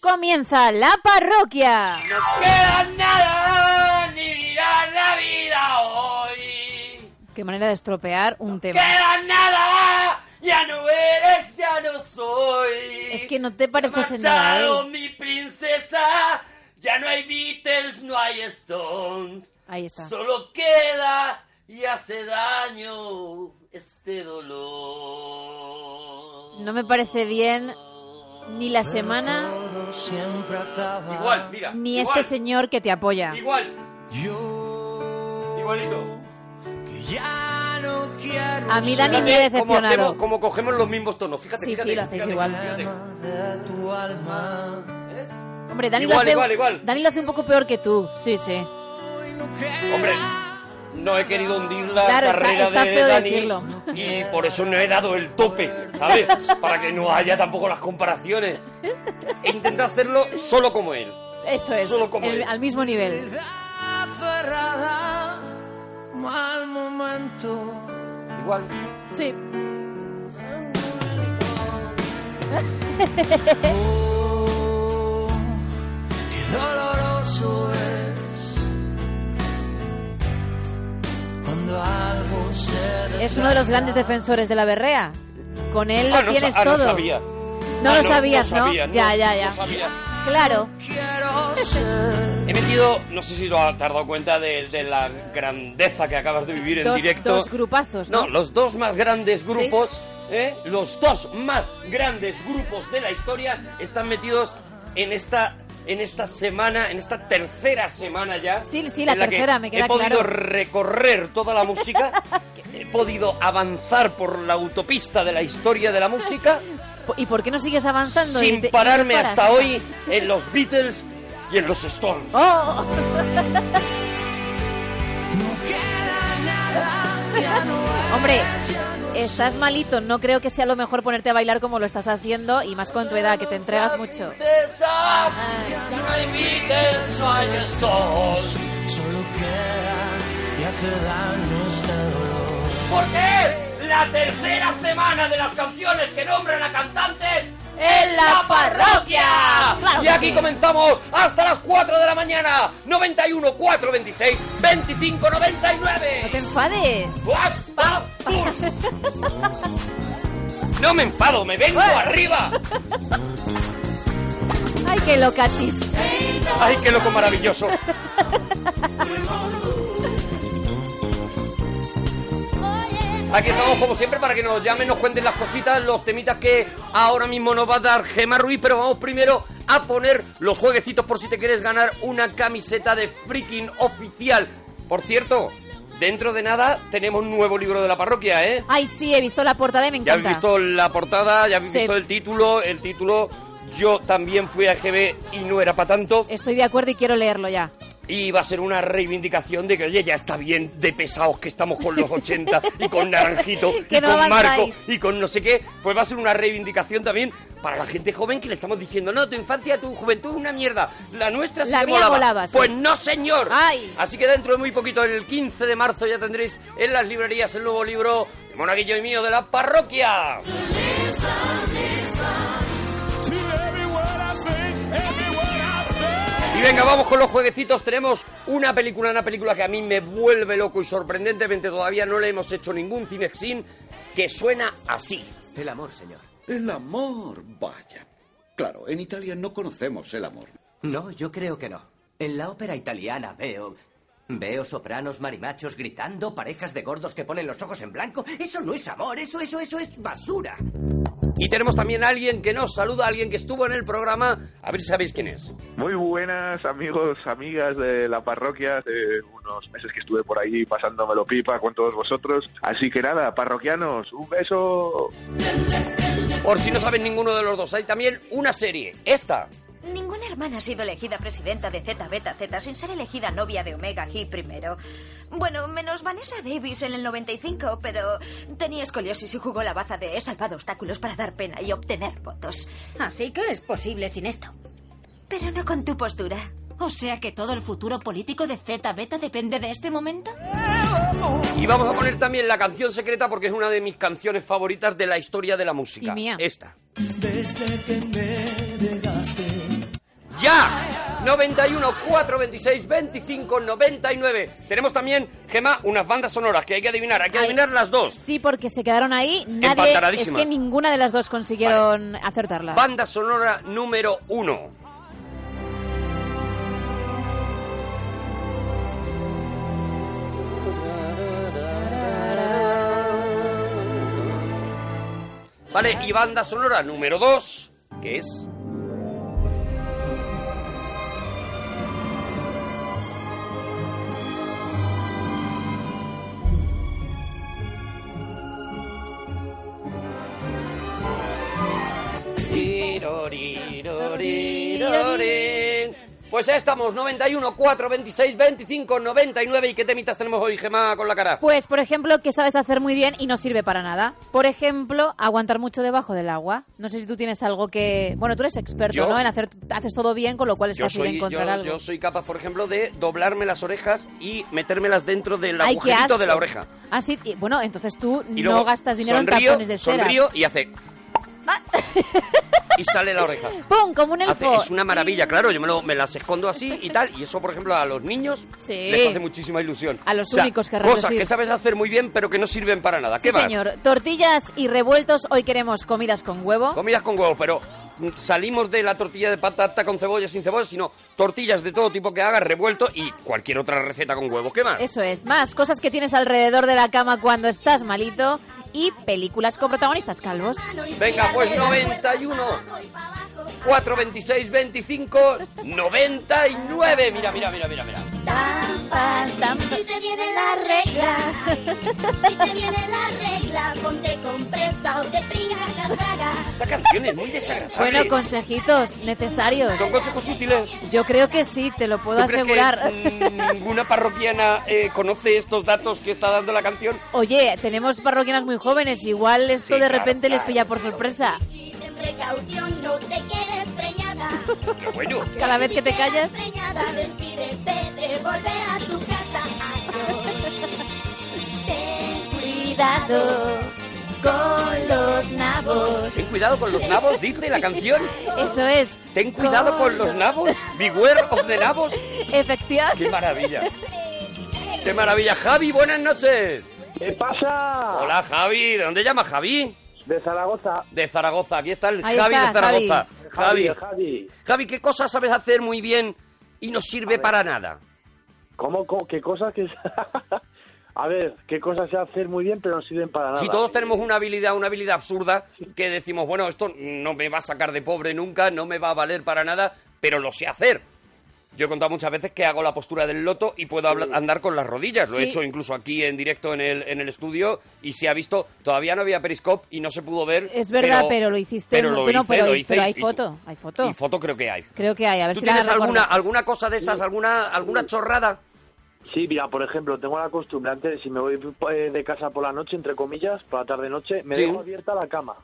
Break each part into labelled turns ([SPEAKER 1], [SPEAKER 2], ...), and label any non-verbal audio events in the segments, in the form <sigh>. [SPEAKER 1] comienza la parroquia.
[SPEAKER 2] No queda nada ni mirar la vida hoy.
[SPEAKER 1] Qué manera de estropear un tema.
[SPEAKER 2] Queda nada, ya no eres, ya no soy.
[SPEAKER 1] Es que no te
[SPEAKER 2] Se
[SPEAKER 1] pareces en
[SPEAKER 2] ha
[SPEAKER 1] nada ¿eh? a él.
[SPEAKER 2] marchado mi princesa, ya no hay Beatles, no hay Stones.
[SPEAKER 1] Ahí está.
[SPEAKER 2] Solo queda y hace daño este dolor.
[SPEAKER 1] No me parece bien ni la semana
[SPEAKER 3] Siempre acaba.
[SPEAKER 2] Igual, mira.
[SPEAKER 1] ni
[SPEAKER 2] igual,
[SPEAKER 1] este señor que te apoya.
[SPEAKER 2] Igual,
[SPEAKER 3] Yo
[SPEAKER 2] igualito.
[SPEAKER 3] que ya no quiero.
[SPEAKER 1] A mí Dani
[SPEAKER 3] ser
[SPEAKER 1] me ha decepcionado.
[SPEAKER 2] Como cogemos los mismos tonos, fíjate.
[SPEAKER 1] Sí,
[SPEAKER 2] fíjate,
[SPEAKER 1] sí, lo hacéis
[SPEAKER 2] fíjate,
[SPEAKER 1] igual.
[SPEAKER 2] fíjate.
[SPEAKER 3] de tu alma.
[SPEAKER 2] ¿Ves?
[SPEAKER 1] Hombre, Dani,
[SPEAKER 2] Igual,
[SPEAKER 1] lo hace,
[SPEAKER 2] igual, igual.
[SPEAKER 1] Dani lo hace un poco peor que tú. Sí, sí.
[SPEAKER 2] Hombre, no he querido hundir la
[SPEAKER 1] Claro, está-
[SPEAKER 2] carrera
[SPEAKER 1] está
[SPEAKER 2] de
[SPEAKER 1] feo
[SPEAKER 2] Dani
[SPEAKER 1] decirlo.
[SPEAKER 2] y por eso no he dado el tope, ¿sabes? Para que no haya tampoco las comparaciones. He intentado hacerlo solo como él.
[SPEAKER 1] Eso es.
[SPEAKER 2] Solo como
[SPEAKER 1] el-
[SPEAKER 2] él.
[SPEAKER 1] al mismo nivel.
[SPEAKER 3] Aferrada. Mal momento.
[SPEAKER 2] Igual.
[SPEAKER 1] Sí.
[SPEAKER 3] Oh, <laughs> qué doloroso es. Cuando algo se.
[SPEAKER 1] Es uno de los grandes defensores de la berrea. Con él
[SPEAKER 2] Ah,
[SPEAKER 1] lo
[SPEAKER 2] no,
[SPEAKER 1] tienes
[SPEAKER 2] sa- ah, no
[SPEAKER 1] todo.
[SPEAKER 2] sabía.
[SPEAKER 1] No
[SPEAKER 2] Ah,
[SPEAKER 1] lo sabías, ¿no?
[SPEAKER 2] sabía,
[SPEAKER 1] Ya, ya, ya.
[SPEAKER 2] no sabía.
[SPEAKER 1] Claro.
[SPEAKER 3] Quiero ser.
[SPEAKER 2] He metido, no sé si lo has te has dado cuenta de, de la grandeza que acabas de vivir en
[SPEAKER 1] <laughs> Dos,
[SPEAKER 2] directo.
[SPEAKER 1] dos grupazos, ¿no?
[SPEAKER 2] No, los dos más grandes grupos, ¿eh? los dos más grandes grupos de la historia están metidos en esta en esta semana, en esta tercera semana ya.
[SPEAKER 1] Sí, sí, la
[SPEAKER 2] en que
[SPEAKER 1] tercera, me queda
[SPEAKER 2] He podido
[SPEAKER 1] claro.
[SPEAKER 2] recorrer toda la música, he podido avanzar por la autopista de la historia de la música
[SPEAKER 1] ¿Y por qué no sigues avanzando? Y
[SPEAKER 2] sin
[SPEAKER 1] te- y te
[SPEAKER 2] pararme
[SPEAKER 1] paras.
[SPEAKER 2] hasta hoy en los Beatles y en los Stones.
[SPEAKER 1] ¡Oh! <laughs> Hombre, estás malito. No creo que sea lo mejor ponerte a bailar como lo estás haciendo y más con tu edad, que te entregas mucho.
[SPEAKER 2] Ya no hay Beatles, no hay Stones.
[SPEAKER 3] Solo queda y hace daño este dolor.
[SPEAKER 2] Porque es la tercera semana de las canciones que nombran a cantantes
[SPEAKER 1] ¡En la parroquia! Claro
[SPEAKER 2] y
[SPEAKER 1] que
[SPEAKER 2] aquí
[SPEAKER 1] sí.
[SPEAKER 2] comenzamos hasta las 4 de la mañana. 91, 4, 26, 25,
[SPEAKER 1] No te
[SPEAKER 2] 99.
[SPEAKER 1] enfades.
[SPEAKER 2] Guapa,
[SPEAKER 1] <laughs>
[SPEAKER 2] pur. No me enfado, me vengo arriba.
[SPEAKER 1] ¡Ay, qué locatis!
[SPEAKER 2] Ay, qué loco
[SPEAKER 3] <laughs>
[SPEAKER 2] maravilloso. Aquí estamos como siempre para que nos llamen, nos cuenten las cositas, los temitas que ahora mismo nos va a dar Gemma Ruiz, pero vamos primero a poner los jueguecitos por si te quieres ganar una camiseta de freaking oficial. Por cierto, dentro de nada tenemos un nuevo libro de la parroquia, ¿eh?
[SPEAKER 1] Ay, sí, he visto la portada y me
[SPEAKER 2] Ya
[SPEAKER 1] encanta.
[SPEAKER 2] habéis visto la portada, ya habéis
[SPEAKER 1] Sí.
[SPEAKER 2] visto el título, el título Yo también fui a GB y no era para tanto.
[SPEAKER 1] Estoy de acuerdo y quiero leerlo ya.
[SPEAKER 2] Y va a ser una reivindicación de que, oye, ya está bien de pesados que estamos con los 80 y con Naranjito y
[SPEAKER 1] <laughs> Que no
[SPEAKER 2] con Marco
[SPEAKER 1] avanzáis.
[SPEAKER 2] y con no sé qué. Pues va a ser una reivindicación también para la gente joven que le estamos diciendo, no, tu infancia, tu juventud es una mierda. La nuestra se
[SPEAKER 1] La
[SPEAKER 2] te
[SPEAKER 1] mía
[SPEAKER 2] molaba".
[SPEAKER 1] volaba, sí.
[SPEAKER 2] Pues no, señor.
[SPEAKER 1] Ay.
[SPEAKER 2] Así que dentro de muy poquito, el 15 de marzo, ya tendréis en las librerías el nuevo libro de Monaguillo y mío de la parroquia. Y venga, vamos con los jueguecitos. Tenemos una película, una película que a mí me vuelve loco y sorprendentemente todavía no le hemos hecho ningún cinexin, que suena así.
[SPEAKER 4] El amor, señor.
[SPEAKER 5] El amor, vaya. Claro, en Italia no conocemos el amor.
[SPEAKER 4] No, yo creo que no. En la ópera italiana veo. Veo sopranos marimachos gritando, parejas de gordos que ponen los ojos en blanco. Eso no es amor, eso, eso, eso es basura.
[SPEAKER 2] Y tenemos también a alguien que nos saluda, a alguien que estuvo en el programa. A ver si sabéis quién es.
[SPEAKER 6] Muy buenas amigos, amigas de la parroquia, hace unos meses que estuve por ahí pasándomelo pipa con todos vosotros. Así que nada, parroquianos, uh, un beso.
[SPEAKER 2] Por si no sabéis ninguno de los dos, hay también una serie. Esta.
[SPEAKER 7] Ninguna hermana ha sido elegida presidenta de Z Beta Z sin ser elegida novia de Omega G primero. Bueno, menos Vanessa Davis en el 95, pero tenía escoliosis y jugó la baza de he salvado obstáculos para dar pena y obtener votos.
[SPEAKER 8] Así que es posible sin esto.
[SPEAKER 7] Pero no con tu postura.
[SPEAKER 8] O sea que todo el futuro político de Z Beta depende de este momento.
[SPEAKER 2] Y vamos a poner también la canción secreta porque es una de mis canciones favoritas de la historia de la música.
[SPEAKER 1] Y mía.
[SPEAKER 2] Esta.
[SPEAKER 3] Desde que me dejaste,
[SPEAKER 2] ya. 91, 4, 26, 25, 99. Tenemos también, Gema, unas bandas sonoras que hay que adivinar. Hay que
[SPEAKER 1] Ay.
[SPEAKER 2] adivinar las dos.
[SPEAKER 1] Sí, porque se quedaron ahí. Nadie, es
[SPEAKER 2] Empantanadísimas.
[SPEAKER 1] que ninguna de las dos consiguieron acertarla.
[SPEAKER 2] Banda sonora número uno. Vale, y banda sonora número dos, que es... Tiroriroriroririn. Pues ya estamos, 91, 4, 26, 25, 99. ¿Y qué temitas tenemos hoy, Gemma, con la cara?
[SPEAKER 1] Pues, por ejemplo, que sabes hacer muy bien y no sirve para nada. Por ejemplo, aguantar mucho debajo del agua. No sé si tú tienes algo que... Bueno, tú eres experto,
[SPEAKER 2] Yo-
[SPEAKER 1] ¿no? En hacer... Haces todo bien, con lo cual es
[SPEAKER 2] Yo
[SPEAKER 1] fácil
[SPEAKER 2] soy, yo,
[SPEAKER 1] encontrar algo.
[SPEAKER 2] yo soy capaz, por ejemplo, de doblarme las orejas y metérmelas dentro del
[SPEAKER 1] Ay, qué
[SPEAKER 2] agujerito
[SPEAKER 1] asco.
[SPEAKER 2] de la oreja.
[SPEAKER 1] Ah, sí. y- bueno, entonces tú
[SPEAKER 2] Y
[SPEAKER 1] no
[SPEAKER 2] luego
[SPEAKER 1] gastas dinero en
[SPEAKER 2] sonrío,
[SPEAKER 1] tazones de cera. Ah.
[SPEAKER 2] Sonrío y hace... <laughs> y sale la oreja.
[SPEAKER 1] ¡Pum! Como un
[SPEAKER 2] Hace-
[SPEAKER 1] elfo.
[SPEAKER 2] es una maravilla, claro, yo me, lo- me las escondo así y tal, y eso, por ejemplo, a los niños
[SPEAKER 1] Sí.
[SPEAKER 2] les hace muchísima ilusión.
[SPEAKER 1] A los únicos, querrás
[SPEAKER 2] Cosas
[SPEAKER 1] decir.
[SPEAKER 2] que sabes hacer muy bien, pero que no sirven para nada. ¿Qué
[SPEAKER 1] Sí,
[SPEAKER 2] más?
[SPEAKER 1] señor. Tortillas y revueltos. Hoy queremos comidas con huevo.
[SPEAKER 2] Comidas con huevo, pero mm, salimos de la tortilla de patata con cebolla, sin cebolla, sino tortillas de todo tipo que hagas, revuelto y cualquier otra receta con huevo. ¿Qué más?
[SPEAKER 1] Eso es. Más cosas que tienes alrededor de la cama cuando estás malito. Y películas con protagonistas calvos.
[SPEAKER 2] Venga, pues 91. 4, 26, 25, 99. Mira, mira, mira, mira, mira.
[SPEAKER 9] Si te viene la regla, si te viene la regla, ponte compresa o te pringas las bragas.
[SPEAKER 2] Esta canción es muy desagradable.
[SPEAKER 1] Bueno, consejitos necesarios.
[SPEAKER 2] Son consejos útiles.
[SPEAKER 1] Yo creo que sí, te lo puedo
[SPEAKER 2] ¿Tú crees que,
[SPEAKER 1] asegurar.
[SPEAKER 2] mm, ninguna parroquiana eh, conoce estos datos que está dando la canción?
[SPEAKER 1] Oye, tenemos parroquianas muy jóvenes, igual esto
[SPEAKER 2] Sí,
[SPEAKER 1] de
[SPEAKER 2] claro,
[SPEAKER 1] repente les
[SPEAKER 2] claro.
[SPEAKER 1] pilla por sorpresa.
[SPEAKER 9] Y ten precaución, no te quedes preñada.
[SPEAKER 2] Qué bueno.
[SPEAKER 1] Cada vez que te callas.
[SPEAKER 9] Si quedas preñada, despídete de volver a tu casa. Adiós. Ten cuidado con los nabos.
[SPEAKER 2] Ten cuidado con los nabos, dice la canción.
[SPEAKER 1] Eso es.
[SPEAKER 2] Ten cuidado con los nabos. Beware of the nabos. Qué
[SPEAKER 1] Efectivamente.
[SPEAKER 2] maravilla. Qué maravilla. Javi, buenas noches.
[SPEAKER 10] ¿Qué pasa?
[SPEAKER 2] Hola, Javi. ¿De dónde llamas, Javi?
[SPEAKER 10] De Zaragoza.
[SPEAKER 2] De Zaragoza. Aquí está el
[SPEAKER 1] Ahí
[SPEAKER 2] Javi
[SPEAKER 1] está,
[SPEAKER 2] de Zaragoza. Javi.
[SPEAKER 10] el Javi.
[SPEAKER 2] Javi, ¿qué cosas sabes hacer muy bien y no sirve para nada?
[SPEAKER 10] ¿Cómo, co- qué cosas que... <laughs> A ver, qué cosas se hacen muy bien pero no sirven para nada.
[SPEAKER 2] Si todos tenemos una habilidad, una habilidad absurda, que decimos, bueno, esto no me va a sacar de pobre nunca, no me va a valer para nada, pero lo sé hacer. Yo he contado muchas veces que hago la postura del loto y puedo habla- andar con las rodillas. Lo he
[SPEAKER 1] Sí.
[SPEAKER 2] hecho incluso aquí en directo en el, en el estudio y se ha visto, todavía no había Periscope y no se pudo ver.
[SPEAKER 1] Es verdad, pero, lo hiciste.
[SPEAKER 2] pero
[SPEAKER 1] muy-
[SPEAKER 2] lo
[SPEAKER 1] bueno,
[SPEAKER 2] hice,
[SPEAKER 1] pero,
[SPEAKER 2] lo
[SPEAKER 1] hay-
[SPEAKER 2] hice
[SPEAKER 1] pero
[SPEAKER 2] y-
[SPEAKER 1] hay
[SPEAKER 2] y-
[SPEAKER 1] foto, hay foto.
[SPEAKER 2] Y foto creo que hay.
[SPEAKER 1] Creo que hay, a ver
[SPEAKER 2] ¿Tú
[SPEAKER 1] si la
[SPEAKER 2] tienes
[SPEAKER 1] recuerdo.
[SPEAKER 2] alguna, alguna cosa de esas, alguna, alguna chorrada?
[SPEAKER 10] Sí, mira, por ejemplo, tengo la costumbre antes, si me voy eh, de casa por la noche, entre comillas, por la tarde-noche, me
[SPEAKER 2] Sí.
[SPEAKER 10] dejo abierta la cama.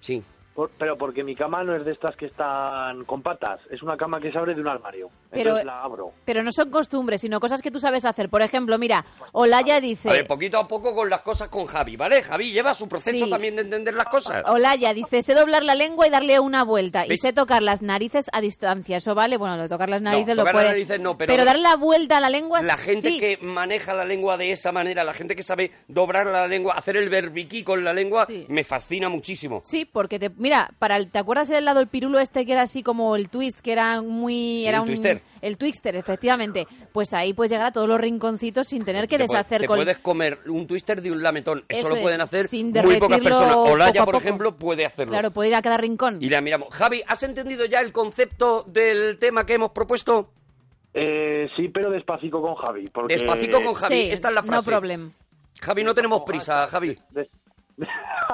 [SPEAKER 2] Sí.
[SPEAKER 10] Por- pero porque mi cama no es de estas que están con patas, es una cama que se abre de un armario.
[SPEAKER 1] Pero- eh,
[SPEAKER 10] Entonces la abro.
[SPEAKER 1] Pero no son costumbres, sino cosas que tú sabes hacer. Por ejemplo, mira, Olaya dice...
[SPEAKER 2] A ver, pues, poquito a poco con las cosas con Javi, ¿vale? Javi lleva su proceso
[SPEAKER 1] Sí.
[SPEAKER 2] también de entender las cosas.
[SPEAKER 1] Olaya dice, sé doblar la lengua y darle una vuelta. Y
[SPEAKER 2] ¿Ves?
[SPEAKER 1] sé tocar las narices a distancia. Eso vale. Bueno, lo de tocar las
[SPEAKER 2] tocar
[SPEAKER 1] narices lo
[SPEAKER 2] las
[SPEAKER 1] puede.
[SPEAKER 2] narices no, pero-
[SPEAKER 1] darle la vuelta a la lengua
[SPEAKER 2] La gente
[SPEAKER 1] Pues sí.
[SPEAKER 2] que maneja la lengua de esa manera, la gente que sabe doblar la lengua, hacer el berbiquí con la lengua,
[SPEAKER 1] Sí.
[SPEAKER 2] me fascina muchísimo.
[SPEAKER 1] Sí, porque te mira, para el, ¿te acuerdas del lado el pirulo este que era así como el twist que era muy
[SPEAKER 2] Sí,
[SPEAKER 1] era
[SPEAKER 2] el
[SPEAKER 1] un
[SPEAKER 2] twister.
[SPEAKER 1] el twister, efectivamente. Pues ahí puedes llegar a todos los rinconcitos sin tener que
[SPEAKER 2] Te puede-
[SPEAKER 1] deshacer
[SPEAKER 2] te
[SPEAKER 1] con
[SPEAKER 2] puedes comer un twister de un lametón. Eso,
[SPEAKER 1] Eso
[SPEAKER 2] lo
[SPEAKER 1] es,
[SPEAKER 2] pueden hacer muy
[SPEAKER 1] sin
[SPEAKER 2] pocas
[SPEAKER 1] derretirlo
[SPEAKER 2] personas.
[SPEAKER 1] poco
[SPEAKER 2] Olaya,
[SPEAKER 1] a
[SPEAKER 2] por
[SPEAKER 1] poco.
[SPEAKER 2] ejemplo, puede hacerlo.
[SPEAKER 1] Claro, pues. puede ir a cada rincón.
[SPEAKER 2] Y la miramos. Javi, ¿has entendido ya el concepto del tema que hemos propuesto?
[SPEAKER 10] Eh, sí, pero despacito con Javi. Porque...
[SPEAKER 2] Despacito con Javi.
[SPEAKER 1] Sí,
[SPEAKER 2] Esta es la frase.
[SPEAKER 1] No problem.
[SPEAKER 2] Javi, no tenemos prisa, Javi.
[SPEAKER 10] Des- <laughs>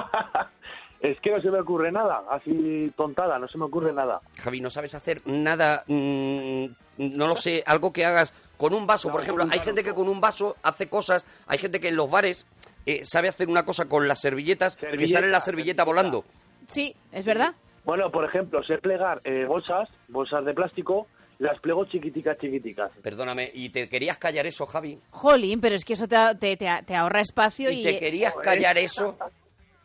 [SPEAKER 10] es que no se me ocurre nada, así tontada, no se me ocurre nada.
[SPEAKER 2] Javi, no sabes hacer nada, mm, no lo sé, algo que hagas con un vaso, por ejemplo. Hay gente que con un vaso hace cosas, hay gente que en los bares eh, sabe hacer una cosa con las servilletas, que
[SPEAKER 10] Servilleta,
[SPEAKER 2] sale la
[SPEAKER 10] servilleta.
[SPEAKER 2] servilleta volando.
[SPEAKER 1] Sí, es verdad.
[SPEAKER 10] Bueno, por ejemplo, sé plegar eh, bolsas, bolsas de plástico, las plego chiquiticas, chiquiticas.
[SPEAKER 2] Perdóname, y te querías callar eso, Javi.
[SPEAKER 1] Jolín, pero es que eso te, te- te- te ahorra espacio y,
[SPEAKER 2] Y te querías callar eso,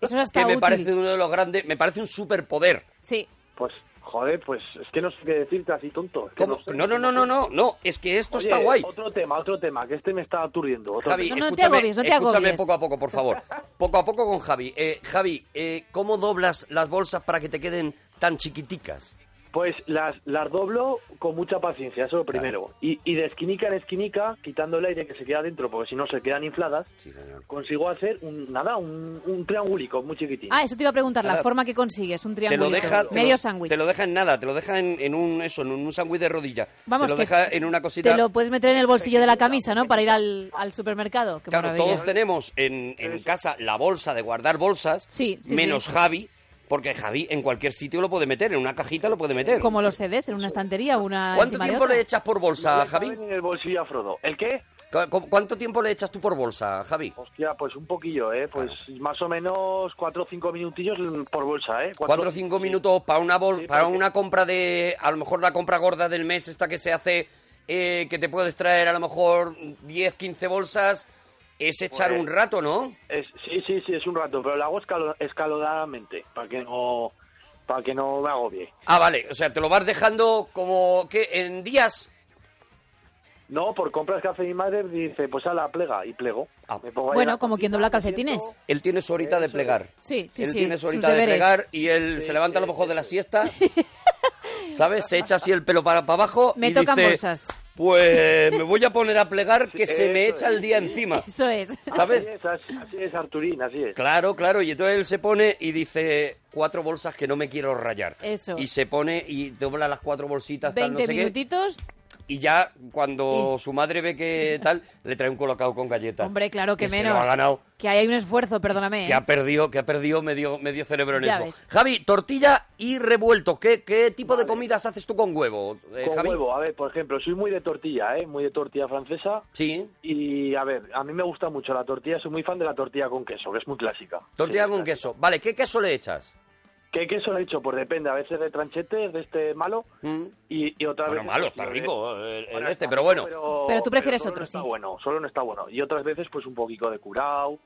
[SPEAKER 1] eso es hasta
[SPEAKER 2] que me
[SPEAKER 1] útil.
[SPEAKER 2] parece uno de los grandes, me parece un superpoder.
[SPEAKER 1] Sí.
[SPEAKER 10] Pues, Joder, pues es que no sé qué decirte así tonto. Es que
[SPEAKER 2] ¿Cómo?
[SPEAKER 10] no sé.
[SPEAKER 2] No, no, no, no, no, no, es que esto
[SPEAKER 10] Oye,
[SPEAKER 2] está guay.
[SPEAKER 10] Otro tema, otro tema, que este me está aturdiendo. Otro
[SPEAKER 2] Javi,
[SPEAKER 10] tema.
[SPEAKER 1] no te
[SPEAKER 2] escúchame,
[SPEAKER 1] agobies, no te
[SPEAKER 2] escúchame
[SPEAKER 1] agobies.
[SPEAKER 2] poco a poco, por favor. Poco a poco con Javi. Eh, Javi, eh, ¿cómo doblas las bolsas para que te queden tan chiquiticas?
[SPEAKER 10] Pues las, las doblo con mucha paciencia, eso lo primero. Y, y de esquinica en esquinica, quitando el aire que se queda dentro, porque si no se quedan infladas, consigo hacer un, nada, un, un triangulico muy chiquitín.
[SPEAKER 1] Ah, eso te iba a preguntar, la
[SPEAKER 2] Ahora-
[SPEAKER 1] forma que consigues, un
[SPEAKER 2] Te
[SPEAKER 1] triángulo.
[SPEAKER 2] lo deja te
[SPEAKER 1] medio
[SPEAKER 2] lo-
[SPEAKER 1] sándwich.
[SPEAKER 2] Te lo deja en nada, te lo deja en, en un eso, en un sándwich de rodilla.
[SPEAKER 1] Vamos,
[SPEAKER 2] te lo
[SPEAKER 1] que
[SPEAKER 2] deja en una cosita.
[SPEAKER 1] Te lo puedes meter en el bolsillo de la camisa, ¿no? Para ir al, al supermercado. Qué
[SPEAKER 2] Claro,
[SPEAKER 1] maravilla.
[SPEAKER 2] todos tenemos en, en casa la bolsa de guardar bolsas,
[SPEAKER 1] Sí, sí,
[SPEAKER 2] menos
[SPEAKER 1] sí.
[SPEAKER 2] Javi, porque Javi en cualquier sitio lo puede meter, en una cajita lo puede meter.
[SPEAKER 1] Como los CDs en una estantería, una
[SPEAKER 2] ¿Cuánto
[SPEAKER 1] encima de
[SPEAKER 2] tiempo
[SPEAKER 1] otra.
[SPEAKER 2] le echas por bolsa,
[SPEAKER 10] Le
[SPEAKER 2] Javi?
[SPEAKER 10] caben En el bolsillo a Frodo. ¿El qué?
[SPEAKER 2] ¿Cu- cu- ¿Cuánto tiempo le echas tú por bolsa, Javi?
[SPEAKER 10] Hostia, pues un poquillo, ¿eh? Pues más o menos cuatro o cinco minutillos por bolsa, ¿eh?
[SPEAKER 2] Cuatro o cinco minutos para una bol- para una compra de a lo mejor la compra gorda del mes esta que se hace eh, que te puedes traer a lo mejor 10, 15 bolsas es echar
[SPEAKER 10] Pues-
[SPEAKER 2] un rato, ¿no?
[SPEAKER 10] Es, sí, sí, sí, es un rato, pero lo hago escalo- escalonadamente, para que no para que no me agobie.
[SPEAKER 2] Ah, vale, o sea, te lo vas dejando como que en días.
[SPEAKER 10] No, por compras que hace mi madre, dice, pues a la plega, y plego.
[SPEAKER 2] Ah.
[SPEAKER 10] Me pongo ahí
[SPEAKER 1] Bueno,
[SPEAKER 10] la
[SPEAKER 1] como quien
[SPEAKER 10] cocina,
[SPEAKER 1] dobla
[SPEAKER 10] me
[SPEAKER 1] calcetines.
[SPEAKER 10] siento-
[SPEAKER 2] Él tiene su horita de plegar.
[SPEAKER 1] Sí, sí,
[SPEAKER 2] él
[SPEAKER 1] sí.
[SPEAKER 2] tiene su
[SPEAKER 1] sus
[SPEAKER 2] horita de
[SPEAKER 1] deberes.
[SPEAKER 2] plegar y él se levanta a lo mejor de
[SPEAKER 10] <laughs>
[SPEAKER 2] la siesta, ¿sabes? Se echa así el pelo para, para abajo
[SPEAKER 1] Me
[SPEAKER 2] y
[SPEAKER 1] tocan
[SPEAKER 2] dice,
[SPEAKER 1] bolsas.
[SPEAKER 2] Pues me voy a poner a plegar que se me
[SPEAKER 10] Eso
[SPEAKER 2] echa el día encima,
[SPEAKER 1] Eso es.
[SPEAKER 2] ¿sabes?
[SPEAKER 10] Así es, así, así es, Arturín, así es.
[SPEAKER 2] Claro, claro, y entonces él se pone y dice cuatro bolsas que no me quiero rayar.
[SPEAKER 1] Eso.
[SPEAKER 2] Y se pone y dobla las cuatro bolsitas, tal, no
[SPEAKER 1] 20
[SPEAKER 2] sé qué.
[SPEAKER 1] minutitos.
[SPEAKER 2] Y ya cuando su madre ve que tal, le trae un colocado con galletas.
[SPEAKER 1] Hombre, claro que,
[SPEAKER 2] Que se
[SPEAKER 1] menos.
[SPEAKER 2] lo ha ganado.
[SPEAKER 1] Que ahí hay un esfuerzo, perdóname.
[SPEAKER 2] Que
[SPEAKER 1] ¿eh?
[SPEAKER 2] ha perdido, que ha perdido medio, medio cerebro en
[SPEAKER 1] Ya
[SPEAKER 2] eso.
[SPEAKER 1] ves.
[SPEAKER 2] Javi, tortilla y revuelto. ¿Qué, qué tipo de comidas haces tú con huevo, eh,
[SPEAKER 10] Con
[SPEAKER 2] Javi?
[SPEAKER 10] huevo, a ver, por ejemplo, soy muy de tortilla, ¿eh? Muy de tortilla francesa.
[SPEAKER 2] Sí.
[SPEAKER 10] Y, a ver, a mí me gusta mucho la tortilla, soy muy fan de la tortilla con queso, que es muy clásica.
[SPEAKER 2] Tortilla
[SPEAKER 10] Sí,
[SPEAKER 2] con
[SPEAKER 10] clásica.
[SPEAKER 2] queso. Vale, ¿qué queso le echas?
[SPEAKER 10] ¿Qué queso le he hecho? Pues depende, a veces de tranchete, de este malo,
[SPEAKER 2] ¿Mm?
[SPEAKER 10] y, y otras
[SPEAKER 2] Bueno,
[SPEAKER 10] veces...
[SPEAKER 2] malo,
[SPEAKER 10] pues,
[SPEAKER 2] está
[SPEAKER 10] de-
[SPEAKER 2] rico el, el
[SPEAKER 10] Bueno,
[SPEAKER 2] este,
[SPEAKER 10] está
[SPEAKER 2] pero
[SPEAKER 10] rico,
[SPEAKER 2] bueno.
[SPEAKER 1] Pero tú prefieres
[SPEAKER 10] solo
[SPEAKER 1] otro,
[SPEAKER 10] no está
[SPEAKER 1] sí.
[SPEAKER 10] bueno, solo no está bueno. Y otras veces, pues un poquito de curao.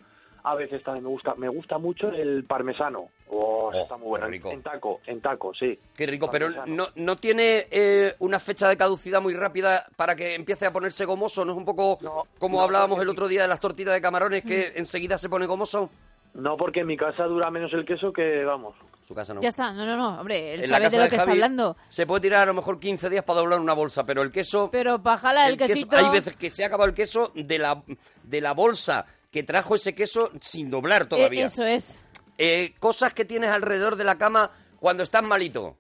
[SPEAKER 10] A veces también me gusta, me gusta mucho el parmesano. Oh,
[SPEAKER 2] Oh,
[SPEAKER 10] está muy
[SPEAKER 2] qué
[SPEAKER 10] bueno.
[SPEAKER 2] rico.
[SPEAKER 10] En taco, en taco, sí.
[SPEAKER 2] Qué rico, pero
[SPEAKER 10] Parmesano.
[SPEAKER 2] no, no tiene eh, una fecha de caducidad muy rápida para que empiece a ponerse gomoso, ¿no es un poco
[SPEAKER 10] No,
[SPEAKER 2] como
[SPEAKER 10] no,
[SPEAKER 2] hablábamos
[SPEAKER 10] porque
[SPEAKER 2] el
[SPEAKER 10] sí.
[SPEAKER 2] otro día de las tortitas de camarones que enseguida se pone gomoso?
[SPEAKER 10] No, porque en mi casa dura menos el queso que, vamos.
[SPEAKER 2] Su casa no.
[SPEAKER 1] Ya está, no, no, no, hombre, él
[SPEAKER 2] En la
[SPEAKER 1] sabe de
[SPEAKER 2] casa
[SPEAKER 1] lo que está
[SPEAKER 2] Javi
[SPEAKER 1] hablando.
[SPEAKER 2] Se puede tirar a lo mejor 15 días para doblar una bolsa, pero el queso...
[SPEAKER 1] Pero pajala el,
[SPEAKER 2] el queso-
[SPEAKER 1] quesito.
[SPEAKER 2] hay veces que se ha acabado el queso de la, de la bolsa que trajo ese queso sin doblar
[SPEAKER 1] Eh,
[SPEAKER 2] todavía.
[SPEAKER 1] eso es.
[SPEAKER 2] Eh, cosas que tienes alrededor de la cama cuando estás malito.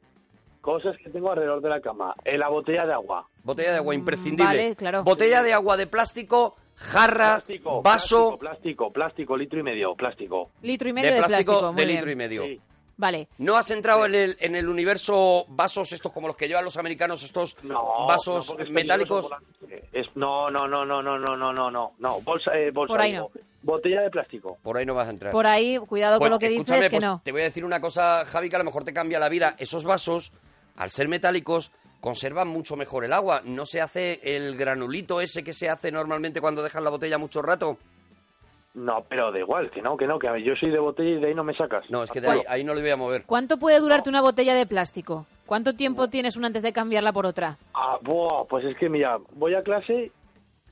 [SPEAKER 10] Cosas que tengo alrededor de la cama. Eh, la botella de agua.
[SPEAKER 2] Botella de agua imprescindible.
[SPEAKER 1] Mm, vale, claro.
[SPEAKER 2] Botella de agua de plástico, jarra,
[SPEAKER 10] Plástico, Plástico,
[SPEAKER 2] vaso
[SPEAKER 10] plástico, plástico, litro y medio, plástico.
[SPEAKER 1] Litro y
[SPEAKER 2] de
[SPEAKER 1] medio de plástico.
[SPEAKER 2] plástico
[SPEAKER 1] muy
[SPEAKER 2] de
[SPEAKER 1] bien.
[SPEAKER 2] litro y medio.
[SPEAKER 10] Sí.
[SPEAKER 1] Vale.
[SPEAKER 2] ¿No has entrado en, el, en el universo vasos estos como los que llevan los americanos, estos
[SPEAKER 10] No,
[SPEAKER 2] vasos
[SPEAKER 10] no, porque es
[SPEAKER 2] metálicos?
[SPEAKER 10] peligroso por la noche. Es- no, no, no, no, no, no, no, no, no, no. Bolsa, eh, bolsa.
[SPEAKER 1] Por ahí
[SPEAKER 10] digo. Botella de plástico.
[SPEAKER 2] Por ahí no vas a entrar.
[SPEAKER 1] Por ahí, cuidado
[SPEAKER 2] Bueno,
[SPEAKER 1] con lo que dices,
[SPEAKER 2] escúchame,
[SPEAKER 1] que
[SPEAKER 2] pues,
[SPEAKER 1] no.
[SPEAKER 2] Te voy a decir una cosa, Javi, que a lo mejor te cambia la vida. Esos vasos, al ser metálicos, conservan mucho mejor el agua. No se hace el granulito ese que se hace normalmente cuando dejas la botella mucho rato.
[SPEAKER 10] No, pero da igual, que no, que no, que a ver, yo soy de botella y de ahí no me sacas.
[SPEAKER 2] No, es que de ahí, ahí no le voy a mover.
[SPEAKER 1] ¿Cuánto puede durarte una botella de plástico? ¿Cuánto tiempo tienes una antes de cambiarla por otra?
[SPEAKER 10] Ah, buah, pues es que mira, voy a clase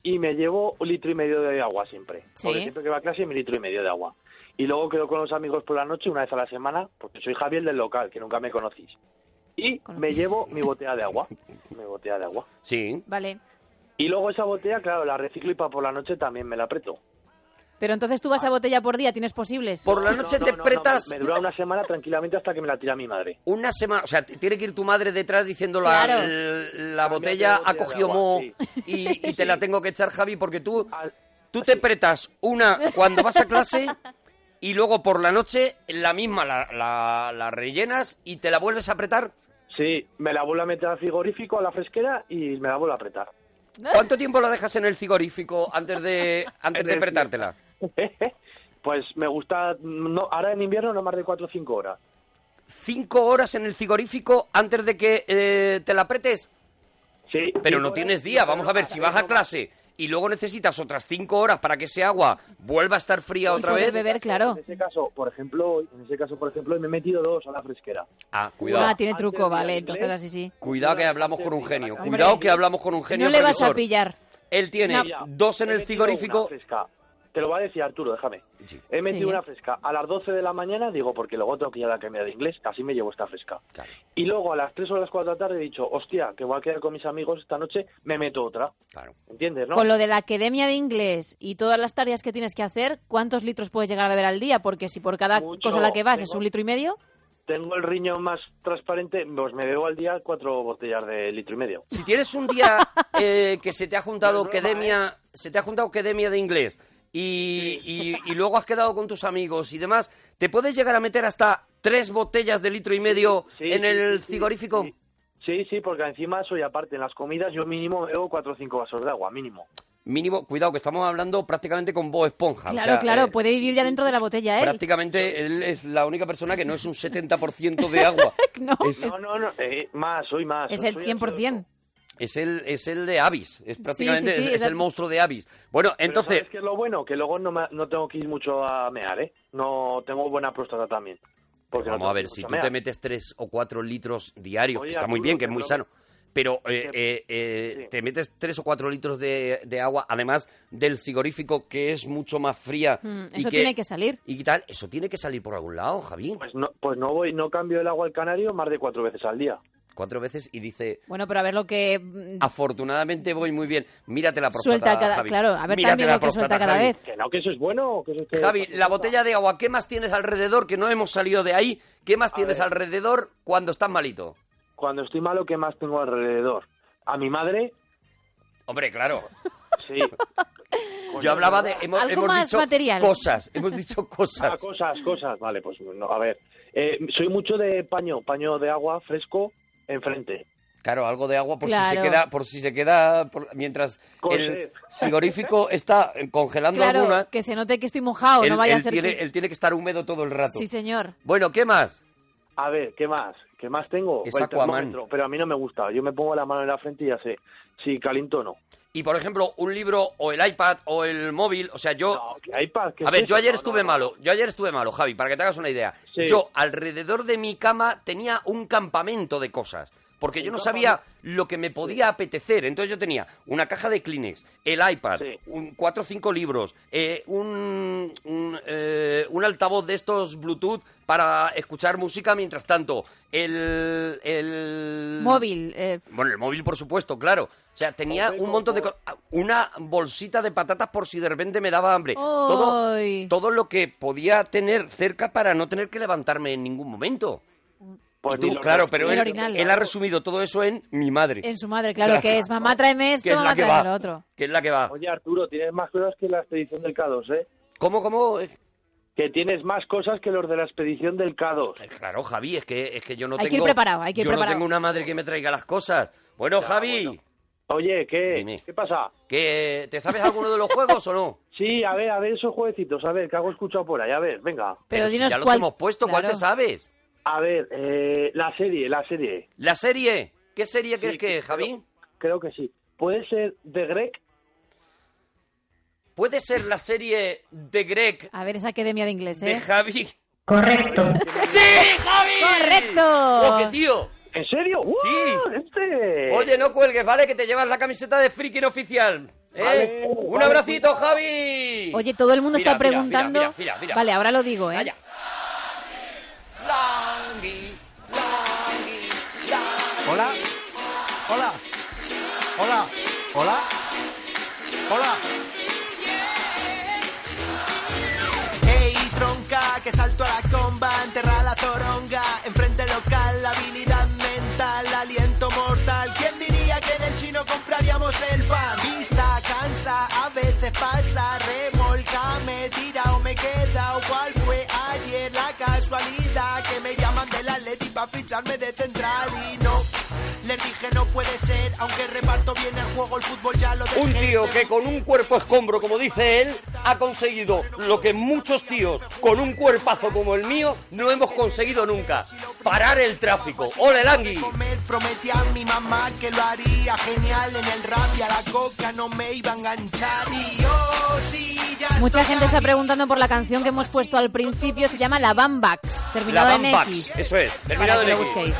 [SPEAKER 10] y me llevo un litro y medio de agua siempre.
[SPEAKER 1] Sí.
[SPEAKER 10] Porque siempre que voy a clase, mi litro y medio de agua. Y luego quedo con los amigos por la noche, una vez a la semana, porque soy Javier del local, que nunca me conocís. Y
[SPEAKER 1] Conocí.
[SPEAKER 10] me llevo mi botella de agua. mi botella de agua.
[SPEAKER 2] Sí.
[SPEAKER 1] Vale.
[SPEAKER 10] Y luego esa botella, claro, la reciclo y para por la noche también me la aprieto.
[SPEAKER 1] Pero entonces tú vas a botella por día, tienes posibles.
[SPEAKER 2] Ah. Por la
[SPEAKER 10] No,
[SPEAKER 2] noche
[SPEAKER 10] no,
[SPEAKER 2] te
[SPEAKER 10] no, no,
[SPEAKER 2] apretas
[SPEAKER 10] me, me dura una semana tranquilamente hasta que me la tira mi madre.
[SPEAKER 2] una semana. O sea, t- tiene que ir tu madre detrás diciendo la,
[SPEAKER 1] Claro.
[SPEAKER 2] l-
[SPEAKER 10] Cámbiate de
[SPEAKER 2] la, botella
[SPEAKER 10] botella
[SPEAKER 2] ha
[SPEAKER 10] de
[SPEAKER 2] cogido
[SPEAKER 10] agua,
[SPEAKER 2] moho
[SPEAKER 10] sí.
[SPEAKER 2] y, y te
[SPEAKER 10] <laughs>
[SPEAKER 2] la tengo que echar, Javi, porque tú,
[SPEAKER 10] Al-
[SPEAKER 2] tú te apretas una cuando vas a clase y luego por la noche la misma la, la- la rellenas y te la vuelves a apretar.
[SPEAKER 10] Sí, me la vuelvo a meter al frigorífico, a la fresquera y me la vuelvo a apretar.
[SPEAKER 2] ¿Cuánto tiempo la dejas en el frigorífico antes de, antes de
[SPEAKER 10] En el-
[SPEAKER 2] apretártela?
[SPEAKER 10] <laughs> pues me gusta, no, ahora en invierno no más de 4 o 5 horas.
[SPEAKER 2] ¿Cinco horas en el frigorífico antes de que eh, te la apretes?
[SPEAKER 10] Sí.
[SPEAKER 2] Pero no tienes día, vamos a ver, si vas a clase y luego necesitas otras cinco horas para que ese agua vuelva a estar fría otra
[SPEAKER 1] poder
[SPEAKER 2] vez.
[SPEAKER 1] beber, claro.
[SPEAKER 10] En ese caso, por ejemplo, en ese caso, por ejemplo, me he metido dos a la fresquera.
[SPEAKER 2] Ah, cuidado.
[SPEAKER 1] Ah, tiene truco, vale, entonces
[SPEAKER 10] inglés.
[SPEAKER 1] así sí.
[SPEAKER 2] Cuidado que hablamos con un genio. Cuidado que hablamos con un genio.
[SPEAKER 1] No le vas a
[SPEAKER 2] previsor.
[SPEAKER 1] pillar.
[SPEAKER 2] Él tiene
[SPEAKER 1] No.
[SPEAKER 2] dos en
[SPEAKER 10] He
[SPEAKER 2] el
[SPEAKER 10] metido una
[SPEAKER 2] frigorífico.
[SPEAKER 10] fresca. Te lo va a decir Arturo, déjame. He metido
[SPEAKER 1] Sí.
[SPEAKER 10] una fresca a las 12 de la mañana, digo, porque luego tengo que ir a la academia de inglés, casi me llevo esta fresca. Y luego a las 3 o las 4 de la tarde he dicho, hostia, que voy a quedar con mis amigos esta noche, me meto otra.
[SPEAKER 2] Claro.
[SPEAKER 10] ¿Entiendes, no?
[SPEAKER 1] Con lo de la academia de inglés y todas las tareas que tienes que hacer, ¿cuántos litros puedes llegar a beber al día? Porque si por cada
[SPEAKER 10] Mucho.
[SPEAKER 1] cosa a la que vas
[SPEAKER 10] Tengo-
[SPEAKER 1] es un litro y medio,
[SPEAKER 10] Tengo el riñón más transparente, pues me bebo al día cuatro botellas de litro y medio.
[SPEAKER 2] Si tienes un
[SPEAKER 1] <laughs>
[SPEAKER 2] día eh, que se te ha juntado academia, se te ha juntado academia de inglés y, y- y luego has quedado con tus amigos y demás, ¿te puedes llegar a meter hasta tres botellas de litro y medio
[SPEAKER 10] Sí,
[SPEAKER 2] en
[SPEAKER 10] sí,
[SPEAKER 2] el
[SPEAKER 10] sí, sí,
[SPEAKER 2] frigorífico?
[SPEAKER 10] sí. Sí, sí, porque encima soy aparte, en las comidas yo mínimo bebo cuatro o cinco vasos de agua, mínimo.
[SPEAKER 2] Mínimo, cuidado, que estamos hablando prácticamente con Bo Esponja. o
[SPEAKER 1] claro,
[SPEAKER 2] sea,
[SPEAKER 1] claro,
[SPEAKER 2] eh,
[SPEAKER 1] puede vivir ya dentro de la botella, ¿eh?
[SPEAKER 2] Prácticamente él es la única persona que no es un 70% de agua.
[SPEAKER 1] <laughs> No,
[SPEAKER 2] Es-
[SPEAKER 10] No, no, no, eh, más, soy más.
[SPEAKER 1] es el
[SPEAKER 10] soy
[SPEAKER 1] 100%.
[SPEAKER 2] Es el, es el de Avis, es prácticamente es-
[SPEAKER 1] sí, sí,
[SPEAKER 2] es, el
[SPEAKER 1] exacto.
[SPEAKER 2] monstruo de Avis. Bueno,
[SPEAKER 10] Pero
[SPEAKER 2] entonces,
[SPEAKER 10] ¿sabes qué es lo bueno? Que luego no, me- no tengo que ir mucho a mear, ¿eh? No tengo buena próstata también. Porque no
[SPEAKER 2] vamos a ver,
[SPEAKER 10] tengo
[SPEAKER 2] si
[SPEAKER 10] mucho
[SPEAKER 2] tú
[SPEAKER 10] mear.
[SPEAKER 2] te metes tres o cuatro litros diarios,
[SPEAKER 10] Oye,
[SPEAKER 2] que está muy
[SPEAKER 10] Arturo,
[SPEAKER 2] bien, que es
[SPEAKER 10] que
[SPEAKER 2] muy
[SPEAKER 10] no-
[SPEAKER 2] sano, pero eh, eh, eh, te metes tres o cuatro litros de, de agua, además del frigorífico, que es mucho más fría.
[SPEAKER 1] Mm,
[SPEAKER 2] y
[SPEAKER 1] eso tiene que salir.
[SPEAKER 2] Y tal, eso tiene que salir por algún lado, Javín.
[SPEAKER 10] Pues no, pues no voy, no cambio el agua al canario más de cuatro veces al día.
[SPEAKER 2] Cuatro veces y dice,
[SPEAKER 1] Bueno, pero a ver lo que mm,
[SPEAKER 2] afortunadamente voy muy bien, mírate la próstata,
[SPEAKER 1] suelta cada...
[SPEAKER 2] Javi.
[SPEAKER 1] Claro, a ver
[SPEAKER 2] Mírate
[SPEAKER 1] también
[SPEAKER 2] la
[SPEAKER 1] lo que suelta
[SPEAKER 2] próstata,
[SPEAKER 1] cada
[SPEAKER 2] Javi.
[SPEAKER 1] vez.
[SPEAKER 10] Que no, que eso es bueno. Que eso es que-
[SPEAKER 2] Javi, la botella de agua, ¿qué más tienes alrededor? Que no hemos salido de ahí. ¿Qué más tienes
[SPEAKER 10] ver.
[SPEAKER 2] alrededor cuando estás malito?
[SPEAKER 10] Cuando estoy malo, ¿qué más tengo alrededor? A mi madre,
[SPEAKER 2] Hombre, claro.
[SPEAKER 10] sí.
[SPEAKER 2] <laughs> Yo hablaba de. Hemos,
[SPEAKER 1] Algo
[SPEAKER 2] hemos
[SPEAKER 1] más
[SPEAKER 2] dicho
[SPEAKER 1] material. <laughs>
[SPEAKER 2] cosas. Hemos dicho
[SPEAKER 10] Ah,
[SPEAKER 2] cosas.
[SPEAKER 10] cosas, cosas. Vale, pues no, a ver. Eh, soy mucho de paño, paño de agua fresco enfrente.
[SPEAKER 2] Claro, algo de agua por si
[SPEAKER 1] Claro.
[SPEAKER 2] se queda. Por si se queda por- mientras
[SPEAKER 10] Con
[SPEAKER 2] el
[SPEAKER 10] sed.
[SPEAKER 2] frigorífico está congelando
[SPEAKER 1] Claro,
[SPEAKER 2] alguna.
[SPEAKER 1] que se note que estoy mojado,
[SPEAKER 2] él,
[SPEAKER 1] Ah, no vaya
[SPEAKER 2] él
[SPEAKER 1] a ser
[SPEAKER 2] tiene,
[SPEAKER 1] que-
[SPEAKER 2] él tiene que estar húmedo todo el rato.
[SPEAKER 1] Sí, señor.
[SPEAKER 2] Bueno, ¿qué más?
[SPEAKER 10] A ver, ¿qué más? ¿Qué más tengo?
[SPEAKER 2] Es
[SPEAKER 10] El
[SPEAKER 2] Aquaman.
[SPEAKER 10] termómetro, Pero a mí no me gusta. Yo me pongo la mano en la frente y ya sé si caliento o no.
[SPEAKER 2] Y por ejemplo, un libro o el iPad o el móvil. O sea, yo.
[SPEAKER 10] No, que hay pa- que
[SPEAKER 2] A ver,
[SPEAKER 10] es
[SPEAKER 2] yo
[SPEAKER 10] eso?
[SPEAKER 2] ayer
[SPEAKER 10] No,
[SPEAKER 2] estuve
[SPEAKER 10] no, no.
[SPEAKER 2] malo, yo ayer estuve malo, Javi, para que te hagas una idea.
[SPEAKER 10] Sí.
[SPEAKER 2] Yo alrededor de mi cama tenía un campamento de cosas, porque yo no sabía lo que me podía apetecer. Entonces yo tenía una caja de Kleenex, el iPad,
[SPEAKER 10] Sí.
[SPEAKER 2] un, cuatro o cinco libros, eh, un, un, eh, un altavoz de estos Bluetooth para escuchar música mientras tanto, el... el...
[SPEAKER 1] Móvil, eh,
[SPEAKER 2] Bueno, el móvil, por supuesto, claro. O sea, tenía un montón de co- Una bolsita de patatas por si de repente me daba hambre. Todo,
[SPEAKER 1] Ay.
[SPEAKER 2] todo lo que podía tener cerca para no tener que levantarme en ningún momento.
[SPEAKER 10] Pues
[SPEAKER 2] Y tú,
[SPEAKER 10] ni lo-
[SPEAKER 2] claro, pero
[SPEAKER 1] ni
[SPEAKER 2] él,
[SPEAKER 1] el orinal.
[SPEAKER 2] él ha resumido todo eso en mi madre.
[SPEAKER 1] en su
[SPEAKER 2] <laughs>
[SPEAKER 1] madre, claro, que es mamá tráeme esto,
[SPEAKER 2] que es
[SPEAKER 1] mamá
[SPEAKER 2] la que
[SPEAKER 1] tráeme
[SPEAKER 2] va.
[SPEAKER 1] lo otro.
[SPEAKER 2] Que es la que va.
[SPEAKER 10] Oye, Arturo, tienes más cosas que la expedición del K2, ¿eh?
[SPEAKER 2] ¿Cómo, cómo? Eh,
[SPEAKER 10] Que tienes más cosas que los de la expedición del K2.
[SPEAKER 2] Claro, Javi, es que, es que yo no
[SPEAKER 1] Hay que
[SPEAKER 2] tengo...
[SPEAKER 1] ir preparado, hay que ir
[SPEAKER 2] yo no
[SPEAKER 1] preparado.
[SPEAKER 2] tengo una madre que me traiga las cosas. Bueno, Javi,
[SPEAKER 10] Oye,
[SPEAKER 2] Dime.
[SPEAKER 10] ¿qué, ¿qué pasa?
[SPEAKER 2] ¿que ¿te sabes alguno
[SPEAKER 1] <laughs>
[SPEAKER 2] de los juegos o no?
[SPEAKER 10] <laughs> Sí, a ver, a ver esos jueguecitos, a ver, que hago escuchado por ahí, a ver, venga.
[SPEAKER 1] Pero,
[SPEAKER 2] si
[SPEAKER 1] dinos
[SPEAKER 2] ya los
[SPEAKER 1] cuál...
[SPEAKER 2] hemos puesto, ¿cuál te
[SPEAKER 1] Claro.
[SPEAKER 2] sabes?
[SPEAKER 10] A ver, eh, la serie, la serie,
[SPEAKER 2] La serie. ¿Qué serie crees que es,
[SPEAKER 10] claro.
[SPEAKER 2] Javi?
[SPEAKER 10] creo que sí. ¿Puede ser de Greg?
[SPEAKER 2] ¿Puede ser la serie de Greg
[SPEAKER 1] A ver esa academia de inglés,
[SPEAKER 2] de
[SPEAKER 1] ¿eh?
[SPEAKER 2] Javi?
[SPEAKER 8] Correcto.
[SPEAKER 2] ¡Sí, ¡Eh, Javi!
[SPEAKER 1] ¡Correcto!
[SPEAKER 2] ¡Oye, tío!
[SPEAKER 10] Ah. ¿En serio? ¡Wow!
[SPEAKER 2] Sí.
[SPEAKER 10] ¡Este!
[SPEAKER 2] Oye, no cuelgues, ¿vale? Que te llevas la camiseta de freaking oficial. ¿eh?
[SPEAKER 10] Vale,
[SPEAKER 2] ¡Un
[SPEAKER 10] vale, pues.
[SPEAKER 2] abracito, Javi!
[SPEAKER 1] Oye, todo el mundo
[SPEAKER 2] Mira,
[SPEAKER 1] está
[SPEAKER 2] mira,
[SPEAKER 1] preguntando...
[SPEAKER 2] mira, mira, mira.
[SPEAKER 1] Vale, ahora lo digo, ¿eh?
[SPEAKER 2] Vaya. Langui, langui, langui.
[SPEAKER 4] Hola. Hola. Hola. Hola. Hola. Ey, tronca, que salto a la comba, enterra la zoronga, enfrente local, la habilidad mental, aliento mortal. ¿Quién diría que en el chino compraríamos el pan? Vista, cansa, a veces pasa, remolca, me tira o me queda, o cuál fue ayer la casualidad que me llaman del Atleti para ficharme de central y no. Les dije no puede ser, aunque reparto bien el juego, el fútbol ya lo dejé.
[SPEAKER 2] Un tío que con un cuerpo escombro, como dice él, ha conseguido lo que muchos tíos con un cuerpazo como el mío no hemos conseguido nunca. Parar el tráfico. ¡Ole, Langui!
[SPEAKER 4] comer, prometí a mi mamá que lo haría genial en el rap y a la coca no me iba a enganchar y yo sí ya
[SPEAKER 1] Mucha
[SPEAKER 4] estoy
[SPEAKER 1] gente está preguntando por la canción que hemos puesto al principio, se llama La Bambax, terminada
[SPEAKER 2] La
[SPEAKER 1] en
[SPEAKER 2] Bambax,
[SPEAKER 1] X.
[SPEAKER 2] eso es, terminado
[SPEAKER 1] Para que
[SPEAKER 2] en
[SPEAKER 1] lo
[SPEAKER 2] X.
[SPEAKER 1] busquéis.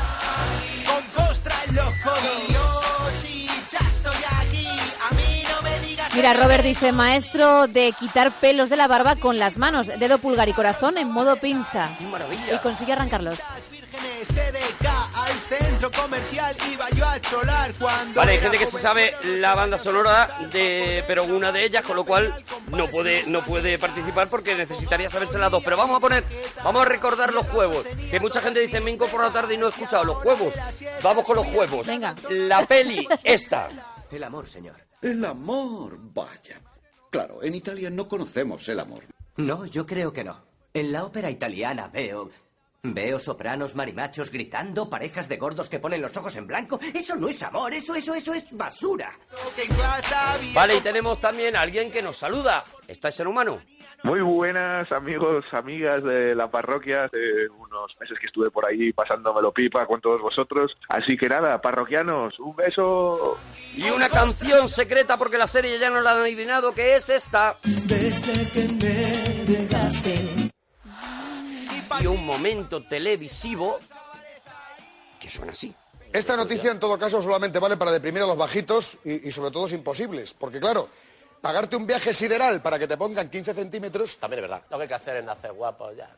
[SPEAKER 4] con costra en los codos y yo sí ya estoy aquí a mí no me digas
[SPEAKER 1] Mira, Robert dice, maestro de quitar pelos de la barba con las manos, dedo pulgar y corazón en modo pinza. Y consigue arrancarlos.
[SPEAKER 4] vírgenes TDK al centro comercial iba yo a cholar cuando
[SPEAKER 2] Vale, hay
[SPEAKER 4] era
[SPEAKER 2] gente que se
[SPEAKER 4] joven.
[SPEAKER 2] sabe la banda sonora de pero una de ellas, con lo cual no puede, no puede participar porque necesitaría saberse las dos. Pero vamos a poner, vamos a recordar los juegos. Que mucha gente dice me incorporo tarde y no he escuchado los juegos. Vamos con los juegos.
[SPEAKER 1] Venga.
[SPEAKER 2] La peli, esta.
[SPEAKER 5] El amor, señor. El amor, vaya. Claro, en Italia no conocemos el amor.
[SPEAKER 11] No, yo creo que no. En la ópera italiana veo. Veo sopranos marimachos gritando, parejas de gordos que ponen los ojos en blanco. Eso no es amor, eso, eso, eso es basura.
[SPEAKER 2] Vale, y tenemos también a alguien que nos saluda. Está el ser humano.
[SPEAKER 6] Muy buenas amigos, amigas de la parroquia, hace unos meses que estuve por ahí pasándomelo pipa con todos vosotros, así que nada, parroquianos, un beso.
[SPEAKER 2] Y una canción secreta porque la serie ya no la han adivinado que es esta.
[SPEAKER 3] Desde que me dejaste.
[SPEAKER 2] Y un momento televisivo que suena así.
[SPEAKER 12] Esta noticia, en todo caso, solamente vale para deprimir a los bajitos y, y sobre todo, es imposibles. Porque, claro, pagarte un viaje sideral para que te pongan 15 centímetros... También es verdad.
[SPEAKER 13] Lo que hay que hacer es nacer guapo ya.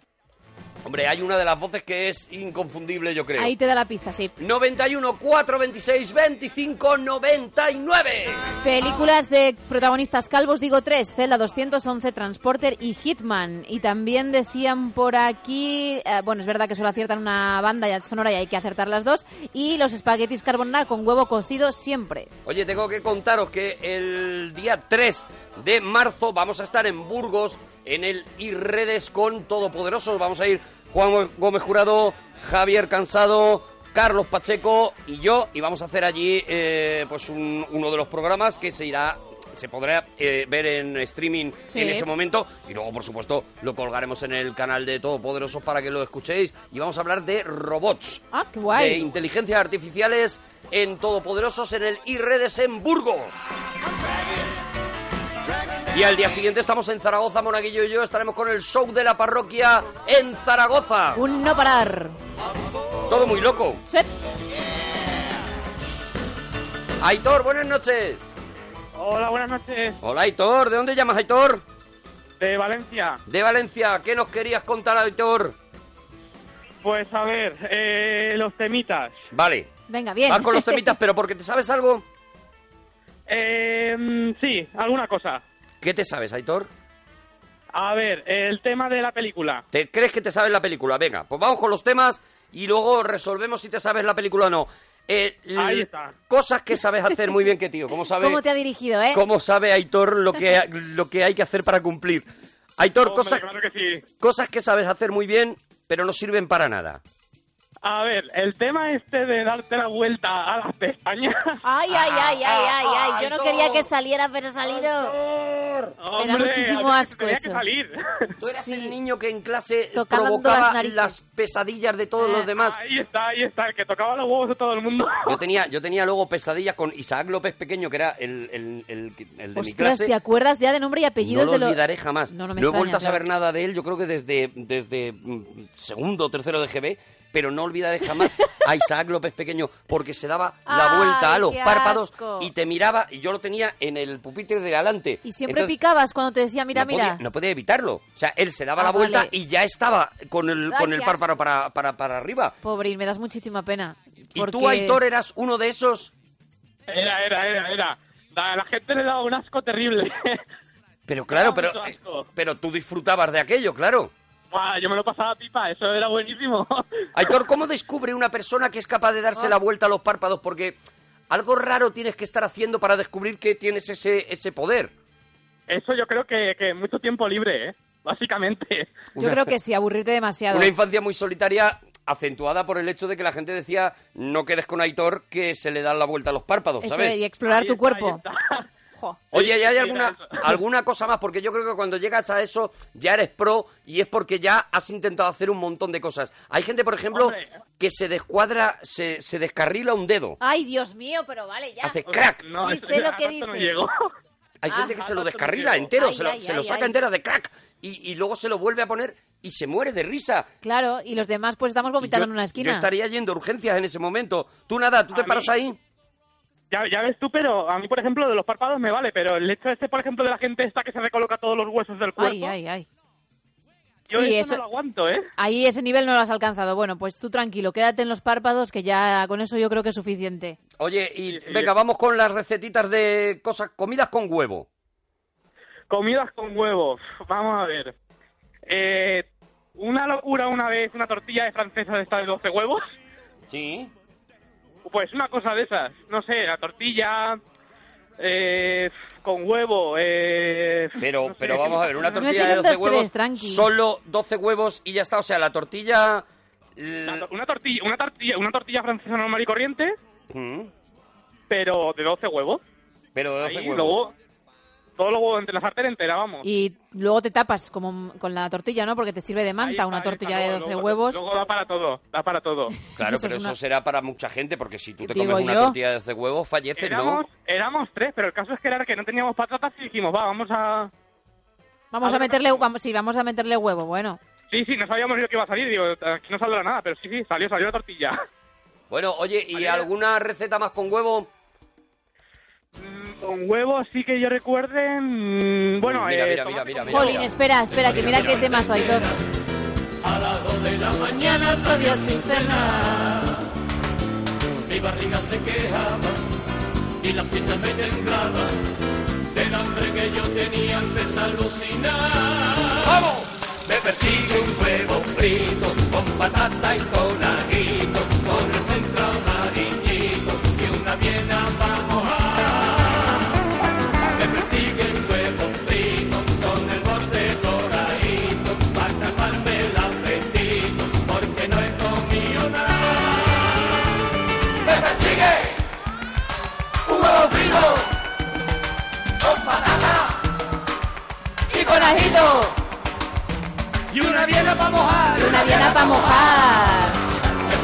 [SPEAKER 2] Hombre, hay una de las voces que es inconfundible, yo creo.
[SPEAKER 1] Ahí te da la pista, sí.
[SPEAKER 2] 91 4 26 25 99.
[SPEAKER 1] Películas de protagonistas calvos, digo tres, Zelda 211, Transporter y Hitman. Y también decían por aquí, eh, bueno, es verdad que solo aciertan una banda ya- sonora y hay que acertar las dos, y los espaguetis carbonara con huevo cocido siempre.
[SPEAKER 2] Oye, tengo que contaros que el día 3 de marzo vamos a estar en Burgos en el Irredes con Todopoderosos. Vamos a ir Juan Gómez Jurado, Javier Cansado, Carlos Pacheco y yo. Y vamos a hacer allí eh, pues un- uno de los programas que se irá se podrá eh, ver en streaming
[SPEAKER 14] Sí.
[SPEAKER 2] en ese momento y luego por supuesto lo colgaremos en el canal de Todopoderosos para que lo escuchéis y vamos a hablar de robots
[SPEAKER 1] Ah, qué
[SPEAKER 2] de
[SPEAKER 1] guay.
[SPEAKER 2] inteligencias artificiales en Todopoderosos en el IREDES en Burgos. Y al día siguiente estamos en Zaragoza, Monaguillo y yo estaremos con el show de la parroquia en Zaragoza.
[SPEAKER 1] Un no parar.
[SPEAKER 2] Todo muy loco.
[SPEAKER 1] Sí.
[SPEAKER 2] Aitor, buenas noches.
[SPEAKER 15] Hola, buenas noches.
[SPEAKER 2] Hola Aitor, ¿de dónde llamas Aitor?
[SPEAKER 15] De Valencia.
[SPEAKER 2] De Valencia, ¿qué nos querías contar Aitor?
[SPEAKER 15] Pues a ver, eh, los temitas.
[SPEAKER 2] Vale,
[SPEAKER 1] Venga, bien.
[SPEAKER 2] vas con los
[SPEAKER 1] <laughs>
[SPEAKER 2] temitas, pero porque te sabes algo.
[SPEAKER 15] Eh, mm, sí, alguna cosa.
[SPEAKER 2] ¿Qué te sabes Aitor?
[SPEAKER 15] A ver, el tema de la película.
[SPEAKER 2] ¿Te crees que te sabes la película? Venga, pues vamos con los temas y luego resolvemos si te sabes la película o no. Eh, l-
[SPEAKER 15] Ahí está.
[SPEAKER 2] Cosas que sabes hacer muy bien que tío. ¿Cómo sabe,
[SPEAKER 1] ¿Cómo te ha dirigido, eh?
[SPEAKER 2] cómo sabe Aitor lo que, lo que hay que hacer para cumplir? Aitor,
[SPEAKER 15] Hombre,
[SPEAKER 2] cosas,
[SPEAKER 15] claro que sí.
[SPEAKER 2] cosas que sabes hacer muy bien, pero no sirven para nada.
[SPEAKER 15] A ver, el tema este de darte la vuelta a las pestañas.
[SPEAKER 1] Ay, ay,
[SPEAKER 2] Ah,
[SPEAKER 1] ay, ay, ay, ay. Yo no
[SPEAKER 15] Aitor.
[SPEAKER 1] quería que saliera, pero ha salido.
[SPEAKER 15] Hombre,
[SPEAKER 1] Me da muchísimo
[SPEAKER 15] había-
[SPEAKER 1] asco
[SPEAKER 15] tenía que
[SPEAKER 1] eso.
[SPEAKER 15] salir.
[SPEAKER 2] Tú eras el niño que en clase
[SPEAKER 1] Tocando las
[SPEAKER 2] eh, provocaba las,
[SPEAKER 1] narices. Ah,
[SPEAKER 2] pesadillas de todos los demás.
[SPEAKER 15] Ahí está, ahí está, el que tocaba los huevos de todo el mundo.
[SPEAKER 2] Yo tenía, yo tenía luego pesadillas con Isaac López Pequeño, que era el, el- el- el de mi
[SPEAKER 1] Ostras,
[SPEAKER 2] clase.
[SPEAKER 1] ¿te acuerdas ya de nombre y
[SPEAKER 2] No
[SPEAKER 1] apellidos
[SPEAKER 2] lo
[SPEAKER 1] de los...
[SPEAKER 2] olvidaré jamás.
[SPEAKER 1] No,
[SPEAKER 2] No,
[SPEAKER 1] no me
[SPEAKER 2] he vuelto
[SPEAKER 1] extraña,
[SPEAKER 2] a saber
[SPEAKER 1] claro.
[SPEAKER 2] nada de él, yo creo que desde, desde mm, segundo o tercero de GB, pero no olvidaré jamás a Isaac López Pequeño, porque se daba la
[SPEAKER 1] Ay,
[SPEAKER 2] vuelta a los
[SPEAKER 1] qué
[SPEAKER 2] párpados
[SPEAKER 1] asco.
[SPEAKER 2] y te miraba, y yo lo tenía en el pupitre de adelante.
[SPEAKER 1] Y siempre
[SPEAKER 2] Entonces,
[SPEAKER 1] picabas cuando te decía, mira,
[SPEAKER 2] no
[SPEAKER 1] mira.
[SPEAKER 2] Podía, no podía evitarlo. O sea, él se daba
[SPEAKER 1] Ah,
[SPEAKER 2] la vuelta
[SPEAKER 1] vale.
[SPEAKER 2] y ya estaba con el,
[SPEAKER 1] Ay,
[SPEAKER 2] con
[SPEAKER 1] qué
[SPEAKER 2] el párpado para, para, para arriba.
[SPEAKER 1] Pobre, me das muchísima pena.
[SPEAKER 2] ¿Y tú, Aitor, eras uno de esos?
[SPEAKER 15] Era, era, era, era. A la gente le daba un asco terrible.
[SPEAKER 2] <laughs> Pero claro, pero, eh,
[SPEAKER 15] Mucho asco.
[SPEAKER 2] pero tú disfrutabas de aquello, claro.
[SPEAKER 15] Buah, yo me lo pasaba pipa, eso era buenísimo. <laughs> Ah.
[SPEAKER 2] Aitor, ¿cómo descubre una persona que es capaz de darse la vuelta a los párpados? Porque algo raro tienes que estar haciendo para descubrir que tienes ese, ese poder.
[SPEAKER 15] Eso yo creo que, que mucho tiempo libre, ¿eh? Básicamente.
[SPEAKER 1] Yo creo que sí, aburrirte demasiado.
[SPEAKER 2] Una infancia muy solitaria acentuada por el hecho de que la gente decía no quedes con Aitor que se le dan la vuelta a los párpados,
[SPEAKER 1] Eso
[SPEAKER 2] ¿sabes?
[SPEAKER 1] es, y explorar tu cuerpo. <laughs>
[SPEAKER 2] Oye, ¿y hay
[SPEAKER 1] Mira
[SPEAKER 2] alguna,
[SPEAKER 1] <laughs>
[SPEAKER 2] alguna cosa más? Porque yo creo que cuando llegas a eso ya eres pro y es porque ya has intentado hacer un montón de cosas. Hay gente, por ejemplo,
[SPEAKER 1] Hombre.
[SPEAKER 2] que se descuadra, se, se descarrila un dedo.
[SPEAKER 1] Ay, Dios mío, pero vale, Ah, ya.
[SPEAKER 2] Hace crack.
[SPEAKER 1] No, Sí, eso sé ya, lo que tanto no dices. llego.
[SPEAKER 2] Hay
[SPEAKER 1] Ah.
[SPEAKER 2] gente que se lo
[SPEAKER 1] Tanto no
[SPEAKER 2] descarrila
[SPEAKER 1] llego.
[SPEAKER 2] entero,
[SPEAKER 1] Ay,
[SPEAKER 2] se lo,
[SPEAKER 1] ay,
[SPEAKER 2] se lo
[SPEAKER 1] ay,
[SPEAKER 2] saca
[SPEAKER 1] ay.
[SPEAKER 2] entero de crack y, y luego se lo vuelve a poner y se muere de risa.
[SPEAKER 1] Claro, y los demás pues estamos vomitando en una esquina.
[SPEAKER 2] Yo estaría yendo a urgencias en ese momento. Tú nada, tú te paras ahí.
[SPEAKER 15] Ya, ya ves tú, pero a mí, por ejemplo, de los párpados me vale, pero el hecho este, por ejemplo, de la gente esta que se recoloca todos los huesos del cuerpo,
[SPEAKER 1] Ay, ay, ay.
[SPEAKER 15] yo
[SPEAKER 1] Sí,
[SPEAKER 15] eso,
[SPEAKER 1] eso-
[SPEAKER 15] no lo aguanto, ¿eh?
[SPEAKER 1] Ahí ese nivel no lo has alcanzado. Bueno, pues tú tranquilo, quédate en los párpados que ya con eso yo creo que es suficiente.
[SPEAKER 2] Oye, y venga, vamos con las recetitas de cosas, comidas con huevo.
[SPEAKER 15] Comidas con huevos, <laughs> vamos a ver. Eh, una locura una vez, una tortilla de francesa de esta de 12 huevos.
[SPEAKER 2] Sí.
[SPEAKER 15] Pues una cosa de esas, no sé, la tortilla eh, con huevo. Eh,
[SPEAKER 2] Pero,
[SPEAKER 15] no sé.
[SPEAKER 2] pero vamos a ver, una
[SPEAKER 15] No es
[SPEAKER 2] tortilla de 12
[SPEAKER 15] 123,
[SPEAKER 2] huevos,
[SPEAKER 15] tranqui.
[SPEAKER 2] solo 12 huevos y ya está. O sea, la tortilla...
[SPEAKER 15] La to- Una tortilla, una tortilla, una tortilla francesa normal y corriente,
[SPEAKER 2] Mm.
[SPEAKER 15] pero de 12 huevos.
[SPEAKER 2] Pero de
[SPEAKER 15] 12
[SPEAKER 2] huevos.
[SPEAKER 15] Luego, todos los huevos entre la sartén entera, vamos.
[SPEAKER 1] Y luego te tapas como m- con la tortilla, ¿no? Porque te sirve de manta una tortilla de 12 huevos.
[SPEAKER 15] Luego da para todo, da para todo.
[SPEAKER 2] Claro,
[SPEAKER 1] Pues- <laughs> Eso
[SPEAKER 2] pero
[SPEAKER 1] es
[SPEAKER 2] eso
[SPEAKER 1] una-
[SPEAKER 2] será para mucha gente, porque si tú te
[SPEAKER 1] Digo
[SPEAKER 2] comes una
[SPEAKER 1] yo.
[SPEAKER 2] tortilla de 12 huevos, falleces,
[SPEAKER 15] Éramos,
[SPEAKER 2] ¿no?
[SPEAKER 15] éramos tres, pero el caso es que era que no teníamos patatas y dijimos, va, vamos a...
[SPEAKER 1] Vamos a meterle, vamos, sí, vamos a meterle huevo, bueno.
[SPEAKER 15] Sí, sí, no sabíamos ni lo que iba a salir, digo, aquí no saldrá nada, pero sí, sí, salió, salió la tortilla.
[SPEAKER 2] Bueno, oye, ¿y alguna receta más con huevo?
[SPEAKER 15] Con huevos sí que yo recuerden... mm, Bueno,
[SPEAKER 2] Mira,
[SPEAKER 15] eh,
[SPEAKER 2] mira,
[SPEAKER 15] tomate
[SPEAKER 2] mira, mira, mira.
[SPEAKER 1] Jolín, espera, espera, que mira qué temazo hay todo.
[SPEAKER 3] A las 2 de la mañana todavía sin cenar. Mi barriga se quejaba y las piernas me temblaban del hambre que yo tenía empecé a alucinar. ¡Vamos! Me persigue un huevo frito con patata y con ajito, con el centro amarillito y una viena para mojar. Me persigue un huevo frito con el borde doradito para taparme el apetito porque no he comido nada. Me persigue un huevo frito con patata y con ajito y una viena para mojar.
[SPEAKER 1] Una viena para mojar.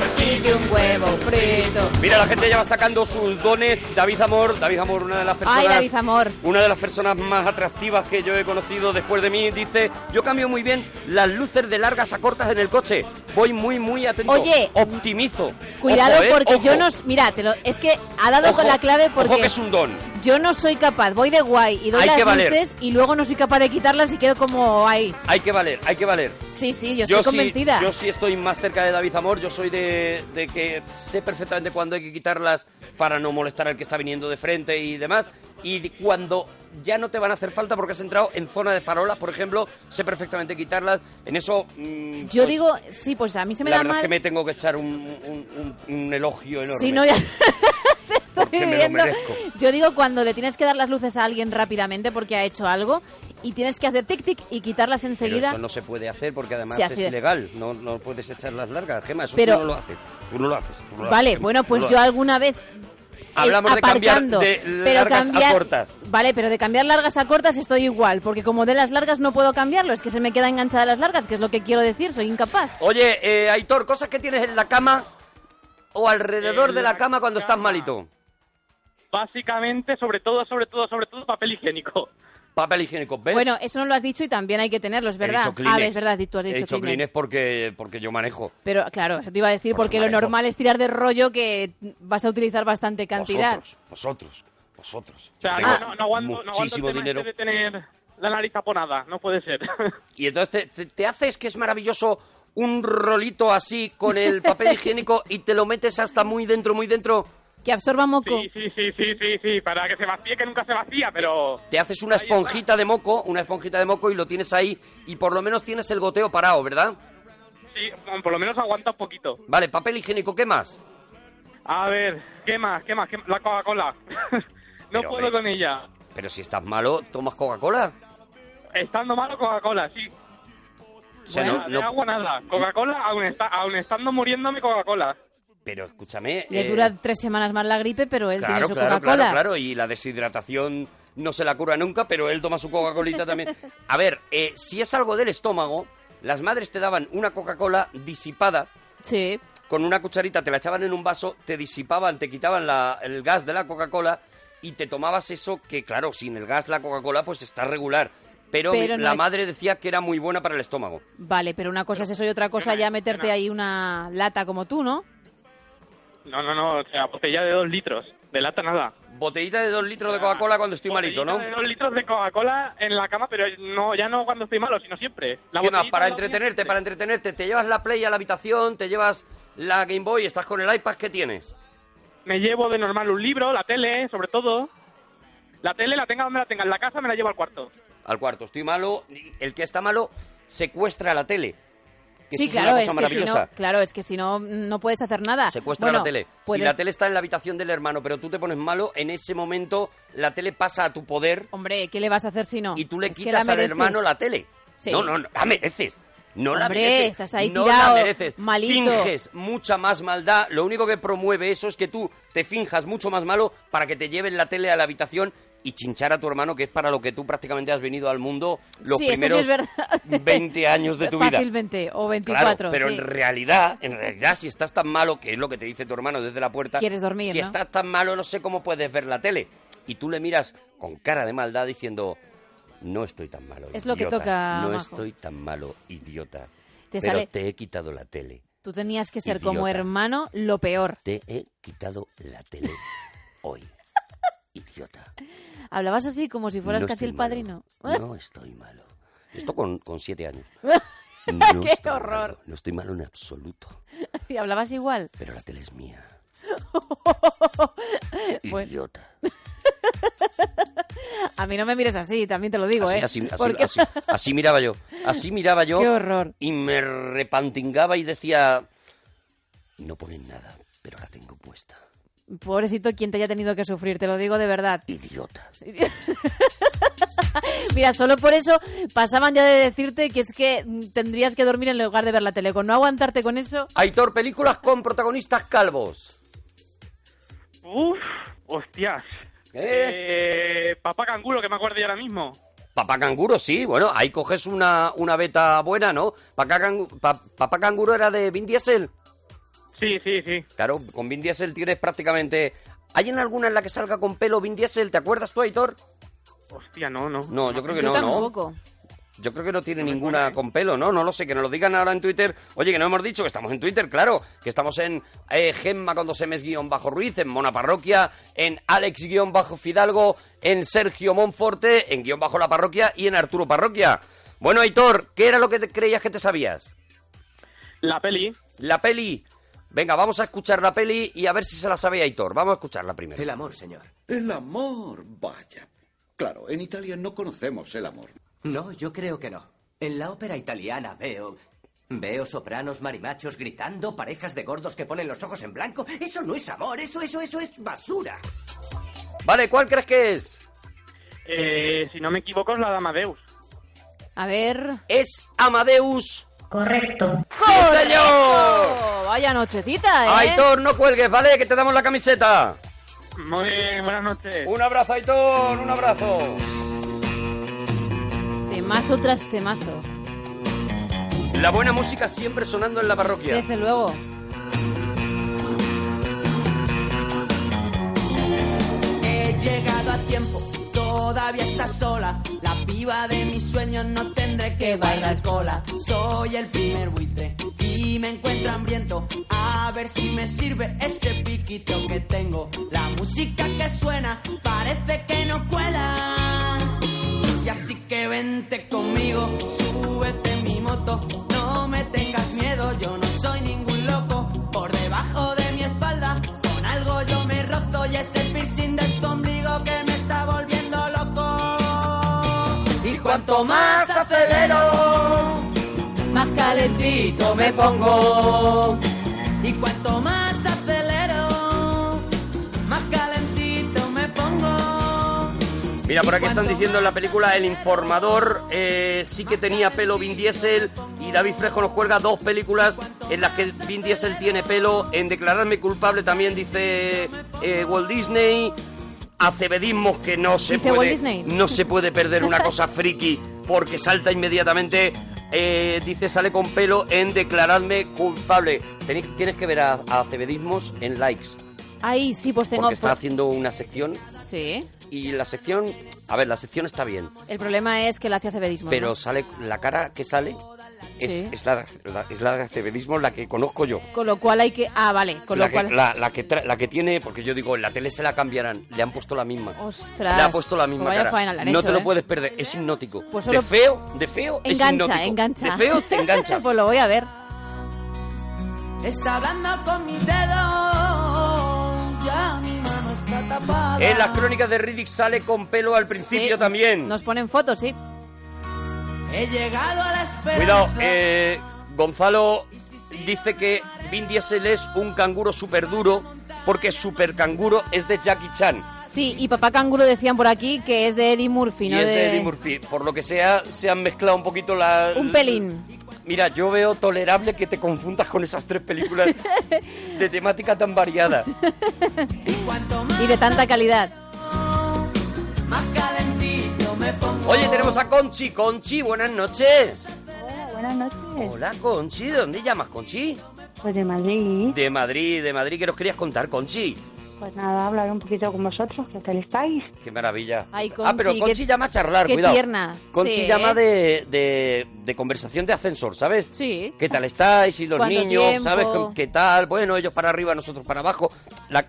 [SPEAKER 1] Persigue un huevo frito.
[SPEAKER 2] Mira, la gente ya va sacando sus dones. David Amor, David Amor, una de las personas...
[SPEAKER 1] Ay, David Amor.
[SPEAKER 2] Una de las personas más atractivas que yo he conocido después de mí dice, yo cambio muy bien las luces de largas a cortas en el coche. Voy muy, muy atento.
[SPEAKER 1] Oye.
[SPEAKER 2] Optimizo.
[SPEAKER 1] Cuidado
[SPEAKER 2] Ojo, ¿eh?
[SPEAKER 1] porque yo
[SPEAKER 2] Ojo.
[SPEAKER 1] no... s- Mira, te lo- es que ha dado con
[SPEAKER 2] Ojo.
[SPEAKER 1] la clave
[SPEAKER 2] Ojo que
[SPEAKER 1] porque
[SPEAKER 2] es un don.
[SPEAKER 1] yo no soy capaz. Voy de guay y doy
[SPEAKER 2] Hay que
[SPEAKER 1] las
[SPEAKER 2] valer.
[SPEAKER 1] luces y luego no soy capaz de quitarlas y quedo como ahí.
[SPEAKER 2] Hay que valer, hay que valer.
[SPEAKER 1] Sí, sí, yo estoy convencida.
[SPEAKER 2] Sí, yo sí estoy más cerca de David Amor. Yo soy de, de que sé perfectamente cuándo hay que quitarlas para no molestar al que está viniendo de frente y demás. Y cuando ya no te van a hacer falta porque has entrado en zona de farolas, por ejemplo, sé perfectamente quitarlas. En eso. mm,
[SPEAKER 1] Yo
[SPEAKER 2] pues,
[SPEAKER 1] digo, sí, pues a mí se me
[SPEAKER 2] la
[SPEAKER 1] da
[SPEAKER 2] verdad es
[SPEAKER 1] mal.
[SPEAKER 2] que me tengo que echar un, un- un- un elogio enorme.
[SPEAKER 1] Si no, ya <laughs> te estoy
[SPEAKER 2] me lo
[SPEAKER 1] viendo.
[SPEAKER 2] merezco.
[SPEAKER 1] Yo digo cuando le tienes que dar las luces a alguien rápidamente porque ha hecho algo y tienes que hacer tic-tic y quitarlas
[SPEAKER 2] Pero
[SPEAKER 1] enseguida.
[SPEAKER 2] eso no se puede hacer porque además
[SPEAKER 1] Se
[SPEAKER 2] es
[SPEAKER 1] hace.
[SPEAKER 2] ilegal. No, no puedes echar las largas, Gema. Eso
[SPEAKER 1] Pero-
[SPEAKER 2] tú no lo haces. Tú no lo haces. tú no lo
[SPEAKER 1] Vale,
[SPEAKER 2] haces,
[SPEAKER 1] bueno,
[SPEAKER 2] tú
[SPEAKER 1] pues
[SPEAKER 2] no lo
[SPEAKER 1] yo
[SPEAKER 2] haces.
[SPEAKER 1] alguna vez... eh,
[SPEAKER 2] Hablamos de cambiar
[SPEAKER 1] aparcando,
[SPEAKER 2] de
[SPEAKER 1] pero
[SPEAKER 2] largas a
[SPEAKER 1] cambiar-
[SPEAKER 2] cortas.
[SPEAKER 1] Vale, pero de cambiar largas a cortas estoy igual, porque como de las largas no puedo cambiarlo, es que se me queda enganchada las largas, que es lo que quiero decir, soy incapaz.
[SPEAKER 2] Oye, eh, Aitor, cosas que tienes en la cama o alrededor de la cama cuando estás malito.
[SPEAKER 15] Básicamente, sobre todo, sobre todo, sobre todo, papel higiénico.
[SPEAKER 2] Papel higiénico, ¿ves?
[SPEAKER 1] Bueno, eso no lo has dicho y también hay que tenerlo, es
[SPEAKER 2] He
[SPEAKER 1] verdad.
[SPEAKER 2] dicho Kleenex.
[SPEAKER 1] ah, es verdad, tú has dicho,
[SPEAKER 2] He dicho
[SPEAKER 1] Kleenex.
[SPEAKER 2] Kleenex porque, porque yo manejo.
[SPEAKER 1] Pero claro, eso te iba a decir porque lo
[SPEAKER 2] manejo.
[SPEAKER 1] normal es tirar de rollo que vas a utilizar bastante cantidad.
[SPEAKER 2] Vosotros, vosotros, vosotros.
[SPEAKER 15] O sea,
[SPEAKER 2] Tengo
[SPEAKER 15] no, no, no aguanto, no aguanto el
[SPEAKER 2] muchísimo
[SPEAKER 15] tema
[SPEAKER 2] dinero.
[SPEAKER 15] este de tener la nariz taponada, no puede ser. <laughs>
[SPEAKER 2] Y entonces te, te- te haces que es maravilloso un rolito así con el
[SPEAKER 1] <laughs>
[SPEAKER 2] papel higiénico y te lo metes hasta muy dentro, muy dentro.
[SPEAKER 1] Que absorba moco.
[SPEAKER 15] Sí, sí, sí, sí, sí, sí, para que se vacíe, que nunca se vacía, pero...
[SPEAKER 2] Te haces una esponjita de moco, una esponjita de moco y lo tienes ahí y por lo menos tienes el goteo parado, ¿verdad?
[SPEAKER 15] Sí, bueno, por lo menos aguanta un poquito.
[SPEAKER 2] Vale, papel higiénico, ¿qué más?
[SPEAKER 15] A ver, ¿qué más? ¿Qué más? ¿Qué más? La Coca-Cola. <laughs> no
[SPEAKER 2] Pero,
[SPEAKER 15] puedo
[SPEAKER 2] hombre.
[SPEAKER 15] con ella.
[SPEAKER 2] Pero si estás malo, tomas Coca-Cola.
[SPEAKER 15] Estando malo, Coca-Cola, sí.
[SPEAKER 2] O sea,
[SPEAKER 15] Bueno,
[SPEAKER 2] no-
[SPEAKER 15] de
[SPEAKER 2] no-
[SPEAKER 15] agua nada. Coca-Cola, aún, está, aún estando muriéndome Coca-Cola.
[SPEAKER 2] Pero escúchame.
[SPEAKER 1] Le
[SPEAKER 2] eh,
[SPEAKER 1] dura tres semanas más la gripe, pero él tiene
[SPEAKER 2] Claro,
[SPEAKER 1] su
[SPEAKER 2] claro,
[SPEAKER 1] Coca-Cola.
[SPEAKER 2] claro, claro. Y la deshidratación no se la cura nunca, pero él toma su Coca-Colita
[SPEAKER 1] <laughs>
[SPEAKER 2] también. A ver, eh, si es algo del estómago, las madres te daban una Coca-Cola disipada.
[SPEAKER 1] Sí.
[SPEAKER 2] Con una cucharita te la echaban en un vaso, te disipaban, te quitaban la- el gas de la Coca-Cola y te tomabas eso que, claro, sin el gas la Coca-Cola pues está regular. Pero,
[SPEAKER 1] Pero
[SPEAKER 2] mi-
[SPEAKER 1] no
[SPEAKER 2] la
[SPEAKER 1] es-
[SPEAKER 2] madre decía que era muy buena para el estómago.
[SPEAKER 1] Vale, pero una cosa es eso y otra cosa ya meterte ahí una lata como tú, ¿no?
[SPEAKER 15] No, no, no, o sea, botella de dos litros. De lata nada.
[SPEAKER 2] Botellita de dos litros de Coca-Cola cuando estoy malito, ¿no?
[SPEAKER 15] De dos litros de Coca-Cola en la cama, pero no, ya no cuando estoy malo, sino siempre. La
[SPEAKER 2] ¿Qué más?
[SPEAKER 15] botellita
[SPEAKER 2] Para
[SPEAKER 15] de dos
[SPEAKER 2] entretenerte, para entretenerte. Te llevas la Play a la habitación, te llevas la Game Boy, estás con el iPad, ¿qué tienes?
[SPEAKER 15] Me llevo de normal un libro, la tele, sobre todo. La tele la tenga donde la tenga, en la casa me la llevo al cuarto.
[SPEAKER 2] Al cuarto, estoy malo. y El que está malo secuestra la tele. Que
[SPEAKER 1] sí,
[SPEAKER 2] eso es una
[SPEAKER 1] claro,
[SPEAKER 2] cosa
[SPEAKER 1] es que si
[SPEAKER 2] maravillosa.
[SPEAKER 1] no, claro, es que si no no puedes hacer nada.
[SPEAKER 2] Secuestra
[SPEAKER 1] Ah, Bueno, pues
[SPEAKER 2] la tele. Si
[SPEAKER 1] puedes-
[SPEAKER 2] la tele está en la habitación del hermano, pero tú te pones malo, en ese momento la tele pasa a tu poder
[SPEAKER 1] Hombre, ¿qué le vas a hacer si no?
[SPEAKER 2] y tú le
[SPEAKER 1] Es que
[SPEAKER 2] quitas
[SPEAKER 1] la
[SPEAKER 2] al
[SPEAKER 1] mereces.
[SPEAKER 2] hermano la tele.
[SPEAKER 1] Sí.
[SPEAKER 2] No, no, no, la mereces. No la
[SPEAKER 1] Hombre,
[SPEAKER 2] mereces.
[SPEAKER 1] estás ahí
[SPEAKER 2] no
[SPEAKER 1] tirado,
[SPEAKER 2] la mereces.
[SPEAKER 1] malito.
[SPEAKER 2] Finges mucha más maldad. Lo único que promueve eso es que tú te finjas mucho más malo para que te lleven la tele a la habitación y chinchar a tu hermano, que es para lo que tú prácticamente has venido al mundo los
[SPEAKER 1] sí,
[SPEAKER 2] primeros
[SPEAKER 1] eso sí es verdad.
[SPEAKER 2] 20 años <laughs>
[SPEAKER 1] <laughs>
[SPEAKER 2] de tu vida.
[SPEAKER 1] Fácilmente, o 24.
[SPEAKER 2] Claro, pero
[SPEAKER 1] sí.
[SPEAKER 2] en realidad, en realidad, si estás tan malo, que es lo que te dice tu hermano desde la puerta,
[SPEAKER 1] Quieres dormir,
[SPEAKER 2] si
[SPEAKER 1] ¿no?
[SPEAKER 2] estás tan malo, no sé cómo puedes ver la tele. Y tú le miras con cara de maldad diciendo, no estoy tan malo.
[SPEAKER 1] Es lo que
[SPEAKER 2] idiota.
[SPEAKER 1] toca,
[SPEAKER 2] No
[SPEAKER 1] Majo.
[SPEAKER 2] estoy tan malo, idiota.
[SPEAKER 1] Te
[SPEAKER 2] pero
[SPEAKER 1] sale-
[SPEAKER 2] te he quitado la tele.
[SPEAKER 1] Tú tenías que ser
[SPEAKER 2] Idiota.
[SPEAKER 1] como hermano lo peor.
[SPEAKER 2] Te he quitado la tele hoy.
[SPEAKER 1] <laughs>
[SPEAKER 2] Idiota.
[SPEAKER 1] Hablabas así como si fueras
[SPEAKER 2] No
[SPEAKER 1] casi
[SPEAKER 2] estoy
[SPEAKER 1] el
[SPEAKER 2] malo.
[SPEAKER 1] padrino.
[SPEAKER 2] No estoy malo. Esto con, con siete años. No
[SPEAKER 1] <laughs> ¡Qué
[SPEAKER 2] estoy
[SPEAKER 1] horror!
[SPEAKER 2] malo, No estoy malo en absoluto.
[SPEAKER 1] <laughs> Y hablabas
[SPEAKER 2] <laughs>
[SPEAKER 1] igual.
[SPEAKER 2] Pero la tele es mía.
[SPEAKER 1] Pues-
[SPEAKER 2] Idiota.
[SPEAKER 1] <laughs> a mí no me mires así, también te lo digo,
[SPEAKER 2] Así,
[SPEAKER 1] ¿eh?
[SPEAKER 2] así, así-
[SPEAKER 1] Porque- <laughs>
[SPEAKER 2] así- así miraba yo. Así miraba yo.
[SPEAKER 1] Qué horror.
[SPEAKER 2] Y me repantingaba y decía... No ponen nada, pero la tengo puesta.
[SPEAKER 1] Pobrecito quien te haya tenido que sufrir, te lo digo de verdad.
[SPEAKER 2] Idiota.
[SPEAKER 1] <laughs> Mira, solo por eso pasaban ya de decirte que es que mm, tendrías que dormir en lugar de ver la tele. Con no aguantarte con eso,
[SPEAKER 2] Aitor, películas con protagonistas calvos.
[SPEAKER 15] Uf, hostias.
[SPEAKER 2] ¿Eh?
[SPEAKER 15] Eh, papá cangulo, que me acuerdo yo ahora mismo.
[SPEAKER 2] Papá Canguro, sí. Bueno, ahí coges una, una beta buena, ¿no? Papá, Cangu- pa- Papá Canguro era de Vin Diesel.
[SPEAKER 15] Sí, sí, sí.
[SPEAKER 2] Claro, con Vin Diesel tienes prácticamente... ¿Hay en alguna en la que salga con pelo Vin Diesel? ¿Te acuerdas tú, Aitor?
[SPEAKER 15] Hostia, no, no.
[SPEAKER 2] No, yo creo que
[SPEAKER 1] yo
[SPEAKER 2] no, ¿no?
[SPEAKER 1] tampoco.
[SPEAKER 2] Yo creo que no tiene ninguna con pelo, ¿no? No lo sé, que nos lo digan ahora en Twitter. Oye, que no hemos dicho que estamos en Twitter, claro. Que estamos en eh, Gemma con dos M's guión bajo Ruiz, en Mona Parroquia, en Alex guión bajo Fidalgo, en Sergio Monforte, en guión bajo La Parroquia y en Arturo Parroquia. Bueno, Aitor, ¿qué era lo que te creías que te sabías?
[SPEAKER 15] La peli.
[SPEAKER 2] La peli. Venga, vamos a escuchar la peli y a ver si se la sabe Aitor. Vamos a escucharla primero.
[SPEAKER 11] El amor, señor.
[SPEAKER 5] El amor, vaya. Claro, en Italia no conocemos el amor.
[SPEAKER 11] No, yo creo que no. En la ópera italiana veo. Veo sopranos marimachos gritando, parejas de gordos que ponen los ojos en blanco. Eso no es amor, eso, eso, eso es basura.
[SPEAKER 2] Vale, ¿cuál crees que es?
[SPEAKER 15] Eh, si no me equivoco, es la de Amadeus.
[SPEAKER 1] A ver.
[SPEAKER 2] Es Amadeus.
[SPEAKER 1] Correcto.
[SPEAKER 2] ¡Sí, señor!
[SPEAKER 1] Vaya nochecita, ¿eh?
[SPEAKER 2] Aitor, no cuelgues, ¿vale? Que te damos la camiseta.
[SPEAKER 15] Muy bien, buenas noches.
[SPEAKER 2] Un abrazo, Aitor, un abrazo.
[SPEAKER 1] Temazo tras temazo.
[SPEAKER 2] La buena música siempre sonando en la parroquia.
[SPEAKER 1] Desde luego.
[SPEAKER 14] He llegado a tiempo, todavía está sola. La piba de mis sueños no tendré que bailar cola. Soy el primer buitre y me encuentro hambriento. A ver si me sirve este piquito que tengo. La música que suena parece que no cuela. Y así que vente conmigo, súbete en mi moto, no me tengas miedo, yo no soy ningún loco. Por debajo de mi espalda, con algo yo me rozo y es el piercing de tu ombligo que me está volviendo loco. Y cuanto más acelero, más calentito me pongo. Y cuanto más acelero, más calentito me pongo.
[SPEAKER 2] Mira, por aquí están diciendo en la película El Informador eh, sí que tenía pelo Vin Diesel y David Fresco nos cuelga dos películas en las que Vin Diesel tiene pelo. En Declararme culpable también dice eh, Walt Disney. Acevedismos que no se
[SPEAKER 1] Dice Walt
[SPEAKER 2] puede
[SPEAKER 1] Disney.
[SPEAKER 2] no se puede perder una cosa friki porque salta inmediatamente. eh, dice sale con pelo en Declararme culpable. Tenéis- tienes que ver a, a Acevedismos en likes
[SPEAKER 1] Ahí sí, pues tengo.
[SPEAKER 2] porque está
[SPEAKER 1] pues-
[SPEAKER 2] haciendo una sección
[SPEAKER 1] sí.
[SPEAKER 2] y la sección, a ver, la sección está bien.
[SPEAKER 1] El problema es que le hace acebedismo.
[SPEAKER 2] Pero
[SPEAKER 1] ¿no?
[SPEAKER 2] sale la cara que sale es,
[SPEAKER 1] Sí.
[SPEAKER 2] es la, la- es la de acebedismo, la que conozco yo.
[SPEAKER 1] Con lo cual hay que. Ah, vale. Con
[SPEAKER 2] la,
[SPEAKER 1] lo cual.
[SPEAKER 2] que, la, la que tra- la que tiene, porque yo digo, en la tele se la cambiarán, le han puesto la misma.
[SPEAKER 1] Ostras.
[SPEAKER 2] Le ha puesto la misma
[SPEAKER 1] Pues vaya
[SPEAKER 2] cara.
[SPEAKER 1] faena le han
[SPEAKER 2] no
[SPEAKER 1] hecho,
[SPEAKER 2] te lo
[SPEAKER 1] ¿eh?
[SPEAKER 2] puedes perder, es hipnótico.
[SPEAKER 1] Pues
[SPEAKER 2] de
[SPEAKER 1] solo-
[SPEAKER 2] feo, de feo es hipnótico.
[SPEAKER 1] Engancha, engancha.
[SPEAKER 2] De feo te
[SPEAKER 1] <laughs>
[SPEAKER 2] engancha.
[SPEAKER 1] pues lo voy a ver.
[SPEAKER 14] Está hablando con mis dedos. Ya mi mano está tapada.
[SPEAKER 2] En las crónicas de Riddick sale con pelo al principio también.
[SPEAKER 1] Nos ponen fotos, sí.
[SPEAKER 14] He llegado a la esperanza.
[SPEAKER 2] Cuidado, eh, Gonzalo dice que Vin Diesel es un canguro súper duro porque super canguro es de Jackie Chan.
[SPEAKER 1] Sí, y papá canguro decían por aquí que es de Eddie Murphy,
[SPEAKER 2] Y
[SPEAKER 1] ¿no?
[SPEAKER 2] es de Eddie Murphy. Por lo que sea, se han mezclado un poquito la...
[SPEAKER 1] Un pelín.
[SPEAKER 2] Mira, yo veo tolerable que te confundas con esas tres películas de temática tan variada.
[SPEAKER 1] Y de tanta calidad.
[SPEAKER 2] Oye, tenemos a Conchi. Conchi, buenas noches.
[SPEAKER 16] Buenas noches.
[SPEAKER 2] Hola, Conchi. ¿De dónde llamas, Conchi?
[SPEAKER 16] Eh, Pues de Madrid.
[SPEAKER 2] De Madrid, de Madrid. ¿Qué nos querías contar, Conchi?
[SPEAKER 16] Pues nada, hablar un poquito con vosotros, que tal estáis.
[SPEAKER 2] Qué maravilla.
[SPEAKER 1] Ay,
[SPEAKER 2] ah, pero
[SPEAKER 1] Conchi,
[SPEAKER 2] Conchi
[SPEAKER 1] qué-
[SPEAKER 2] llama a charlar,
[SPEAKER 1] qué
[SPEAKER 2] cuidado.
[SPEAKER 1] tierna.
[SPEAKER 2] Conchi
[SPEAKER 1] Sí. ¿eh?
[SPEAKER 2] llama de, de, de conversación de ascensor, ¿sabes?
[SPEAKER 1] Sí.
[SPEAKER 2] ¿Qué tal estáis? ¿Y los
[SPEAKER 1] ¿Cuánto
[SPEAKER 2] niños?
[SPEAKER 1] tiempo?
[SPEAKER 2] ¿Sabes qué, qué tal? Bueno, ellos para arriba, nosotros para abajo. La-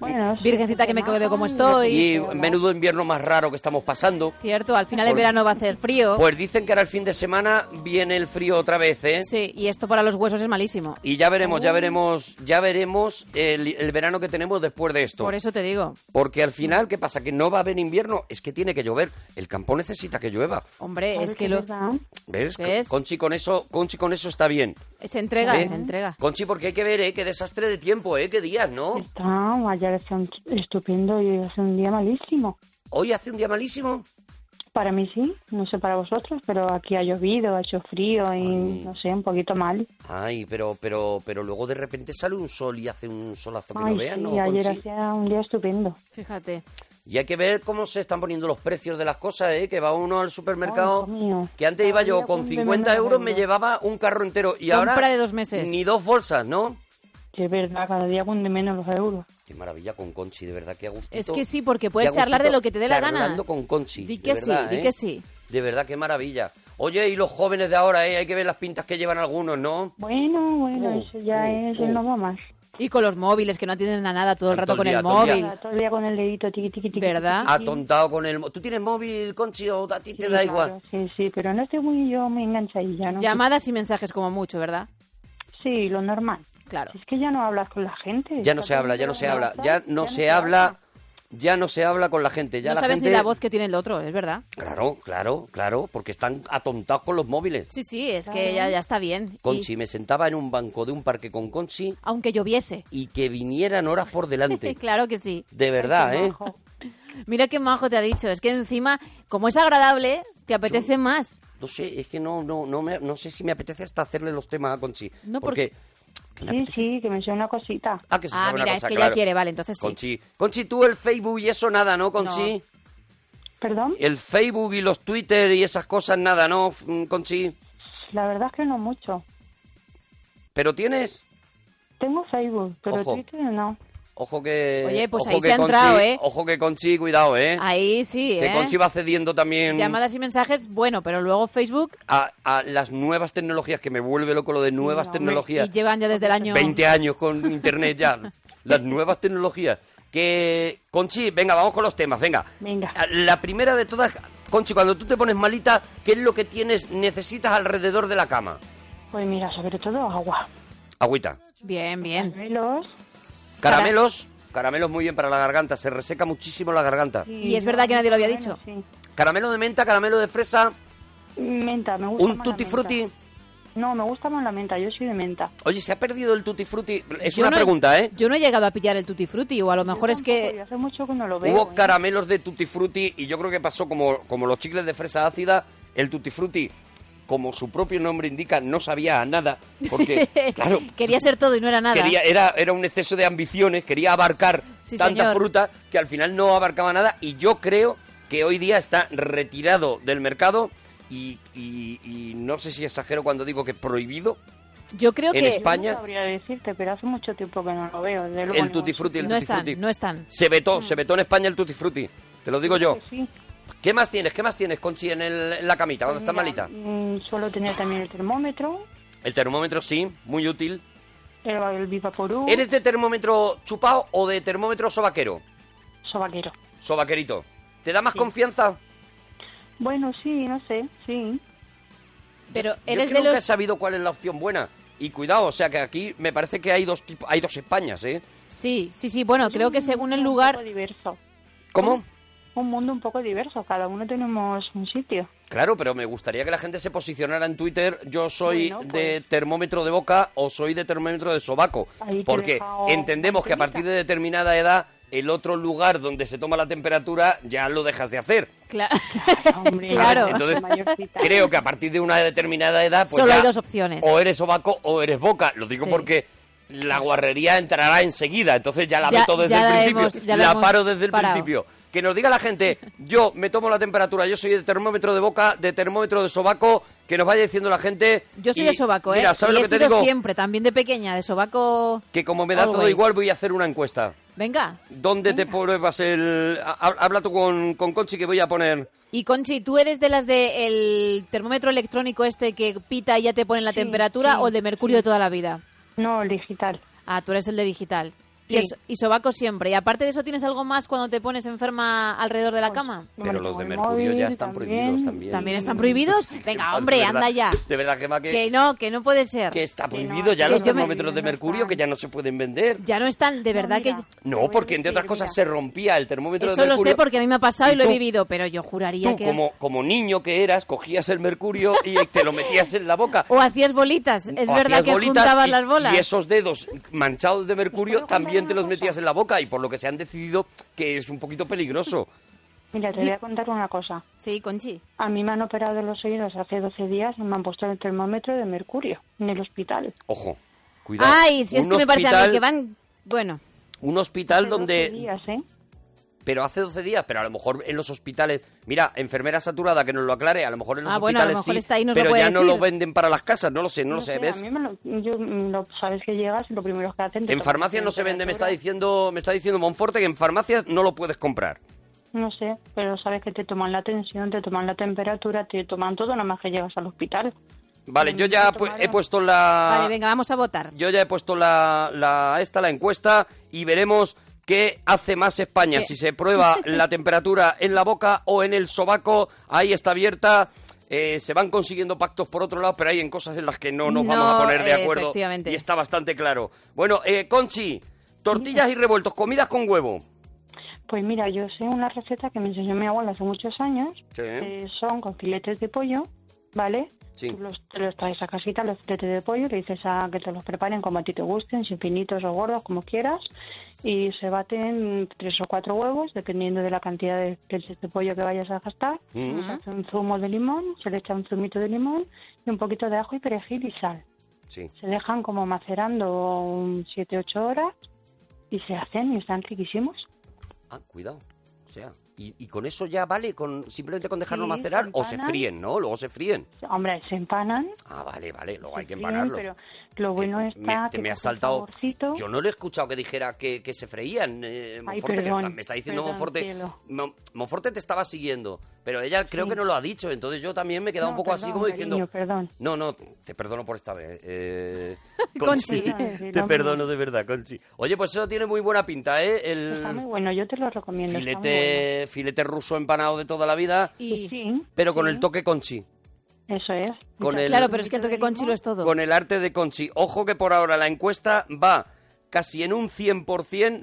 [SPEAKER 1] Virgencita que me quedo como
[SPEAKER 2] y
[SPEAKER 1] estoy.
[SPEAKER 2] menudo invierno más raro que estamos pasando.
[SPEAKER 1] Cierto, al final el
[SPEAKER 2] Por-
[SPEAKER 1] verano va a hacer frío.
[SPEAKER 2] Pues dicen que ahora el fin de semana viene el frío otra vez, ¿eh?
[SPEAKER 1] Sí, y esto para los huesos es malísimo.
[SPEAKER 2] Y ya veremos, ya veremos, ya veremos el, el verano que tenemos después de esto.
[SPEAKER 1] Por eso te digo,
[SPEAKER 2] Porque al final, ¿qué pasa? Que no va a haber invierno, es que tiene que llover. El campo necesita que llueva.
[SPEAKER 1] hombre,
[SPEAKER 16] Claro
[SPEAKER 1] es
[SPEAKER 16] que
[SPEAKER 1] que
[SPEAKER 16] es
[SPEAKER 1] lo,
[SPEAKER 2] ¿Ves?
[SPEAKER 1] ¿Ves?
[SPEAKER 2] Conchi con eso, Conchi con eso está bien.
[SPEAKER 1] se entrega,
[SPEAKER 2] ¿Ves?
[SPEAKER 1] se entrega.
[SPEAKER 2] Conchi, porque hay que ver, ¿eh? Qué desastre de tiempo, ¿eh? Qué días,
[SPEAKER 1] <laughs>
[SPEAKER 2] ¿no?
[SPEAKER 16] Está, ayer está un- estupendo y hoy hace un día malísimo.
[SPEAKER 2] Hoy hace un día malísimo.
[SPEAKER 16] Para mí sí, no sé para vosotros, pero aquí ha llovido, ha hecho frío y no sé, un poquito mal.
[SPEAKER 2] Ay, pero, pero, pero luego de repente sale un sol y hace un solazo que
[SPEAKER 16] Ay,
[SPEAKER 2] no vean,
[SPEAKER 16] sí,
[SPEAKER 2] ¿no?
[SPEAKER 16] ayer
[SPEAKER 2] Conchi?
[SPEAKER 16] hacía un día estupendo.
[SPEAKER 1] Fíjate.
[SPEAKER 2] Y hay que ver cómo se están poniendo los precios de las cosas, ¿eh? Que va uno al supermercado,
[SPEAKER 16] Dios mío.
[SPEAKER 2] que antes iba yo
[SPEAKER 16] Había
[SPEAKER 2] con
[SPEAKER 16] compra
[SPEAKER 2] 50
[SPEAKER 16] menos
[SPEAKER 2] euros, me
[SPEAKER 16] redondo.
[SPEAKER 2] llevaba un carro entero. Y ahora...
[SPEAKER 1] Compra de dos meses.
[SPEAKER 2] Ni dos bolsas, ¿no?
[SPEAKER 16] Sí, es verdad, cada día cunde menos los euros.
[SPEAKER 2] Qué maravilla con Conchi, de verdad, qué a gustito.
[SPEAKER 1] Es que sí, porque
[SPEAKER 2] Qué
[SPEAKER 1] puedes
[SPEAKER 2] a gustito
[SPEAKER 1] charlar de lo que te dé la gana.
[SPEAKER 2] charlando con Conchi.
[SPEAKER 1] Di
[SPEAKER 2] de
[SPEAKER 1] que sí,
[SPEAKER 2] verdad,
[SPEAKER 1] di
[SPEAKER 2] ¿eh?
[SPEAKER 1] que sí.
[SPEAKER 2] De verdad, qué maravilla. Oye, y los jóvenes de ahora, ¿eh? Hay que ver las pintas que llevan algunos, ¿no?
[SPEAKER 16] Bueno, bueno,
[SPEAKER 2] Uh,
[SPEAKER 16] eso ya
[SPEAKER 2] uh,
[SPEAKER 16] es el
[SPEAKER 2] uh.
[SPEAKER 16] no va más.
[SPEAKER 1] Oh, Y con los móviles, que no atienden a nada todo el rato
[SPEAKER 2] el
[SPEAKER 1] con
[SPEAKER 2] día,
[SPEAKER 1] el
[SPEAKER 2] todo el día.
[SPEAKER 1] móvil.
[SPEAKER 16] Todo el día con el dedito tiqui tiqui tiqui.
[SPEAKER 1] ¿Verdad?
[SPEAKER 16] tiqui, tiqui.
[SPEAKER 2] Atontado con el... mo- ¿Tú tienes móvil, Conchi, o a ti te
[SPEAKER 16] Sí,
[SPEAKER 2] da
[SPEAKER 16] claro,
[SPEAKER 2] igual?
[SPEAKER 16] Sí, sí, pero no estoy muy yo muy enganchadilla, ¿no?
[SPEAKER 1] Llamadas y mensajes como mucho, ¿verdad?
[SPEAKER 16] Sí, lo normal.
[SPEAKER 1] Claro.
[SPEAKER 16] Es que ya no hablas con la gente.
[SPEAKER 2] Ya no se habla, ya no se habla, ya no se
[SPEAKER 16] habla.
[SPEAKER 2] habla, ya no se habla con la gente. Ya
[SPEAKER 1] no
[SPEAKER 2] la
[SPEAKER 1] sabes
[SPEAKER 2] gente...
[SPEAKER 1] ni la voz que tiene el otro, es verdad.
[SPEAKER 2] Claro, claro, claro, porque están atontados con los móviles.
[SPEAKER 1] Sí, sí, es que ya, ya está bien. Y
[SPEAKER 2] Conchi, me sentaba en un banco de un parque con Conchi
[SPEAKER 1] aunque lloviese.
[SPEAKER 2] y que vinieran horas por
[SPEAKER 1] <laughs>
[SPEAKER 2] delante.
[SPEAKER 1] claro que sí.
[SPEAKER 2] De verdad, ¿eh?
[SPEAKER 1] <laughs> Mira qué majo te ha dicho. Es que encima, como es agradable, te apetece más.
[SPEAKER 2] No sé, es que no, no, no, me- no sé si me apetece hasta hacerle los temas a Conchi.
[SPEAKER 1] No,
[SPEAKER 2] porque...
[SPEAKER 16] Sí, sí, que me suena una cosita.
[SPEAKER 2] Ah, que se
[SPEAKER 1] Ah,
[SPEAKER 2] sabe una
[SPEAKER 1] mira,
[SPEAKER 2] cosa,
[SPEAKER 1] es que
[SPEAKER 2] claro.
[SPEAKER 1] ya quiere, vale, entonces sí.
[SPEAKER 2] Conchi, Conchi, tú el Facebook y eso nada, ¿no, Conchi?
[SPEAKER 16] ¿Perdón?
[SPEAKER 2] El Facebook y los Twitter y esas cosas nada, ¿no, mm, Conchi?
[SPEAKER 16] La verdad es que no mucho.
[SPEAKER 2] Pero tienes...
[SPEAKER 16] Tengo Facebook, pero
[SPEAKER 2] Ojo.
[SPEAKER 16] Twitter no.
[SPEAKER 2] Ojo que...
[SPEAKER 1] Oye, pues
[SPEAKER 2] ojo
[SPEAKER 1] ahí
[SPEAKER 2] que
[SPEAKER 1] se ha entrado,
[SPEAKER 2] Conchi-
[SPEAKER 1] ¿eh?
[SPEAKER 2] Ojo que Conchi, cuidado, ¿eh?
[SPEAKER 1] Ahí sí,
[SPEAKER 2] que
[SPEAKER 1] ¿eh?
[SPEAKER 2] Conchi va cediendo también
[SPEAKER 1] Llamadas y mensajes, bueno, pero luego Facebook
[SPEAKER 2] a, a las nuevas tecnologías, que me vuelve loco lo de nuevas tecnologías.
[SPEAKER 1] y llevan ya desde el año...
[SPEAKER 2] 20 años con internet
[SPEAKER 1] <laughs>
[SPEAKER 2] ya. Las nuevas tecnologías. Que, Conchi, venga, vamos con los temas, venga. Ah,
[SPEAKER 16] Venga.
[SPEAKER 2] La primera de todas, Conchi, cuando tú te pones malita, ¿qué es lo que tienes, necesitas alrededor de la cama?
[SPEAKER 16] Pues mira, sobre todo agua.
[SPEAKER 2] Agüita.
[SPEAKER 1] Bien, bien.
[SPEAKER 16] Velos.
[SPEAKER 2] Caramelos. Caramelos muy bien para la garganta, se reseca muchísimo la garganta.
[SPEAKER 1] Y es verdad que nadie lo había dicho.
[SPEAKER 2] Caramelo de menta, caramelo de fresa,
[SPEAKER 16] Menta, me gusta.
[SPEAKER 2] un
[SPEAKER 16] más la
[SPEAKER 2] tutti
[SPEAKER 16] menta.
[SPEAKER 2] frutti.
[SPEAKER 16] No, me gusta más la menta, yo soy de menta.
[SPEAKER 2] Oye, se ha perdido el tutti frutti. Es
[SPEAKER 1] Yo
[SPEAKER 2] una
[SPEAKER 1] no he-
[SPEAKER 2] pregunta, ¿eh?
[SPEAKER 1] Yo no he llegado a pillar el tutti frutti, o a lo mejor es que.
[SPEAKER 16] hace mucho que no lo ¿eh?
[SPEAKER 2] Hubo caramelos de tutti frutti y yo creo que pasó como, como los chicles de fresa ácida. El tutti frutti, como su propio nombre indica, no sabía a nada.
[SPEAKER 1] <laughs>
[SPEAKER 2] Porque, claro,
[SPEAKER 1] Quería ser todo y no era nada.
[SPEAKER 2] quería, era, era un exceso de ambiciones, quería abarcar
[SPEAKER 1] Sí,
[SPEAKER 2] tanta
[SPEAKER 1] señor.
[SPEAKER 2] fruta que al final no abarcaba nada y yo creo que hoy día está retirado del mercado y, y- y no sé si exagero cuando digo que prohibido
[SPEAKER 1] Yo creo
[SPEAKER 2] en
[SPEAKER 1] que.
[SPEAKER 2] España-
[SPEAKER 16] No sabría decirte, pero hace mucho tiempo que no lo veo. desde luego
[SPEAKER 2] el
[SPEAKER 16] no.
[SPEAKER 2] tutti frutti. El
[SPEAKER 1] No
[SPEAKER 2] tutti
[SPEAKER 1] están,
[SPEAKER 2] frutti.
[SPEAKER 1] no están. Mm.
[SPEAKER 2] Se vetó, se vetó en España el tutti frutti, te lo digo yo.
[SPEAKER 16] Sí.
[SPEAKER 2] ¿Qué más tienes? ¿Qué más tienes, Conchi, en, el- en la camita cuando estás malita?
[SPEAKER 16] Mira, mm, suelo tener también el termómetro,
[SPEAKER 2] El termómetro sí, muy útil.
[SPEAKER 16] el, el
[SPEAKER 1] Uh.
[SPEAKER 16] Vivaporú,
[SPEAKER 2] ¿Eres de termómetro chupado o de termómetro sobaquero?
[SPEAKER 16] sobaquero.
[SPEAKER 2] Sobaquerito. ¿Te da más confianza?
[SPEAKER 16] Bueno, sí, no sé, sí.
[SPEAKER 1] Pero
[SPEAKER 2] Yo
[SPEAKER 1] eres
[SPEAKER 2] es que
[SPEAKER 1] de
[SPEAKER 2] nunca he
[SPEAKER 1] los.
[SPEAKER 2] sabido cuál es la opción buena. Y cuidado, o sea que aquí me parece que hay dos tipos, hay dos Españas, ¿eh?
[SPEAKER 1] Sí, sí, sí. Bueno, creo que según el lugar.
[SPEAKER 16] diverso.
[SPEAKER 2] ¿Cómo?
[SPEAKER 16] Un mundo un poco diverso, cada uno tenemos un sitio.
[SPEAKER 2] Claro, pero me gustaría que la gente se posicionara en Twitter. Yo soy
[SPEAKER 16] Bueno,
[SPEAKER 2] de termómetro de boca o soy de termómetro de sobaco.
[SPEAKER 16] Ahí te he
[SPEAKER 2] Porque
[SPEAKER 16] dejado
[SPEAKER 2] entendemos que a partir de determinada edad, el otro lugar donde se toma la temperatura ya lo dejas de hacer.
[SPEAKER 1] Claro.
[SPEAKER 2] ¿sabes?
[SPEAKER 1] <laughs> claro.
[SPEAKER 2] Entonces, creo que a partir de una determinada edad, pues
[SPEAKER 1] Solo
[SPEAKER 2] ya
[SPEAKER 1] hay dos opciones.
[SPEAKER 2] o eres sobaco o eres boca. Lo digo
[SPEAKER 1] Sí.
[SPEAKER 2] porque la guarrería entrará enseguida, entonces ya la
[SPEAKER 1] Ya-
[SPEAKER 2] meto desde
[SPEAKER 1] ya
[SPEAKER 2] el
[SPEAKER 1] la
[SPEAKER 2] principio,
[SPEAKER 1] hemos- ya la
[SPEAKER 2] la,
[SPEAKER 1] hemos
[SPEAKER 2] paro desde el
[SPEAKER 1] parado.
[SPEAKER 2] principio. Que nos diga la
[SPEAKER 1] <laughs>
[SPEAKER 2] gente, yo me tomo la temperatura, yo soy de termómetro de boca, de termómetro de sobaco, que nos vaya diciendo la gente.
[SPEAKER 1] Yo soy
[SPEAKER 2] y
[SPEAKER 1] de sobaco, ¿eh?
[SPEAKER 2] Mira, ¿sabes
[SPEAKER 1] y
[SPEAKER 2] lo
[SPEAKER 1] he
[SPEAKER 2] que te
[SPEAKER 1] sido
[SPEAKER 2] digo?
[SPEAKER 1] siempre, también de pequeña, de sobaco.
[SPEAKER 2] Que como me da todo
[SPEAKER 1] Always.
[SPEAKER 2] igual, voy a hacer una encuesta.
[SPEAKER 1] Venga.
[SPEAKER 2] ¿Dónde te pruebas el...? ha- ha- Habla tú con, con Conchi que voy a poner...
[SPEAKER 1] Y Conchi, ¿tú eres de las del termómetro electrónico este que pita y ya te ponen la temperatura
[SPEAKER 16] sí,
[SPEAKER 1] o el de mercurio de toda la vida?
[SPEAKER 16] No, el digital.
[SPEAKER 1] Ah, tú eres el de digital. Y,
[SPEAKER 16] Sí.
[SPEAKER 1] eso- y sobaco siempre. Y aparte de eso, ¿tienes algo más cuando te pones enferma alrededor de la cama?
[SPEAKER 2] Pero los de
[SPEAKER 16] Pues, el
[SPEAKER 2] mercurio
[SPEAKER 16] móvil
[SPEAKER 2] ya están prohibidos también.
[SPEAKER 1] ¿También
[SPEAKER 2] <laughs>
[SPEAKER 1] están prohibidos? Venga,
[SPEAKER 2] De
[SPEAKER 1] hombre,
[SPEAKER 2] verdad,
[SPEAKER 1] anda ya.
[SPEAKER 2] De verdad, Gemma, que...
[SPEAKER 1] Que no, que no puede ser.
[SPEAKER 2] que está prohibido ya
[SPEAKER 1] que
[SPEAKER 2] los
[SPEAKER 1] yo me-
[SPEAKER 2] termómetros de mercurio que ya no se pueden vender.
[SPEAKER 1] Ya no están, de verdad que...
[SPEAKER 2] No, porque entre otras cosas se rompía el termómetro
[SPEAKER 1] Eso
[SPEAKER 2] de
[SPEAKER 1] lo
[SPEAKER 2] mercurio.
[SPEAKER 1] sé porque a mí me ha pasado y,
[SPEAKER 2] Y
[SPEAKER 1] lo he
[SPEAKER 2] tú-
[SPEAKER 1] vivido, pero yo juraría
[SPEAKER 2] Tú,
[SPEAKER 1] que...
[SPEAKER 2] como, como niño que eras, cogías el mercurio y te lo metías en la boca.
[SPEAKER 1] O hacías bolitas, es
[SPEAKER 2] O
[SPEAKER 1] verdad
[SPEAKER 2] hacías
[SPEAKER 1] que
[SPEAKER 2] bolitas
[SPEAKER 1] juntabas
[SPEAKER 2] y-
[SPEAKER 1] las bolas.
[SPEAKER 2] Y esos dedos manchados de mercurio también te los metías en la boca y por lo que se han decidido que es un poquito peligroso.
[SPEAKER 16] Mira, te voy a contar una cosa.
[SPEAKER 1] Sí, Conchi.
[SPEAKER 16] A mí me han operado de los oídos hace 12 días y me han puesto el termómetro de mercurio en el hospital.
[SPEAKER 2] Ojo, cuidado.
[SPEAKER 1] Ay, si es
[SPEAKER 2] Un
[SPEAKER 1] que me parece a mí
[SPEAKER 2] hospital-
[SPEAKER 1] que van... Bueno,
[SPEAKER 2] Un hospital donde,
[SPEAKER 16] 12 días, ¿eh?
[SPEAKER 2] Pero hace 12 días, pero a lo mejor en los hospitales. Mira, enfermera saturada que nos lo aclare, a lo mejor en los
[SPEAKER 1] Ah, bueno,
[SPEAKER 2] hospitales
[SPEAKER 1] a lo mejor
[SPEAKER 2] sí,
[SPEAKER 1] está ahí, nos lo
[SPEAKER 2] pero
[SPEAKER 1] puede
[SPEAKER 2] ya no
[SPEAKER 1] decir.
[SPEAKER 2] lo venden para las casas, no lo sé, no, lo
[SPEAKER 16] No
[SPEAKER 2] sé,
[SPEAKER 16] sé,
[SPEAKER 2] ¿ves?
[SPEAKER 16] A mí me lo, yo, mm, lo- sabes que llegas y lo primero que hacen... te
[SPEAKER 2] En
[SPEAKER 16] toman
[SPEAKER 2] farmacias no se vende, me está diciendo, me está diciendo Monforte que en farmacias no lo puedes comprar.
[SPEAKER 16] No sé, pero sabes que te toman la tensión, te toman la temperatura, te toman todo, nada más que llegas al hospital.
[SPEAKER 2] Vale, yo ya pu- he puesto la
[SPEAKER 1] vale, venga, vamos a votar.
[SPEAKER 2] yo ya he puesto la, la esta la encuesta y veremos qué hace más España,
[SPEAKER 1] ¿Qué?
[SPEAKER 2] si se
[SPEAKER 1] <laughs>
[SPEAKER 2] prueba la temperatura en la boca o en el sobaco. Ahí está abierta. Eh, se van consiguiendo pactos por otro lado, pero hay en cosas en las que no nos vamos
[SPEAKER 1] No,
[SPEAKER 2] a poner de
[SPEAKER 1] eh,
[SPEAKER 2] acuerdo.
[SPEAKER 1] efectivamente.
[SPEAKER 2] Y está bastante claro. Bueno, eh, Conchi, tortillas y revueltos, comidas con huevo.
[SPEAKER 16] Pues mira, yo sé una receta que me enseñó mi abuela hace muchos años.
[SPEAKER 2] Sí.
[SPEAKER 16] que son con filetes de pollo, ¿vale?
[SPEAKER 2] Sí.
[SPEAKER 16] Tú los, pues, te los traes a casita, los filetes de pollo, le dices a que te los preparen como a ti te gusten, sin finitos o gordos, como quieras, y se baten tres o cuatro huevos, dependiendo de la cantidad de filetes de pollo que vayas a gastar.
[SPEAKER 2] Mm.
[SPEAKER 16] Se hace un zumo de limón, se le echa un zumito de limón y un poquito de ajo y perejil y sal.
[SPEAKER 2] Sí.
[SPEAKER 16] Se dejan como macerando 7-8 horas y se hacen y están riquísimos.
[SPEAKER 2] Ah, cuidado. O sea, y, y con eso ya vale, con simplemente con dejarlo
[SPEAKER 16] Sí,
[SPEAKER 2] macerar o se
[SPEAKER 16] empanan.
[SPEAKER 2] fríen, ¿no? Luego se fríen.
[SPEAKER 16] Hombre, se empanan,
[SPEAKER 2] Ah, vale, vale, luego hay que
[SPEAKER 16] fríen,
[SPEAKER 2] empanarlo.
[SPEAKER 16] pero lo bueno está
[SPEAKER 2] me, te
[SPEAKER 16] que
[SPEAKER 2] me
[SPEAKER 16] coge
[SPEAKER 2] ha saltado.
[SPEAKER 16] saborcito.
[SPEAKER 2] Yo no le he escuchado que dijera que, que se freían. eh, Monforte, que
[SPEAKER 16] perdón,
[SPEAKER 2] está- me está diciendo
[SPEAKER 16] perdón,
[SPEAKER 2] Monforte.
[SPEAKER 16] cielo.
[SPEAKER 2] Mon- Monforte te estaba siguiendo, pero ella creo
[SPEAKER 16] Sí.
[SPEAKER 2] que no lo ha dicho. Entonces yo también me he quedado un
[SPEAKER 16] No,
[SPEAKER 2] poco así
[SPEAKER 16] perdón,
[SPEAKER 2] como diciendo.
[SPEAKER 16] cariño, perdón.
[SPEAKER 2] No, no, te perdono por esta vez.
[SPEAKER 16] <laughs>
[SPEAKER 2] eh,
[SPEAKER 16] Conchi.
[SPEAKER 2] te perdono de verdad, Conchi. Oye, pues eso tiene muy buena pinta, ¿eh?
[SPEAKER 16] Está muy
[SPEAKER 2] El
[SPEAKER 16] bueno, yo te lo recomiendo. está muy bueno.
[SPEAKER 2] filete, filete ruso empanado de toda la vida,
[SPEAKER 1] Y...
[SPEAKER 16] Sí,
[SPEAKER 2] pero con el toque Conchi.
[SPEAKER 16] eso es. Mm.
[SPEAKER 2] Con el,
[SPEAKER 1] Claro, pero es que el toque Conchi lo es todo.
[SPEAKER 2] con el arte de Conchi. Ojo que por ahora la encuesta va casi en un 100%,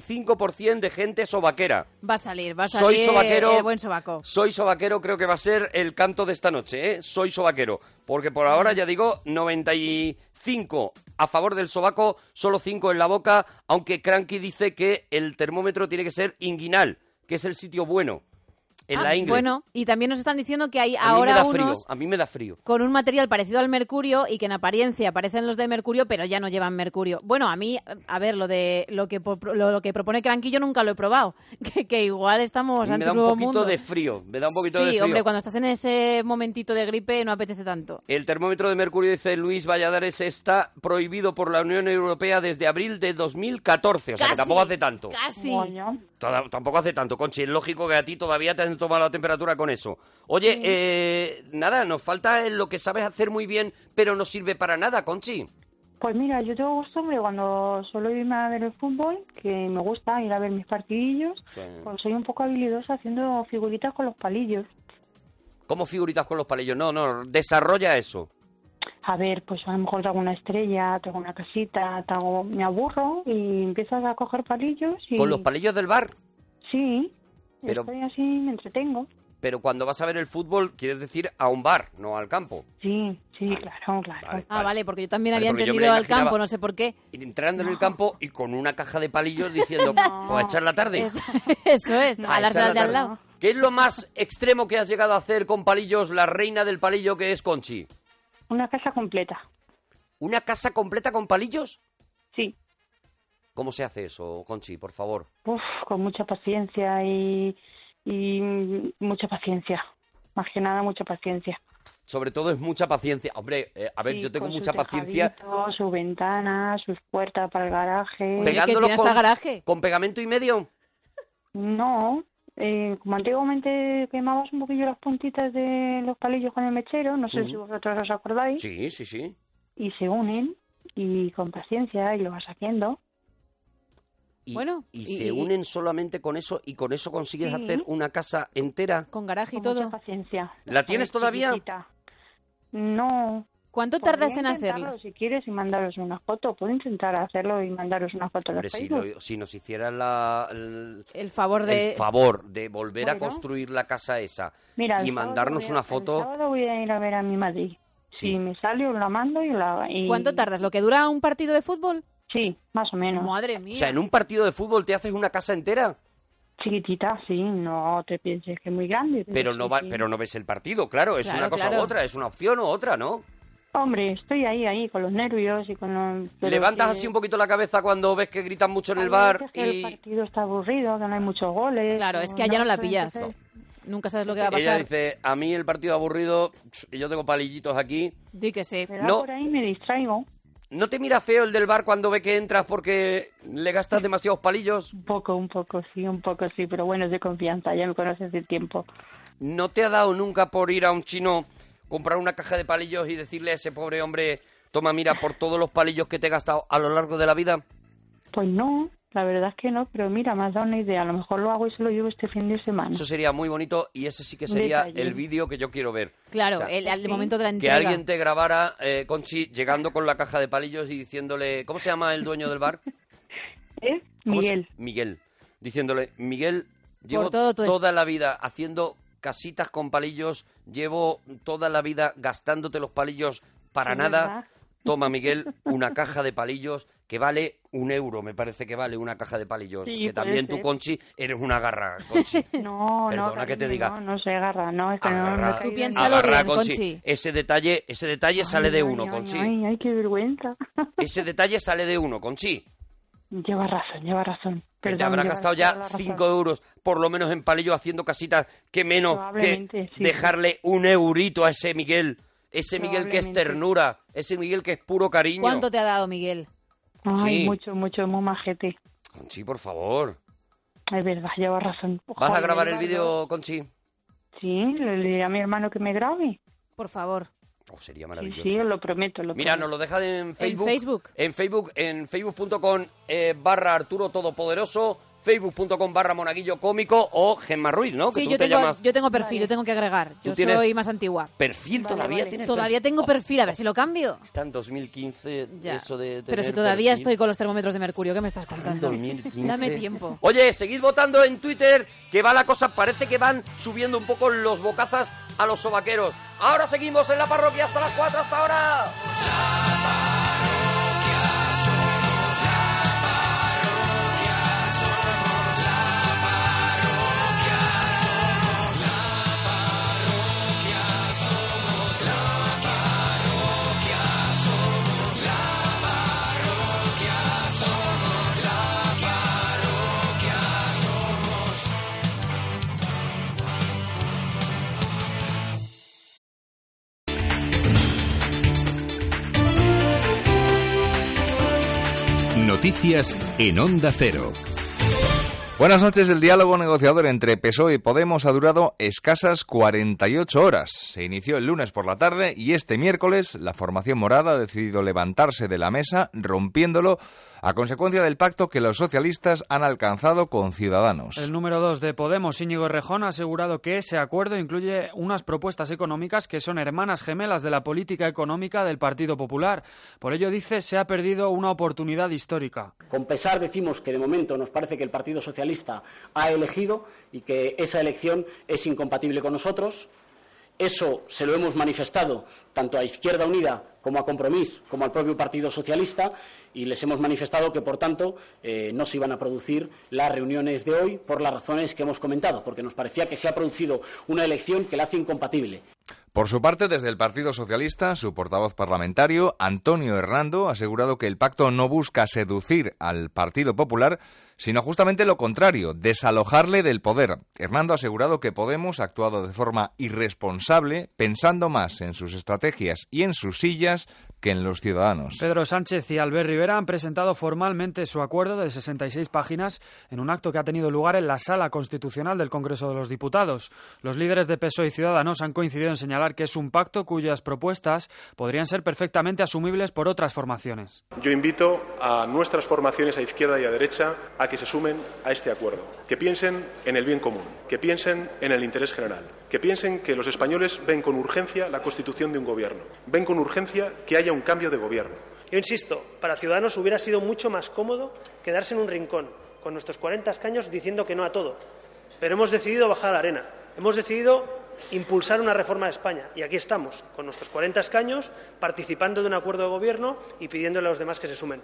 [SPEAKER 2] 95% de gente sobaquera.
[SPEAKER 1] Va a salir, va a
[SPEAKER 2] Soy
[SPEAKER 1] salir
[SPEAKER 2] sobaquero.
[SPEAKER 1] el buen sobaco.
[SPEAKER 2] Soy sobaquero creo que va a ser el canto de esta noche, ¿eh? Soy sobaquero. Porque por ahora, ya digo, 95 a favor del sobaco, solo 5 en la boca, aunque Cranky dice que el termómetro tiene que ser inguinal, que es el sitio bueno, en
[SPEAKER 1] Ah,
[SPEAKER 2] la ingle.
[SPEAKER 1] Bueno, y también nos están diciendo que hay
[SPEAKER 2] a mí me
[SPEAKER 1] ahora
[SPEAKER 2] da frío,
[SPEAKER 1] unos
[SPEAKER 2] a mí me da frío.
[SPEAKER 1] con un material parecido al mercurio y que en apariencia parecen los de mercurio, pero ya no llevan mercurio. Bueno, a mí, a ver, lo de lo que po- lo, lo que propone Cranky yo nunca lo he probado, <laughs> que, que igual
[SPEAKER 2] A
[SPEAKER 1] estamos
[SPEAKER 2] mí me
[SPEAKER 1] ante
[SPEAKER 2] da
[SPEAKER 1] un
[SPEAKER 2] un
[SPEAKER 1] nuevo
[SPEAKER 2] poquito
[SPEAKER 1] mundo.
[SPEAKER 2] de frío, me da un poquito
[SPEAKER 1] sí,
[SPEAKER 2] de frío.
[SPEAKER 1] hombre, cuando estás en ese momentito de gripe no apetece tanto.
[SPEAKER 2] El termómetro de mercurio, dice Luis Valladares, está prohibido por la Unión Europea desde abril de 2014. O sea, que
[SPEAKER 1] Casi,
[SPEAKER 2] tampoco hace tanto.
[SPEAKER 1] Casi.
[SPEAKER 2] Toda- Tampoco hace tanto, Conchi. Es lógico que a ti todavía te han tomado la temperatura con eso. Oye,
[SPEAKER 1] Sí.
[SPEAKER 2] eh, nada, nos falta lo que sabes hacer muy bien, pero no sirve para nada, Conchi.
[SPEAKER 16] Pues mira, yo tengo costumbre cuando suelo irme a ver el fútbol, que me gusta ir a ver mis partidillos,
[SPEAKER 2] Mm.
[SPEAKER 16] pues soy un poco habilidosa haciendo figuritas con los palillos.
[SPEAKER 2] ¿Cómo figuritas con los palillos? No, no, desarrolla eso.
[SPEAKER 16] A ver, pues a lo mejor te hago una estrella, te hago una casita, te hago- me aburro y empiezas a coger palillos y...
[SPEAKER 2] Con los palillos del bar.
[SPEAKER 16] Sí,
[SPEAKER 2] Pero,
[SPEAKER 16] estoy así, me entretengo.
[SPEAKER 2] pero cuando vas a ver el fútbol, quieres decir a un bar, no al campo.
[SPEAKER 16] Sí, sí, claro, claro.
[SPEAKER 1] Ah, vale, porque yo también
[SPEAKER 2] Vale,
[SPEAKER 1] había
[SPEAKER 2] porque yo me
[SPEAKER 1] entendido
[SPEAKER 2] la
[SPEAKER 1] al campo,
[SPEAKER 2] imaginaba.
[SPEAKER 1] no sé por qué. <laughs>
[SPEAKER 2] Entrando en el campo y con una caja de palillos diciendo, pues a echar la tarde.
[SPEAKER 1] Eso, eso es,
[SPEAKER 2] No, echar
[SPEAKER 1] a la
[SPEAKER 2] Ah, la
[SPEAKER 1] sala de al
[SPEAKER 2] tarde.
[SPEAKER 1] lado.
[SPEAKER 2] ¿Qué es lo más extremo que has llegado a hacer con palillos, la reina del palillo que es Conchi?
[SPEAKER 16] Una casa completa.
[SPEAKER 2] ¿Una casa completa con palillos?
[SPEAKER 16] Sí.
[SPEAKER 2] ¿Cómo se hace eso, Conchi, por favor?
[SPEAKER 16] Uf, con mucha paciencia y, y mucha paciencia. Más que nada, mucha paciencia.
[SPEAKER 2] Sobre todo es mucha paciencia. Hombre, eh, a ver,
[SPEAKER 16] Sí,
[SPEAKER 2] yo tengo
[SPEAKER 16] con su
[SPEAKER 2] mucha paciencia
[SPEAKER 16] tejadito, Sus ventanas, sus puertas para el garaje.
[SPEAKER 2] pegándolos con, con pegamento y medio.
[SPEAKER 16] No, eh, como antiguamente quemabas un poquillo las puntitas de los palillos con el mechero, no sé si
[SPEAKER 2] Ujú.
[SPEAKER 16] vosotros os acordáis,
[SPEAKER 2] Mm. Sí, sí, sí.
[SPEAKER 16] y se unen y con paciencia y lo vas haciendo.
[SPEAKER 2] Y,
[SPEAKER 16] Bueno,
[SPEAKER 2] y
[SPEAKER 16] y-
[SPEAKER 2] se
[SPEAKER 16] y-
[SPEAKER 2] unen solamente con eso y con eso consigues
[SPEAKER 16] Sí.
[SPEAKER 2] hacer una casa entera.
[SPEAKER 1] Con garaje y
[SPEAKER 16] Con
[SPEAKER 1] todo.
[SPEAKER 16] mucha paciencia.
[SPEAKER 2] ¿La tienes
[SPEAKER 16] Ahí,
[SPEAKER 2] todavía?
[SPEAKER 16] chiquitita. No.
[SPEAKER 1] ¿Cuánto
[SPEAKER 16] Podría
[SPEAKER 1] tardas en
[SPEAKER 16] intentarlo,
[SPEAKER 1] hacerlo?
[SPEAKER 16] Si quieres y mandaros una foto, puedo intentar hacerlo y mandaros una foto. en
[SPEAKER 2] Hombre, si,
[SPEAKER 16] Facebook.
[SPEAKER 2] lo- si nos hicieran la, el,
[SPEAKER 1] El favor de...
[SPEAKER 2] el favor de volver a
[SPEAKER 16] Bueno.
[SPEAKER 2] construir la casa esa
[SPEAKER 16] Mira, el
[SPEAKER 2] y
[SPEAKER 16] sábado
[SPEAKER 2] mandarnos
[SPEAKER 16] voy a-
[SPEAKER 2] una
[SPEAKER 16] El
[SPEAKER 2] foto,
[SPEAKER 16] sábado voy a ir a ver a mi Madrid. Si me sale, os la mando y la... y-
[SPEAKER 1] ¿Cuánto tardas? ¿Lo que dura un partido de fútbol?
[SPEAKER 16] Sí, más o menos.
[SPEAKER 1] Madre mía.
[SPEAKER 2] o sea, en un partido de fútbol te haces una casa entera,
[SPEAKER 16] Chiquitita, sí, no te pienses que es muy grande.
[SPEAKER 2] pero no va, pero no ves el partido, claro, es
[SPEAKER 16] Claro,
[SPEAKER 2] una cosa
[SPEAKER 16] claro.
[SPEAKER 2] u otra, es una opción u otra, ¿no?
[SPEAKER 16] Hombre, estoy ahí, ahí, con los nervios y con los... pero
[SPEAKER 2] Levantas
[SPEAKER 16] que-
[SPEAKER 2] así un poquito la cabeza cuando ves que gritan mucho en el
[SPEAKER 16] hay
[SPEAKER 2] bar
[SPEAKER 16] veces que El
[SPEAKER 2] y
[SPEAKER 16] partido está aburrido, que no hay muchos goles.
[SPEAKER 1] Claro,
[SPEAKER 16] o
[SPEAKER 1] es que allá no la
[SPEAKER 16] sé,
[SPEAKER 1] pillas.
[SPEAKER 16] entonces-
[SPEAKER 1] Nunca sabes lo que va a
[SPEAKER 2] ella
[SPEAKER 1] pasar.
[SPEAKER 2] dice, a mí el partido aburrido, pff, yo tengo palillitos aquí.
[SPEAKER 1] Di que sí.
[SPEAKER 2] No. por
[SPEAKER 16] ahí me distraigo.
[SPEAKER 2] ¿No te mira feo el del bar cuando ve que entras porque le gastas demasiados palillos?
[SPEAKER 16] Un poco, un poco, sí, un poco, sí, pero bueno, es de confianza, ya me conoces de tiempo.
[SPEAKER 2] ¿No te ha dado nunca por ir a un chino, comprar una caja de palillos y decirle a ese pobre hombre, toma, mira, por todos los palillos que te he gastado a lo largo de la vida?
[SPEAKER 16] Pues no, la verdad es que no, pero mira, me has dado una idea, a lo mejor lo hago y se lo llevo este fin de semana.
[SPEAKER 2] Eso sería muy bonito y ese sí que sería
[SPEAKER 16] Detalle.
[SPEAKER 2] el vídeo que yo quiero ver.
[SPEAKER 1] Claro,
[SPEAKER 2] O sea,
[SPEAKER 1] el, al momento de la
[SPEAKER 2] Que
[SPEAKER 1] entrega.
[SPEAKER 2] alguien te grabara, eh, Conchi, llegando con la caja de palillos y diciéndole, ¿cómo se llama el dueño del bar?
[SPEAKER 16] ¿Eh?
[SPEAKER 2] ¿Cómo se-
[SPEAKER 16] Miguel,
[SPEAKER 2] Miguel. Diciéndole, Miguel, llevo
[SPEAKER 16] todo tu
[SPEAKER 2] toda la vida haciendo casitas con palillos, llevo toda la vida gastándote los palillos para
[SPEAKER 16] Es
[SPEAKER 2] nada.
[SPEAKER 16] verdad. <laughs>
[SPEAKER 2] Toma, Miguel, una caja de palillos que vale un euro, me parece que vale una caja de palillos.
[SPEAKER 16] Sí,
[SPEAKER 2] que
[SPEAKER 16] puede
[SPEAKER 2] también tú,
[SPEAKER 16] ser.
[SPEAKER 2] Conchi, eres una
[SPEAKER 16] <laughs>
[SPEAKER 2] garra, Conchi.
[SPEAKER 16] no, no,
[SPEAKER 2] Perdona que te
[SPEAKER 16] cariño,
[SPEAKER 2] diga.
[SPEAKER 16] no, no se agarra, no, es que no, no he
[SPEAKER 2] Agarra-
[SPEAKER 16] caído en
[SPEAKER 2] agarra, Ese detalle, ese detalle sale de uno, Conchi.
[SPEAKER 16] Ay, ay, qué vergüenza.
[SPEAKER 2] Ese detalle sale de uno, Conchi.
[SPEAKER 16] Lleva razón, lleva razón.
[SPEAKER 2] Que te
[SPEAKER 16] Perdón,
[SPEAKER 2] habrás
[SPEAKER 16] lleva
[SPEAKER 2] gastado
[SPEAKER 16] toda
[SPEAKER 2] ya
[SPEAKER 16] la razón.
[SPEAKER 2] 5 euros, por lo menos en palillos, haciendo casitas, que menos que
[SPEAKER 16] Probablemente, sí.
[SPEAKER 2] dejarle un eurito a ese Miguel. Ese Miguel que es
[SPEAKER 16] Probablemente.
[SPEAKER 2] ternura, ese Miguel que es puro cariño.
[SPEAKER 1] ¿Cuánto te ha dado, Miguel?
[SPEAKER 16] Ay,
[SPEAKER 2] Sí.
[SPEAKER 16] mucho, mucho, muy majete.
[SPEAKER 2] Conchi, por favor.
[SPEAKER 16] Es verdad, lleva razón.
[SPEAKER 2] ¿Vas a
[SPEAKER 16] Joder,
[SPEAKER 2] grabar el
[SPEAKER 16] Eduardo.
[SPEAKER 2] vídeo, Conchi?
[SPEAKER 16] Sí, le diré a mi hermano que me grabe.
[SPEAKER 1] Por favor.
[SPEAKER 2] Oh, sería
[SPEAKER 16] Sí,
[SPEAKER 2] maravilloso.
[SPEAKER 16] sí, os lo prometo. Lo
[SPEAKER 2] Mira, nos
[SPEAKER 16] prometo.
[SPEAKER 2] lo deja en Facebook.
[SPEAKER 1] Facebook.
[SPEAKER 2] En Facebook, en facebook.com eh, barra Arturo Todopoderoso, facebook.com barra monaguillo cómico o Gemma Ruiz, ¿no? que
[SPEAKER 1] Sí,
[SPEAKER 2] tú
[SPEAKER 1] yo
[SPEAKER 2] te
[SPEAKER 1] tengo,
[SPEAKER 2] llamas
[SPEAKER 1] yo tengo perfil, yo tengo que agregar.
[SPEAKER 2] Tú
[SPEAKER 1] Yo
[SPEAKER 2] tienes-
[SPEAKER 1] soy más antigua.
[SPEAKER 2] perfil todavía tienes
[SPEAKER 1] Todavía tengo perfil, a ver si lo cambio.
[SPEAKER 2] perfil? Está en 2015
[SPEAKER 1] Ya.
[SPEAKER 2] eso de
[SPEAKER 1] Pero si
[SPEAKER 2] tener
[SPEAKER 1] todavía
[SPEAKER 2] perfil.
[SPEAKER 1] estoy con los termómetros de mercurio, ¿qué me estás contando?
[SPEAKER 2] 2015.
[SPEAKER 1] Dame tiempo.
[SPEAKER 2] Oye, seguid votando en Twitter, que va la cosa, parece que van subiendo un poco los bocazas a los sobaqueros. Ahora seguimos en la parroquia hasta las 4, hasta ahora.
[SPEAKER 3] Somos la parroquia, somos la parroquia, somos la parroquia, somos la parroquia, somos la parroquia, somos la parroquia, somos.
[SPEAKER 17] Noticias en Onda Cero.
[SPEAKER 18] Buenas noches. El diálogo negociador entre PSOE y Podemos ha durado escasas 48 horas. Se inició el lunes por la tarde y este miércoles la formación morada ha decidido levantarse de la mesa rompiéndolo a consecuencia del pacto que los socialistas han alcanzado con Ciudadanos.
[SPEAKER 19] El número 2 de Podemos, Íñigo Rejón, ha asegurado que ese acuerdo incluye unas propuestas económicas que son hermanas gemelas de la política económica del Partido Popular. Por ello, dice, se ha perdido una oportunidad histórica.
[SPEAKER 20] Con pesar decimos que de momento nos parece que el Partido Socialista ha elegido y que esa elección es incompatible con nosotros. Eso se lo hemos manifestado tanto a Izquierda Unida como a Compromís como al propio Partido Socialista y les hemos manifestado que, por tanto, eh, no se iban a producir las reuniones de hoy por las razones que hemos comentado, porque nos parecía que se ha producido una elección que la hace incompatible.
[SPEAKER 18] Por su parte, desde el Partido Socialista, su portavoz parlamentario, Antonio Hernando, ha asegurado que el pacto no busca seducir al Partido Popular, sino justamente lo contrario, desalojarle del poder. Hernando ha asegurado que Podemos ha actuado de forma irresponsable, pensando más en sus estrategias y en sus sillas que en los ciudadanos.
[SPEAKER 19] Pedro Sánchez y Albert Rivera han presentado formalmente su acuerdo de 66 páginas en un acto que ha tenido lugar en la Sala Constitucional del Congreso de los Diputados. Los líderes de PSOE y Ciudadanos han coincidido en señalar que es un pacto cuyas propuestas podrían ser perfectamente asumibles por otras formaciones.
[SPEAKER 21] Yo invito a nuestras formaciones a izquierda y a derecha a que se sumen a este acuerdo, que piensen en el bien común, que piensen en el interés general, que piensen que los españoles ven con urgencia la constitución de un gobierno, ven con urgencia que haya un cambio de gobierno.
[SPEAKER 22] Yo insisto, para Ciudadanos hubiera sido mucho más cómodo quedarse en un rincón con nuestros 40 escaños diciendo que no a todo. Pero hemos decidido bajar a la arena. Hemos decidido impulsar una reforma de España. Y aquí estamos, con nuestros 40 escaños, participando de un acuerdo de gobierno y pidiéndole a los demás que se sumen.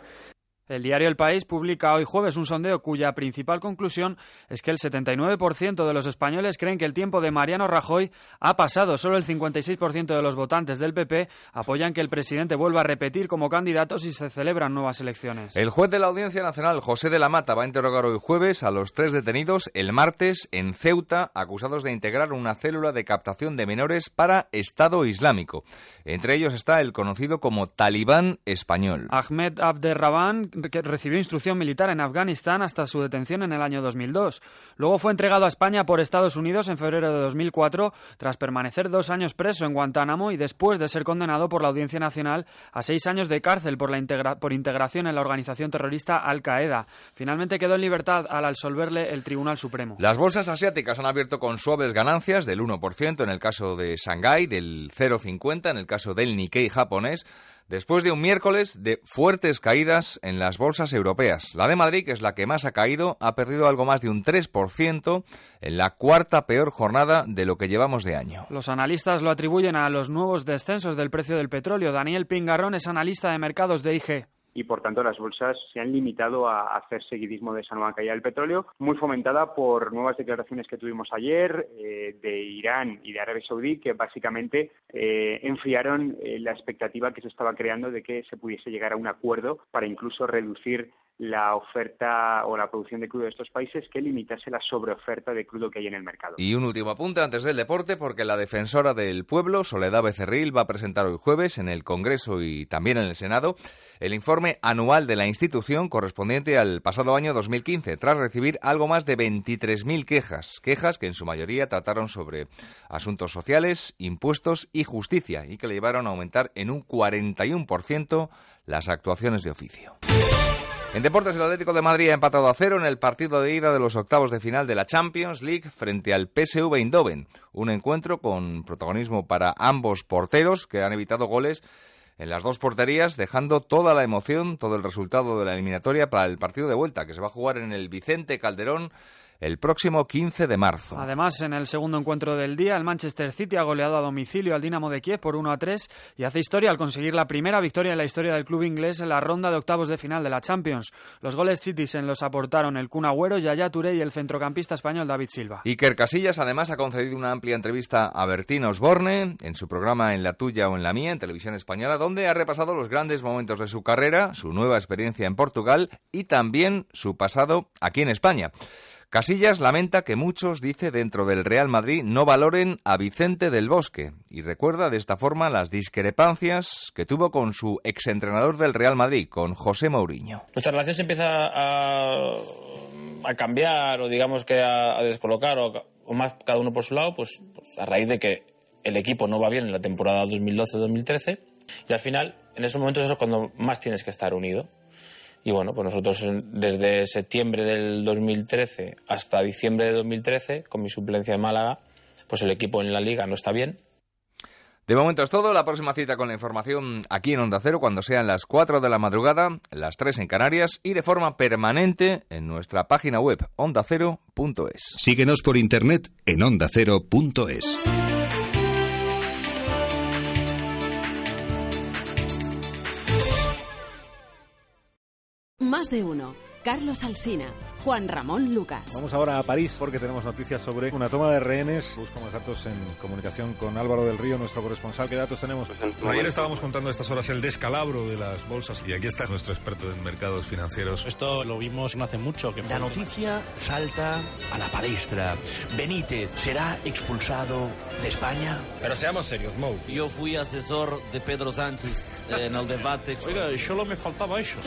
[SPEAKER 19] El diario El País publica hoy jueves un sondeo cuya principal conclusión es que el 79% de los españoles creen que el tiempo de Mariano Rajoy ha pasado. Solo el 56% de los votantes del PP apoyan que el presidente vuelva a repetir como candidato si se celebran nuevas elecciones.
[SPEAKER 18] El juez de la Audiencia Nacional, José de la Mata, va a interrogar hoy jueves a los tres detenidos el martes en Ceuta, acusados de integrar una célula de captación de menores para Estado Islámico. Entre ellos está el conocido como Talibán español.
[SPEAKER 19] Ahmed Abderrahman que recibió instrucción militar en Afganistán hasta su detención en el año 2002. Luego fue entregado a España por Estados Unidos en febrero de 2004 tras permanecer dos años preso en Guantánamo y después de ser condenado por la Audiencia Nacional a seis años de cárcel por, la integra- por integración en la organización terrorista Al-Qaeda. Finalmente quedó en libertad al absolverle el Tribunal Supremo.
[SPEAKER 18] Las bolsas asiáticas han abierto con suaves ganancias del 1% en el caso de Shanghái, del 0,50 en el caso del Nikkei japonés, después de un miércoles de fuertes caídas en las bolsas europeas. La de Madrid, que es la que más ha caído, ha perdido algo más de un 3% en la cuarta peor jornada de lo que llevamos de año.
[SPEAKER 19] Los analistas lo atribuyen a los nuevos descensos del precio del petróleo. Daniel Pingarrón es analista de mercados de IG.
[SPEAKER 23] y por tanto las bolsas se han limitado a hacer seguidismo de esa nueva caída del petróleo, muy fomentada por nuevas declaraciones que tuvimos ayer eh, de Irán y de Arabia Saudí, que básicamente eh, enfriaron eh, la expectativa que se estaba creando de que se pudiese llegar a un acuerdo para incluso reducir la oferta o la producción de crudo de estos países que limitase la sobreoferta de crudo que hay en el mercado.
[SPEAKER 18] Y un último apunte antes del deporte, porque la defensora del pueblo, Soledad Becerril, va a presentar hoy jueves en el Congreso y también en el Senado el informe anual de la institución correspondiente al pasado año 2015, tras recibir algo más de 23.000 quejas, quejas que en su mayoría trataron sobre asuntos sociales, impuestos y justicia, y que le llevaron a aumentar en un 41% las actuaciones de oficio. En deportes, el Atlético de Madrid ha empatado a cero en el partido de ida de los octavos de final de la Champions League frente al PSV Eindhoven. Un encuentro con protagonismo para ambos porteros que han evitado goles en las dos porterías, dejando toda la emoción, todo el resultado de la eliminatoria para el partido de vuelta, que se va a jugar en el Vicente Calderón el próximo 15 de marzo.
[SPEAKER 19] Además, en el segundo encuentro del día, el Manchester City ha goleado a domicilio al Dinamo de Kiev por 1 a 3 y hace historia al conseguir la primera victoria en la historia del club inglés en la ronda de octavos de final de la Champions. Los goles citizen los aportaron el Kun Agüero, Yaya Touré y el centrocampista español David Silva.
[SPEAKER 18] Iker Casillas además ha concedido una amplia entrevista a Bertín Osborne en su programa En la tuya o en la mía en televisión española, donde ha repasado los grandes momentos de su carrera, su nueva experiencia en Portugal y también su pasado aquí en España. Casillas lamenta que muchos, dice, dentro del Real Madrid no valoren a Vicente del Bosque y recuerda de esta forma las discrepancias que tuvo con su exentrenador del Real Madrid, con José Mourinho.
[SPEAKER 7] Nuestra relación se empieza a, a cambiar o digamos que a, a descolocar o, o, más cada uno por su lado, pues, pues a raíz de que el equipo no va bien en la temporada 2012-2013 y al final en esos momentos es cuando más tienes que estar unido. Y bueno, pues nosotros desde septiembre del 2013 hasta diciembre de 2013, con mi suplencia en Málaga, pues el equipo en la liga no está bien.
[SPEAKER 18] De momento es todo. La próxima cita con la información aquí en Onda Cero cuando sean las 4 de la madrugada, las 3 en Canarias y de forma permanente en nuestra página web ondacero.es.
[SPEAKER 17] Síguenos por internet en ondacero.es.
[SPEAKER 8] Más de uno. Carlos Alsina, Juan Ramón Lucas.
[SPEAKER 9] Vamos ahora a París porque tenemos noticias sobre una toma de rehenes. Buscamos datos en comunicación con Álvaro del Río, nuestro corresponsal. ¿Qué datos tenemos?
[SPEAKER 24] Pues
[SPEAKER 25] Ayer estábamos contando a estas horas el descalabro de las bolsas y aquí está nuestro experto en mercados financieros.
[SPEAKER 24] Esto lo vimos no hace mucho. Que
[SPEAKER 26] la noticia salta a la palestra. Benítez será expulsado de España.
[SPEAKER 27] Pero seamos serios, Mou.
[SPEAKER 28] Yo fui asesor de Pedro Sánchez en el debate.
[SPEAKER 24] Oiga, solo me faltaba
[SPEAKER 28] <laughs>
[SPEAKER 24] eso.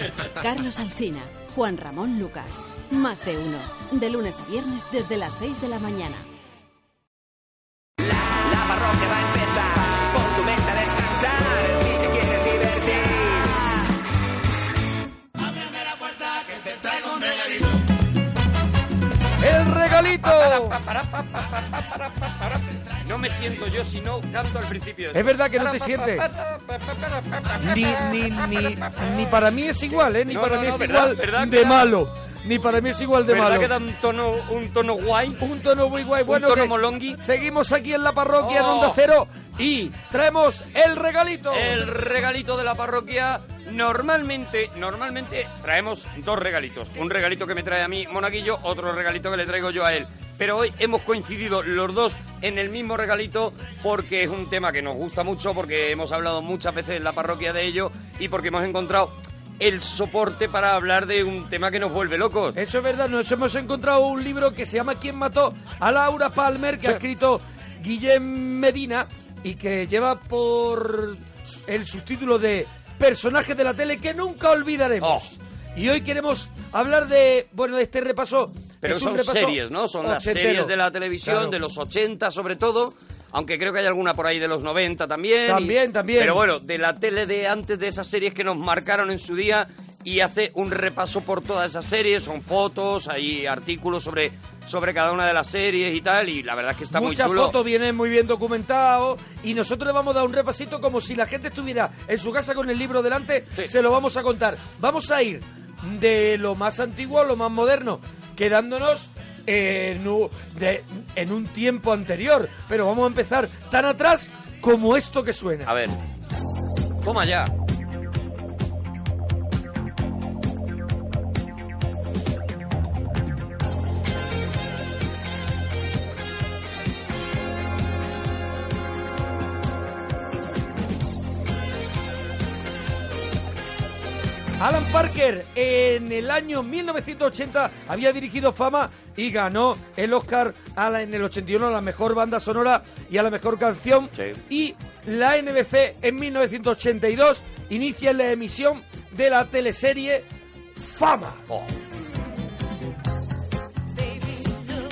[SPEAKER 8] Carlos Alsina. Juan Ramón Lucas. Más de uno. De lunes a viernes desde las 6 de la mañana.
[SPEAKER 29] La, la parroquia va a empezar. Pon tu mente a descansar. Si te quieres divertir.
[SPEAKER 30] Ábreme la puerta que te traigo un regalito.
[SPEAKER 2] ¡El regalito! No me siento yo sino tanto al principio.
[SPEAKER 5] Es verdad que no te sientes. Ni, ni, ni, ni para mí es igual, ¿eh? Ni
[SPEAKER 2] No,
[SPEAKER 5] para
[SPEAKER 2] no,
[SPEAKER 5] mí
[SPEAKER 2] no,
[SPEAKER 5] es
[SPEAKER 2] ¿verdad?
[SPEAKER 5] igual
[SPEAKER 2] ¿verdad que
[SPEAKER 5] de
[SPEAKER 2] da-
[SPEAKER 5] malo. Ni para mí es igual de
[SPEAKER 2] ¿Verdad
[SPEAKER 5] malo.
[SPEAKER 2] que da un tono, un tono guay?
[SPEAKER 5] Un tono muy guay. Bueno,
[SPEAKER 2] tono Oh.
[SPEAKER 5] que seguimos aquí en la parroquia en Onda Cero y traemos el regalito.
[SPEAKER 2] El regalito de la parroquia. Normalmente, normalmente traemos dos regalitos. Un regalito que me trae a mí Monaguillo, otro regalito que le traigo yo a él. Pero hoy hemos coincidido los dos en el mismo regalito porque es un tema que nos gusta mucho, porque hemos hablado muchas veces en la parroquia de ello y porque hemos encontrado el soporte para hablar de un tema que nos vuelve locos.
[SPEAKER 5] Eso es verdad, nos hemos encontrado un libro que se llama ¿Quién mató a Laura Palmer? que ha escrito Guillem Medina y que lleva por el subtítulo de Personajes de la tele que nunca
[SPEAKER 2] Oh.
[SPEAKER 5] olvidaremos. Y hoy queremos hablar de, bueno, de este repaso.
[SPEAKER 2] Pero
[SPEAKER 5] es un
[SPEAKER 2] son
[SPEAKER 5] repaso
[SPEAKER 2] series, ¿no? Son las
[SPEAKER 5] ochentero.
[SPEAKER 2] series de la televisión,
[SPEAKER 5] Claro.
[SPEAKER 2] de los 80 sobre todo, aunque creo que hay alguna por ahí de los 90 también.
[SPEAKER 5] También, también.
[SPEAKER 2] Pero bueno, de la tele de antes de esas series que nos marcaron en su día y hace un repaso por todas esas series, son fotos, hay artículos sobre, sobre cada una de las series y tal, y la verdad es que está
[SPEAKER 5] Muchas
[SPEAKER 2] muy chulo.
[SPEAKER 5] fotos vienen muy bien documentados y nosotros le vamos a dar un repasito como si la gente estuviera en su casa con el libro delante, se lo vamos a contar. Vamos a ir de lo más antiguo a lo más moderno, quedándonos eh, en, u- de- en un tiempo anterior, pero vamos a empezar tan atrás como esto que suena.
[SPEAKER 2] A ver. Toma ya.
[SPEAKER 5] Alan Parker en el año 1980 había dirigido Fama y ganó el Oscar a la- en el 81 a la mejor banda sonora y a la mejor canción. Y la NBC en 1982 inicia la emisión de la teleserie Fama.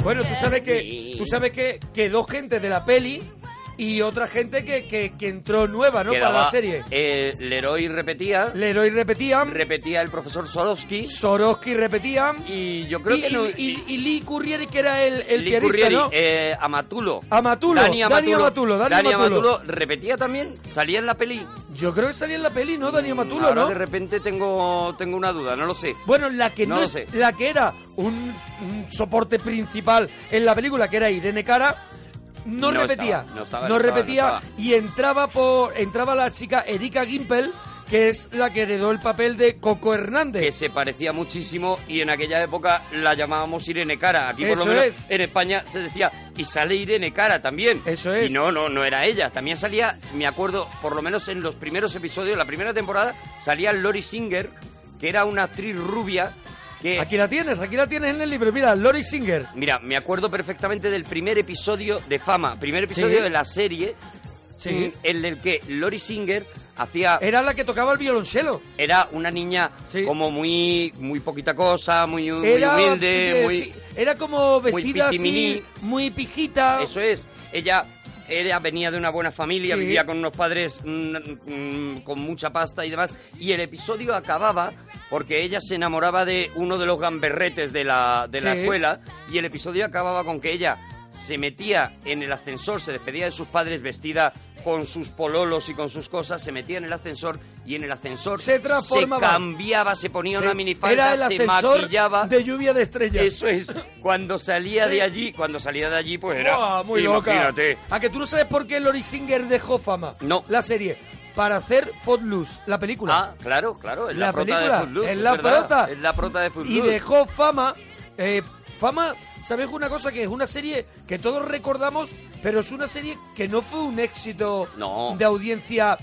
[SPEAKER 5] Bueno, tú sabes que tú sabes que quedó gente de la peli y otra gente que, que, que entró nueva, ¿no?
[SPEAKER 2] Quedaba,
[SPEAKER 5] Para la serie.
[SPEAKER 2] eh, Leroy repetía.
[SPEAKER 5] Leroy repetía.
[SPEAKER 2] Repetía el profesor Sorosky.
[SPEAKER 5] Sorosky repetía.
[SPEAKER 2] Y yo creo
[SPEAKER 5] y,
[SPEAKER 2] que no.
[SPEAKER 5] y- y- y Lee Currieri, que era el, el
[SPEAKER 2] Lee
[SPEAKER 5] pianista,
[SPEAKER 2] Currieri,
[SPEAKER 5] ¿no?
[SPEAKER 2] eh, Amatulo.
[SPEAKER 5] Amatulo, Dani
[SPEAKER 2] Dani Amatulo.
[SPEAKER 5] Amatulo, Dani Amatulo.
[SPEAKER 2] Amatulo repetía también, salía en la peli.
[SPEAKER 5] Yo creo que salía en la peli, ¿no? Dani Amatulo,
[SPEAKER 2] Ahora
[SPEAKER 5] ¿no?
[SPEAKER 2] de repente tengo, tengo una duda, no lo sé.
[SPEAKER 5] Bueno, la que
[SPEAKER 2] No
[SPEAKER 5] no,
[SPEAKER 2] lo
[SPEAKER 5] es-
[SPEAKER 2] sé.
[SPEAKER 5] la que era un, un soporte principal en la película, que era Irene Cara, no,
[SPEAKER 2] No
[SPEAKER 5] repetía,
[SPEAKER 2] estaba, no estaba, no estaba,
[SPEAKER 5] repetía
[SPEAKER 2] no estaba.
[SPEAKER 5] y entraba por entraba la chica Erika Gimpel, que es la que heredó el papel de Coco Hernández.
[SPEAKER 2] Que se parecía muchísimo y en aquella época la llamábamos Irene Cara. Aquí por
[SPEAKER 5] Eso
[SPEAKER 2] lo menos
[SPEAKER 5] es.
[SPEAKER 2] en España se decía, y sale Irene Cara también. Eso es. Y no, no, no era ella. También salía, me acuerdo, por lo menos en los primeros episodios, la primera temporada, salía Lori Singer, que era una actriz rubia que
[SPEAKER 5] Aquí la tienes, aquí la tienes en el libro. Mira, Lori Singer.
[SPEAKER 2] Pues Mira, me acuerdo perfectamente del primer episodio de Fama, primer episodio
[SPEAKER 5] Sí.
[SPEAKER 2] de la serie,
[SPEAKER 5] Sí.
[SPEAKER 2] en el que Lori Singer hacía...
[SPEAKER 5] Era la que tocaba el violonchelo.
[SPEAKER 2] Era una niña como muy muy poquita cosa, muy, muy
[SPEAKER 5] Era,
[SPEAKER 2] humilde,
[SPEAKER 5] eh,
[SPEAKER 2] muy...
[SPEAKER 5] sí, era como vestida
[SPEAKER 2] pitiminí.
[SPEAKER 5] así, muy pijita.
[SPEAKER 2] Eso es, ella... Ella venía de una buena familia,
[SPEAKER 5] Sí.
[SPEAKER 2] vivía con unos padres mm, mm, con mucha pasta y demás. Y el episodio acababa porque ella se enamoraba de uno de los gamberretes de la, de la
[SPEAKER 5] Sí.
[SPEAKER 2] escuela. Y el episodio acababa con que ella se metía en el ascensor, se despedía de sus padres vestida con sus pololos y con sus cosas, se metía en el ascensor y en el ascensor
[SPEAKER 5] Se transformaba.
[SPEAKER 2] cambiaba, se ponía una
[SPEAKER 5] Sí,
[SPEAKER 2] minifalda,
[SPEAKER 5] era el
[SPEAKER 2] se
[SPEAKER 5] ascensor
[SPEAKER 2] maquillaba.
[SPEAKER 5] de lluvia de estrellas.
[SPEAKER 2] Eso es. Cuando salía
[SPEAKER 5] Sí.
[SPEAKER 2] de allí, cuando salía de allí, pues era.
[SPEAKER 5] Buah, muy loca.
[SPEAKER 2] imagínate.
[SPEAKER 5] A que tú no sabes por qué Lori Singer dejó fama.
[SPEAKER 2] No.
[SPEAKER 5] La serie. Para hacer Footloose, la película.
[SPEAKER 2] Ah, claro, claro, es la,
[SPEAKER 5] La
[SPEAKER 2] prota
[SPEAKER 5] película,
[SPEAKER 2] de Footloose.
[SPEAKER 5] es la
[SPEAKER 2] verdad,
[SPEAKER 5] prota.
[SPEAKER 2] Es la prota de Footloose.
[SPEAKER 5] y dejó fama. eh, fama, ¿sabes una cosa? Que es una serie que todos recordamos, pero es una serie que no fue un éxito
[SPEAKER 2] No.
[SPEAKER 5] de audiencia.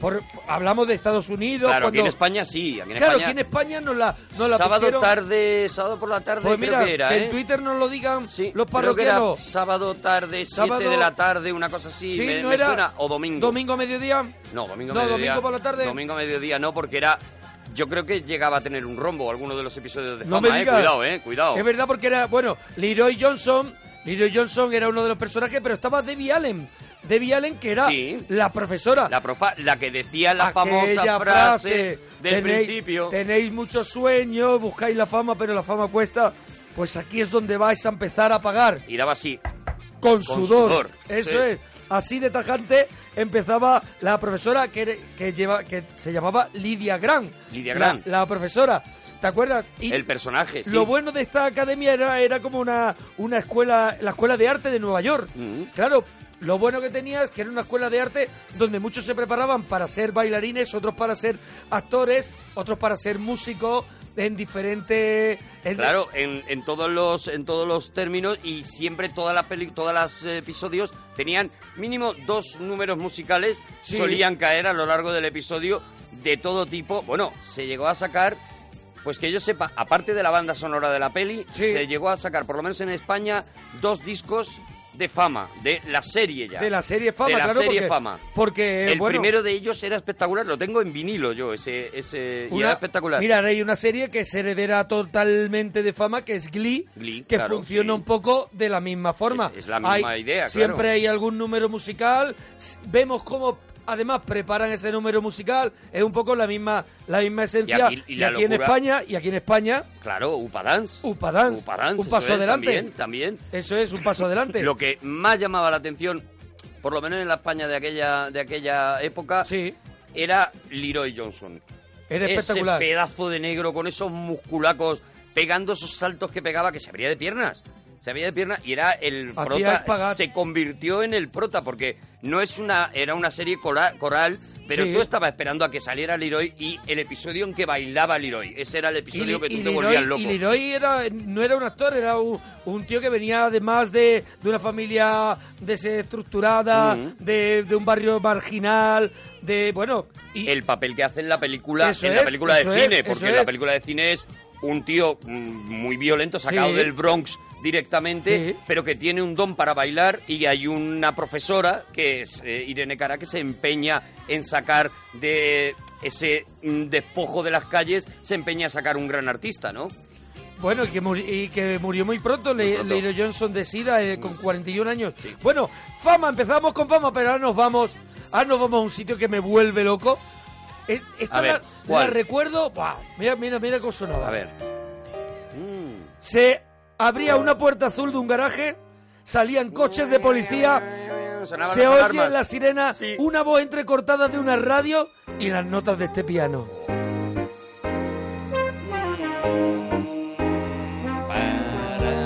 [SPEAKER 5] por- hablamos de Estados Unidos.
[SPEAKER 2] Claro, aquí
[SPEAKER 5] cuando-
[SPEAKER 2] en España sí, aquí en
[SPEAKER 5] claro,
[SPEAKER 2] España.
[SPEAKER 5] aquí en España nos la, nos la
[SPEAKER 2] sábado
[SPEAKER 5] pusieron-
[SPEAKER 2] tarde, sábado por la tarde,
[SPEAKER 5] Pues
[SPEAKER 2] creo
[SPEAKER 5] mira,
[SPEAKER 2] que era, ¿eh?
[SPEAKER 5] en Twitter nos lo digan los
[SPEAKER 2] Creo que era
[SPEAKER 5] parroquianos.
[SPEAKER 2] sábado tarde, 7
[SPEAKER 5] Sábado-
[SPEAKER 2] de la tarde, una cosa así,
[SPEAKER 5] Sí,
[SPEAKER 2] me,
[SPEAKER 5] no
[SPEAKER 2] me
[SPEAKER 5] era-
[SPEAKER 2] suena. O domingo.
[SPEAKER 5] Domingo a mediodía.
[SPEAKER 2] No, domingo
[SPEAKER 5] No,
[SPEAKER 2] mediodía.
[SPEAKER 5] domingo por la tarde.
[SPEAKER 2] Domingo mediodía no, porque era... Yo creo que llegaba a tener un rombo alguno de los episodios de
[SPEAKER 5] No
[SPEAKER 2] Fama,
[SPEAKER 5] me
[SPEAKER 2] ¿eh?
[SPEAKER 5] digas.
[SPEAKER 2] Cuidado, ¿eh? Cuidado.
[SPEAKER 5] Es verdad porque era, bueno, Leroy Johnson, Leroy Johnson era uno de los personajes, pero estaba Debbie Allen. Debbie Allen que era la profesora.
[SPEAKER 2] La, profa- la que decía la
[SPEAKER 5] Aquella
[SPEAKER 2] famosa frase, del
[SPEAKER 5] tenéis,
[SPEAKER 2] principio.
[SPEAKER 5] Tenéis muchos sueños, buscáis la fama, pero la fama cuesta. Pues aquí es donde vais a empezar a pagar.
[SPEAKER 2] Y daba así.
[SPEAKER 5] Con, sudor.
[SPEAKER 2] sudor.
[SPEAKER 5] Eso
[SPEAKER 2] Sí.
[SPEAKER 5] es. Así de tajante empezaba la profesora que, era- que, lleva, que se llamaba Lidia Gran.
[SPEAKER 2] Lidia
[SPEAKER 5] La-
[SPEAKER 2] Grant.
[SPEAKER 5] La, profesora. ¿Te acuerdas? Y
[SPEAKER 2] El personaje, Eh, sí.
[SPEAKER 5] Lo bueno de esta academia era, era como una, una escuela, la escuela de arte de Nueva York.
[SPEAKER 2] Mm.
[SPEAKER 5] Claro, lo bueno que tenía es que era una escuela de arte donde muchos se preparaban para ser bailarines, otros para ser actores, otros para ser músicos en diferentes... en-
[SPEAKER 2] Claro, en, en todos los en todos los términos y siempre todas las peli, todas las eh, episodios tenían mínimo dos números musicales
[SPEAKER 5] Sí.
[SPEAKER 2] solían caer a lo largo del episodio de todo tipo. Bueno, se llegó a sacar pues que yo sepa, aparte de la banda sonora de la peli, se llegó a sacar por lo menos en España dos discos de fama de la serie ya.
[SPEAKER 5] De la serie Fama,
[SPEAKER 2] de la
[SPEAKER 5] claro,
[SPEAKER 2] serie
[SPEAKER 5] porque-
[SPEAKER 2] Fama.
[SPEAKER 5] Porque,
[SPEAKER 2] el
[SPEAKER 5] bueno,
[SPEAKER 2] primero de ellos era espectacular, lo tengo en vinilo yo, ese, ese y
[SPEAKER 5] una-
[SPEAKER 2] era espectacular.
[SPEAKER 5] Mira, ahora hay una serie que se heredera totalmente de fama, que es Glee,
[SPEAKER 2] Glee,
[SPEAKER 5] que
[SPEAKER 2] claro,
[SPEAKER 5] funciona un poco de la misma forma.
[SPEAKER 2] Es- es la misma
[SPEAKER 5] Hay-
[SPEAKER 2] idea, claro.
[SPEAKER 5] Siempre hay algún número musical, s- vemos cómo además preparan ese número musical, es un poco la misma la misma esencia.
[SPEAKER 2] aquí- y la
[SPEAKER 5] en
[SPEAKER 2] locura-
[SPEAKER 5] España, y aquí en España,
[SPEAKER 2] Claro, Upa Dance.
[SPEAKER 5] Upa Dance.
[SPEAKER 2] Upa Dance,
[SPEAKER 5] Un
[SPEAKER 2] eso
[SPEAKER 5] paso
[SPEAKER 2] es,
[SPEAKER 5] adelante.
[SPEAKER 2] También, también.
[SPEAKER 5] eso es un paso adelante.
[SPEAKER 2] <laughs> Lo que más llamaba la atención, por lo menos en la España de aquella, de aquella época, era Leroy Johnson.
[SPEAKER 5] Era espectacular.
[SPEAKER 2] Ese pedazo de negro con esos musculacos, pegando esos saltos que pegaba, que se abría de piernas. Se abría de piernas y era el
[SPEAKER 5] Hacía
[SPEAKER 2] prota.
[SPEAKER 5] espagat.
[SPEAKER 2] Se convirtió en el prota, porque no es una. Era una serie cora- coral. Pero
[SPEAKER 5] Sí.
[SPEAKER 2] tú estabas esperando a que saliera Leroy y el episodio en que bailaba Leroy. Ese era el episodio que tú te
[SPEAKER 5] Leroy-
[SPEAKER 2] volvías loco.
[SPEAKER 5] y Leroy era, no era un actor, era un, un tío que venía además de, de una familia desestructurada,
[SPEAKER 2] Ujú.
[SPEAKER 5] de, de un barrio marginal, de, bueno,
[SPEAKER 2] el papel que hace en la película,
[SPEAKER 5] Eso
[SPEAKER 2] en la
[SPEAKER 5] es,
[SPEAKER 2] película
[SPEAKER 5] eso
[SPEAKER 2] de
[SPEAKER 5] es,
[SPEAKER 2] cine,
[SPEAKER 5] eso
[SPEAKER 2] porque en la
[SPEAKER 5] es.
[SPEAKER 2] película de cine es un tío mm, muy violento, sacado
[SPEAKER 5] Sí.
[SPEAKER 2] del Bronx directamente, pero que tiene un don para bailar y hay una profesora, que es eh, Irene Cara, que se empeña en sacar de ese mm, despojo de las calles, se empeña a sacar un gran artista, ¿no?
[SPEAKER 5] Bueno, y que, muri- y que murió muy pronto, Le- Leroy Johnson de SIDA eh,
[SPEAKER 2] Mm.
[SPEAKER 5] con 41 años. Bueno, fama, empezamos con fama, pero ahora nos vamos, ahora nos vamos a un sitio que me vuelve loco. Es- Esta
[SPEAKER 2] A ver,
[SPEAKER 5] la- la,
[SPEAKER 2] ¿cuál?
[SPEAKER 5] recuerdo, ¡buah! mira, mira, mira cómo sonaba.
[SPEAKER 2] A ver.
[SPEAKER 5] Se abría una puerta azul de un garaje, salían coches de policía,
[SPEAKER 2] Sonaban
[SPEAKER 5] se
[SPEAKER 2] las
[SPEAKER 5] oye
[SPEAKER 2] alarmas.
[SPEAKER 5] en la sirena una voz entrecortada de una radio y las notas de este piano.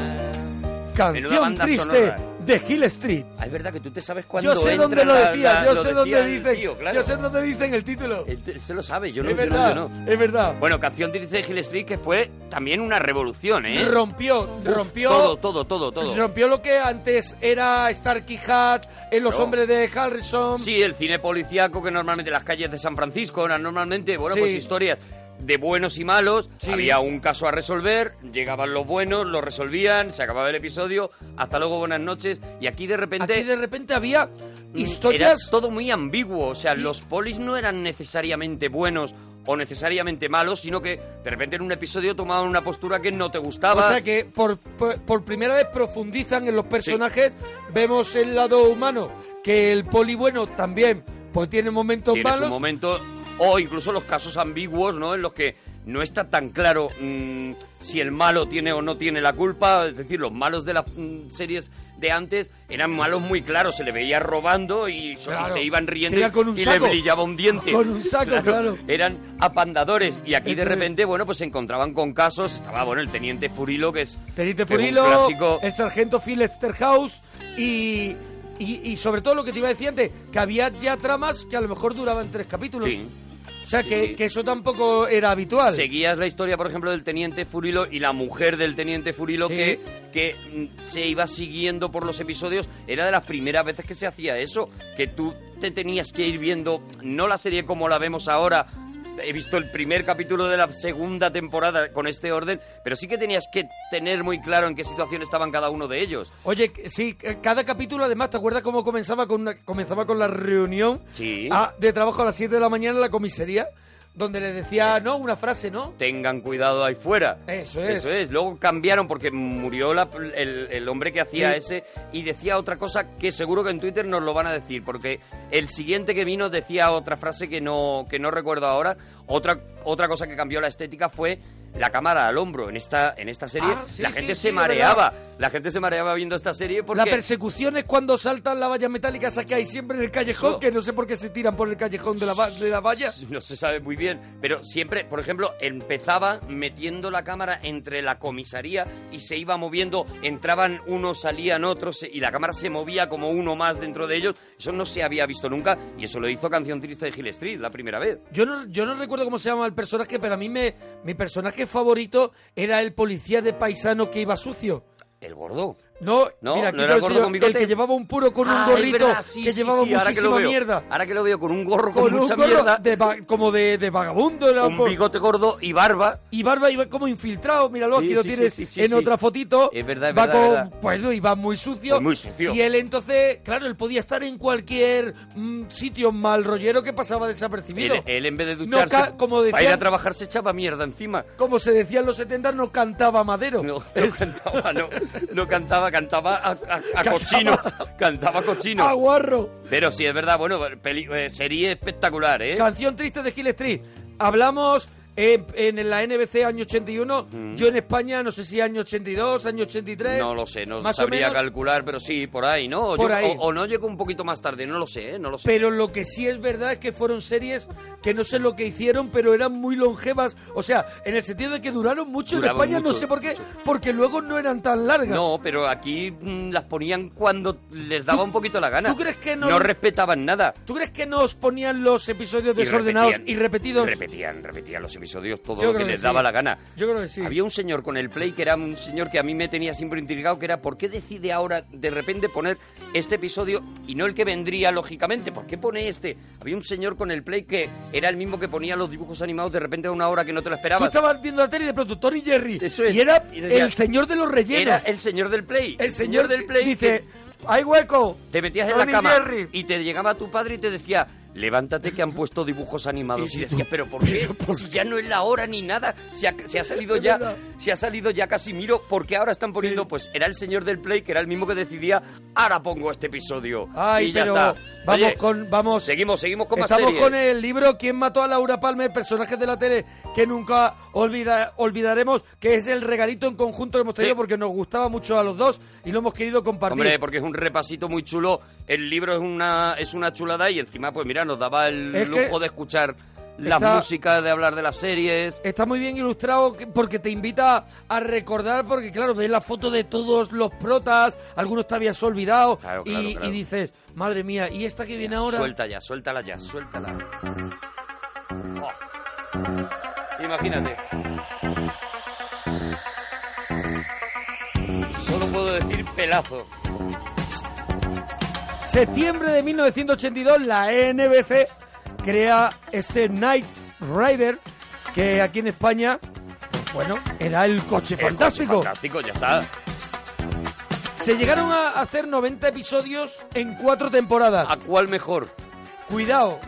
[SPEAKER 2] Menuda
[SPEAKER 5] Canción
[SPEAKER 2] banda
[SPEAKER 5] triste
[SPEAKER 2] sonora. eh.
[SPEAKER 5] de Hill Street.
[SPEAKER 2] Ah, Es verdad que tú te sabes cuándo
[SPEAKER 5] Yo sé
[SPEAKER 2] entra
[SPEAKER 5] dónde lo
[SPEAKER 2] la-
[SPEAKER 5] decía,
[SPEAKER 2] la-
[SPEAKER 5] yo
[SPEAKER 2] lo
[SPEAKER 5] sé
[SPEAKER 2] decía
[SPEAKER 5] dónde
[SPEAKER 2] el
[SPEAKER 5] dicen,
[SPEAKER 2] tío, claro.
[SPEAKER 5] yo sé dónde dicen el título.
[SPEAKER 2] Él, él se lo sabe, yo no,
[SPEAKER 5] es
[SPEAKER 2] yo no,
[SPEAKER 5] verdad,
[SPEAKER 2] yo no.
[SPEAKER 5] es verdad.
[SPEAKER 2] Bueno, canción triste de Hill Street que fue también una revolución, ¿eh?
[SPEAKER 5] Rompió,
[SPEAKER 2] Uf,
[SPEAKER 5] rompió.
[SPEAKER 2] Todo, todo, todo, todo.
[SPEAKER 5] Rompió lo que antes era Starkey Hat, en los
[SPEAKER 2] Claro.
[SPEAKER 5] hombres de Harrison.
[SPEAKER 2] Sí, el cine policíaco que normalmente las calles de San Francisco eran normalmente, bueno,
[SPEAKER 5] Sí.
[SPEAKER 2] pues historias de buenos y malos. Había un caso a resolver, llegaban los buenos, lo resolvían, se acababa el episodio, hasta luego, buenas noches. Y aquí de repente...
[SPEAKER 5] Aquí de repente había
[SPEAKER 2] historias... Era todo muy ambiguo, o sea, los polis no eran necesariamente buenos o necesariamente malos, sino que de repente en un episodio tomaban una postura que no te
[SPEAKER 5] O
[SPEAKER 2] gustaba.
[SPEAKER 5] sea que por, por, por primera vez profundizan en los personajes, vemos el lado humano, que el poli bueno también pues tiene momentos
[SPEAKER 2] Tienes
[SPEAKER 5] malos.
[SPEAKER 2] un momento o incluso los casos ambiguos, ¿no? En los que no está tan claro mm, si el malo tiene o no tiene la culpa. Es decir, los malos de las mm, series de antes eran malos muy claros. Se le veía robando y, so- y
[SPEAKER 5] Claro.
[SPEAKER 2] se iban riendo
[SPEAKER 5] Se iba con un
[SPEAKER 2] y
[SPEAKER 5] saco.
[SPEAKER 2] le brillaba un diente.
[SPEAKER 5] Con un saco, claro.
[SPEAKER 2] Eran apandadores y aquí
[SPEAKER 5] Eso
[SPEAKER 2] de
[SPEAKER 5] es.
[SPEAKER 2] repente, bueno, pues se encontraban con casos. Estaba, bueno, el teniente Furilo, que es
[SPEAKER 5] Teniente
[SPEAKER 2] que es un
[SPEAKER 5] Furilo,
[SPEAKER 2] clásico.
[SPEAKER 5] el sargento Phil Esterhouse y, y, y sobre todo lo que te iba a decir antes, que había ya tramas que a lo mejor duraban tres capítulos.
[SPEAKER 2] Sí.
[SPEAKER 5] O sea
[SPEAKER 2] Sí,
[SPEAKER 5] que,
[SPEAKER 2] sí.
[SPEAKER 5] que eso tampoco era habitual.
[SPEAKER 2] Seguías la historia, por ejemplo, del teniente Furilo y la mujer del teniente Furilo
[SPEAKER 5] Sí.
[SPEAKER 2] que, que mm, se iba siguiendo por los episodios. Era de las primeras veces que se hacía eso, que tú te tenías que ir viendo, no la serie como la vemos ahora. He visto el primer capítulo de la segunda temporada con este orden, pero sí que tenías que tener muy claro en qué situación estaban cada uno de ellos.
[SPEAKER 5] Oye, que- sí, que cada capítulo además, ¿te acuerdas cómo comenzaba con una, comenzaba con la reunión
[SPEAKER 2] Sí.
[SPEAKER 5] ah, de trabajo a las 7 de la mañana en la comisaría? Donde le decía, no, una frase, ¿no?
[SPEAKER 2] Tengan cuidado ahí fuera.
[SPEAKER 5] Eso es.
[SPEAKER 2] Eso es. Luego cambiaron porque murió la- el, el hombre que hacía
[SPEAKER 5] Sí.
[SPEAKER 2] ese y decía otra cosa que seguro que en Twitter nos lo van a decir porque el siguiente que vino decía otra frase que no que no recuerdo ahora. Otra otra cosa que cambió la estética fue la cámara al hombro en esta en esta serie.
[SPEAKER 5] Ah, sí,
[SPEAKER 2] la
[SPEAKER 5] sí,
[SPEAKER 2] gente
[SPEAKER 5] sí,
[SPEAKER 2] se
[SPEAKER 5] es
[SPEAKER 2] mareaba.
[SPEAKER 5] verdad.
[SPEAKER 2] La gente se mareaba viendo esta serie porque
[SPEAKER 5] La persecución es cuando saltan la valla metálica esa que hay siempre en el callejón, que no sé por qué se tiran por el callejón de la, va- de la valla.
[SPEAKER 2] <laughs> no se sabe muy bien, pero siempre, por ejemplo, empezaba metiendo la cámara entre la comisaría y se iba moviendo, entraban unos, salían otros y la cámara se movía como uno más dentro de ellos. Eso no se había visto nunca y eso lo hizo Canción Triste de Gil Street la primera vez.
[SPEAKER 5] Yo no, yo no recuerdo cómo se llama el personaje, pero a mí me, mi personaje favorito era el policía de paisano que iba sucio.
[SPEAKER 2] El gordo.
[SPEAKER 5] No,
[SPEAKER 2] No,
[SPEAKER 5] mira, aquí
[SPEAKER 2] no era
[SPEAKER 5] te lo
[SPEAKER 2] el gordo
[SPEAKER 5] enseño,
[SPEAKER 2] con bigote.
[SPEAKER 5] el que llevaba un puro con
[SPEAKER 2] Ah,
[SPEAKER 5] un
[SPEAKER 2] es
[SPEAKER 5] gorrito,
[SPEAKER 2] verdad, sí,
[SPEAKER 5] que
[SPEAKER 2] sí,
[SPEAKER 5] llevaba
[SPEAKER 2] sí, ahora que lo
[SPEAKER 5] muchísima
[SPEAKER 2] veo.
[SPEAKER 5] mierda.
[SPEAKER 2] Ahora que lo veo con un gorro con,
[SPEAKER 5] Con un
[SPEAKER 2] mucha
[SPEAKER 5] gorro
[SPEAKER 2] mierda.
[SPEAKER 5] de va- como de, de vagabundo. era
[SPEAKER 2] Un
[SPEAKER 5] por-
[SPEAKER 2] bigote gordo y barba.
[SPEAKER 5] Y barba iba como infiltrado, míralo,
[SPEAKER 2] Sí,
[SPEAKER 5] aquí lo
[SPEAKER 2] sí,
[SPEAKER 5] tienes
[SPEAKER 2] sí, sí, sí,
[SPEAKER 5] en
[SPEAKER 2] sí.
[SPEAKER 5] otra fotito.
[SPEAKER 2] Es verdad, es
[SPEAKER 5] va
[SPEAKER 2] verdad, es
[SPEAKER 5] con-
[SPEAKER 2] verdad.
[SPEAKER 5] Pues no, y va muy sucio.
[SPEAKER 2] Pues muy sucio.
[SPEAKER 5] Y él entonces, claro, él podía estar en cualquier mm, sitio mal rollero que pasaba desapercibido.
[SPEAKER 2] Él, él en vez de
[SPEAKER 5] No
[SPEAKER 2] ducharse,
[SPEAKER 5] ca- como
[SPEAKER 2] para ir a
[SPEAKER 5] decían-
[SPEAKER 2] trabajar se echaba mierda encima.
[SPEAKER 5] Como se decía en los 70, no cantaba madero.
[SPEAKER 2] No cantaba, no, no cantaba, cantaba a, a- a cochino. Cantaba cochino.
[SPEAKER 5] Aguarro.
[SPEAKER 2] Pero sí, es verdad, bueno, peli- eh, sería espectacular,
[SPEAKER 5] <laughs>
[SPEAKER 2] ¿eh?
[SPEAKER 5] Canción triste de Gil Street. Hablamos en, en la NBC año 81.
[SPEAKER 2] Mm.
[SPEAKER 5] Yo en España, no sé si año 82, año 83.
[SPEAKER 2] No lo sé, no
[SPEAKER 5] más o
[SPEAKER 2] sabría
[SPEAKER 5] menos.
[SPEAKER 2] calcular, pero sí, por ahí, ¿no? O,
[SPEAKER 5] Por
[SPEAKER 2] yo-
[SPEAKER 5] ahí.
[SPEAKER 2] o- o no llegó un poquito más tarde, no lo sé, ¿eh? No lo sé.
[SPEAKER 5] Pero lo que sí es verdad es que fueron series que no sé lo que hicieron, pero eran muy longevas. O sea, en el sentido de que duraron mucho en
[SPEAKER 2] Duraban
[SPEAKER 5] España,
[SPEAKER 2] mucho,
[SPEAKER 5] no sé por qué, porque luego no eran tan largas.
[SPEAKER 2] No, pero aquí mm, las ponían cuando les daba un poquito la gana.
[SPEAKER 5] ¿Tú crees que no-
[SPEAKER 2] No respetaban nada.
[SPEAKER 5] ¿Tú crees que nos ponían los episodios
[SPEAKER 2] Y
[SPEAKER 5] desordenados
[SPEAKER 2] repetían,
[SPEAKER 5] y repetidos?
[SPEAKER 2] Repetían, repetían los episodios todo
[SPEAKER 5] Yo
[SPEAKER 2] lo que
[SPEAKER 5] creo que
[SPEAKER 2] les
[SPEAKER 5] sí.
[SPEAKER 2] daba la gana.
[SPEAKER 5] Yo creo que sí.
[SPEAKER 2] Había un señor con el Play que era un señor que a mí me tenía siempre intrigado, que era ¿por qué decide ahora de repente poner este episodio y no el que vendría lógicamente? ¿Por qué pone este? Había un señor con el Play que era el mismo que ponía los dibujos animados de repente a una hora que no te lo
[SPEAKER 5] Tú
[SPEAKER 2] esperabas.
[SPEAKER 5] estabas viendo la tele de productor y Jerry. Y era
[SPEAKER 2] Y decía-
[SPEAKER 5] el señor de los rellenos.
[SPEAKER 2] Era el señor del Play.
[SPEAKER 5] El señor
[SPEAKER 2] del Play
[SPEAKER 5] dice, hay hueco.
[SPEAKER 2] Te metías en
[SPEAKER 5] Tony
[SPEAKER 2] la cama
[SPEAKER 5] Jerry.
[SPEAKER 2] y te llegaba tu padre y te decía, levántate que han puesto dibujos
[SPEAKER 5] <laughs>
[SPEAKER 2] animados. Y, decía, pero ¿por qué? Si ya no es la hora ni nada, se ha, se ha salido
[SPEAKER 5] Es
[SPEAKER 2] ya,
[SPEAKER 5] verdad.
[SPEAKER 2] se ha salido ya Casimiro, porque ahora están poniendo, pues era el señor del play, que era el mismo que decidía, ahora pongo este episodio.
[SPEAKER 5] Ay,
[SPEAKER 2] y ya
[SPEAKER 5] pero
[SPEAKER 2] está.
[SPEAKER 5] vamos
[SPEAKER 2] Oye,
[SPEAKER 5] con vamos.
[SPEAKER 2] Seguimos, seguimos con más
[SPEAKER 5] Estamos
[SPEAKER 2] series.
[SPEAKER 5] con el libro ¿Quién mató a Laura Palmer? Personajes de la tele que nunca olvida- olvidaremos, que es el regalito en conjunto que hemos tenido porque nos gustaba mucho a los dos y lo hemos querido compartir.
[SPEAKER 2] Hombre, porque es un repasito muy chulo. El libro es una es una chulada y encima, pues mira, nos daba el
[SPEAKER 5] Es que
[SPEAKER 2] lujo de escuchar las
[SPEAKER 5] está-
[SPEAKER 2] músicas, de hablar de las series.
[SPEAKER 5] Está muy bien ilustrado que- porque te invita a recordar, porque claro, ves la foto de todos los protas, algunos te habías olvidado y,
[SPEAKER 2] claro, claro.
[SPEAKER 5] y dices, madre mía, ¿y esta que viene ahora?
[SPEAKER 2] Suelta ya, suéltala ya, suéltala.
[SPEAKER 3] Mm.
[SPEAKER 2] Oh. Imagínate. Solo puedo decir pelazo.
[SPEAKER 5] Septiembre de 1982, la NBC crea este Night Rider, que aquí en España, bueno, era el coche
[SPEAKER 2] El coche
[SPEAKER 5] fantástico.
[SPEAKER 2] fantástico, ya está.
[SPEAKER 5] Se llegaron a hacer 90 episodios en cuatro temporadas. ¿A
[SPEAKER 2] cuál mejor?
[SPEAKER 5] Cuidado,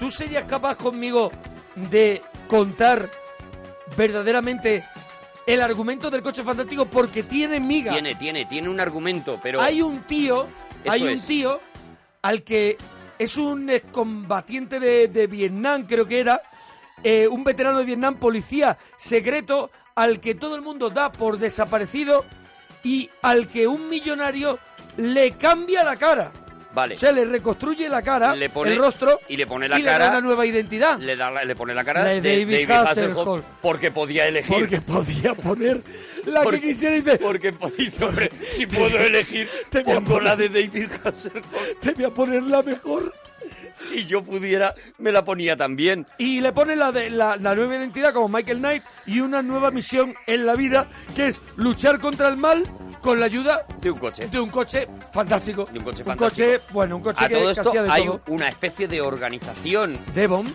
[SPEAKER 5] ¿tú serías capaz conmigo de contar verdaderamente el argumento del coche fantástico? Porque tiene miga.
[SPEAKER 2] Tiene, tiene, tiene un argumento, pero.
[SPEAKER 5] Hay un tío,
[SPEAKER 2] Eso
[SPEAKER 5] hay un
[SPEAKER 2] es.
[SPEAKER 5] tío al que es un combatiente de, de Vietnam, creo que era, eh, un veterano de Vietnam, policía secreto, al que todo el mundo da por desaparecido y al que un millonario le cambia la cara.
[SPEAKER 2] Vale.
[SPEAKER 5] O sea, le reconstruye la cara,
[SPEAKER 2] le pone
[SPEAKER 5] el rostro
[SPEAKER 2] y le pone la
[SPEAKER 5] y le da
[SPEAKER 2] cara
[SPEAKER 5] una nueva identidad.
[SPEAKER 2] le, da la- le pone la cara
[SPEAKER 5] La
[SPEAKER 2] de,
[SPEAKER 5] de David
[SPEAKER 2] David, Hasselhoff,
[SPEAKER 5] Hasselhoff.
[SPEAKER 2] porque podía elegir
[SPEAKER 5] Porque podía poner la que quisiera y dice...
[SPEAKER 2] Porque podía,
[SPEAKER 5] <laughs>
[SPEAKER 2] hombre, si puedo elegir pongo la de David Hasselhoff
[SPEAKER 5] te voy a poner la mejor
[SPEAKER 2] si yo pudiera me la ponía también
[SPEAKER 5] Y le pone la, de, la, la nueva identidad como Michael Knight y una nueva misión en la vida que es luchar contra el mal con la ayuda
[SPEAKER 2] de un coche.
[SPEAKER 5] De un coche fantástico. De
[SPEAKER 2] un coche
[SPEAKER 5] Un
[SPEAKER 2] fantástico.
[SPEAKER 5] coche, bueno, un coche
[SPEAKER 2] a
[SPEAKER 5] que,
[SPEAKER 2] todo
[SPEAKER 5] que
[SPEAKER 2] esto
[SPEAKER 5] hacía de
[SPEAKER 2] hay
[SPEAKER 5] todo.
[SPEAKER 2] una especie de organización
[SPEAKER 5] Devon.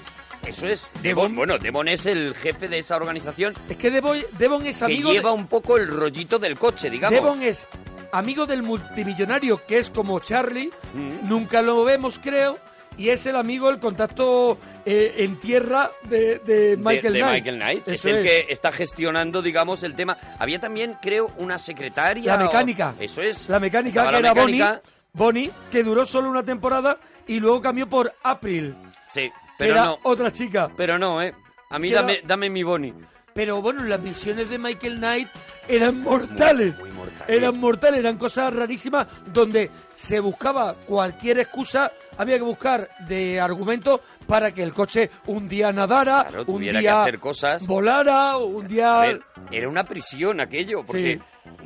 [SPEAKER 2] eso es Devon bueno Devon es el jefe de esa organización
[SPEAKER 5] Es que Devon, Devon es
[SPEAKER 2] que
[SPEAKER 5] amigo
[SPEAKER 2] lleva
[SPEAKER 5] de-
[SPEAKER 2] un poco el rollito del coche digamos
[SPEAKER 5] Devon es amigo del multimillonario que es como Charlie,
[SPEAKER 2] Mm.
[SPEAKER 5] nunca lo vemos creo, y es el amigo, el contacto eh, en tierra de, de
[SPEAKER 2] de-
[SPEAKER 5] Michael
[SPEAKER 2] de
[SPEAKER 5] Knight.
[SPEAKER 2] Michael Knight. Es
[SPEAKER 5] Eso
[SPEAKER 2] el que está gestionando, digamos, el tema. Había también, creo, una secretaria.
[SPEAKER 5] La mecánica.
[SPEAKER 2] o- Eso es.
[SPEAKER 5] La mecánica,
[SPEAKER 2] Estaba
[SPEAKER 5] que
[SPEAKER 2] la
[SPEAKER 5] era
[SPEAKER 2] mecánica.
[SPEAKER 5] Bonnie, Bonnie, que duró solo una temporada y luego cambió por April,
[SPEAKER 2] Sí,
[SPEAKER 5] que
[SPEAKER 2] pero
[SPEAKER 5] era
[SPEAKER 2] no.
[SPEAKER 5] otra chica.
[SPEAKER 2] Pero no, ¿eh? A mí
[SPEAKER 5] Que era-
[SPEAKER 2] dame, dame mi Bonnie.
[SPEAKER 5] Pero bueno, las misiones de Michael Knight eran mortales.
[SPEAKER 2] mortales.
[SPEAKER 5] Eran mortales, eran cosas rarísimas donde se buscaba cualquier excusa, había que buscar de argumento para que el coche un día nadara, un
[SPEAKER 2] tuviera
[SPEAKER 5] día
[SPEAKER 2] que hacer cosas.
[SPEAKER 5] volara, un día...
[SPEAKER 2] A ver, era una prisión aquello, porque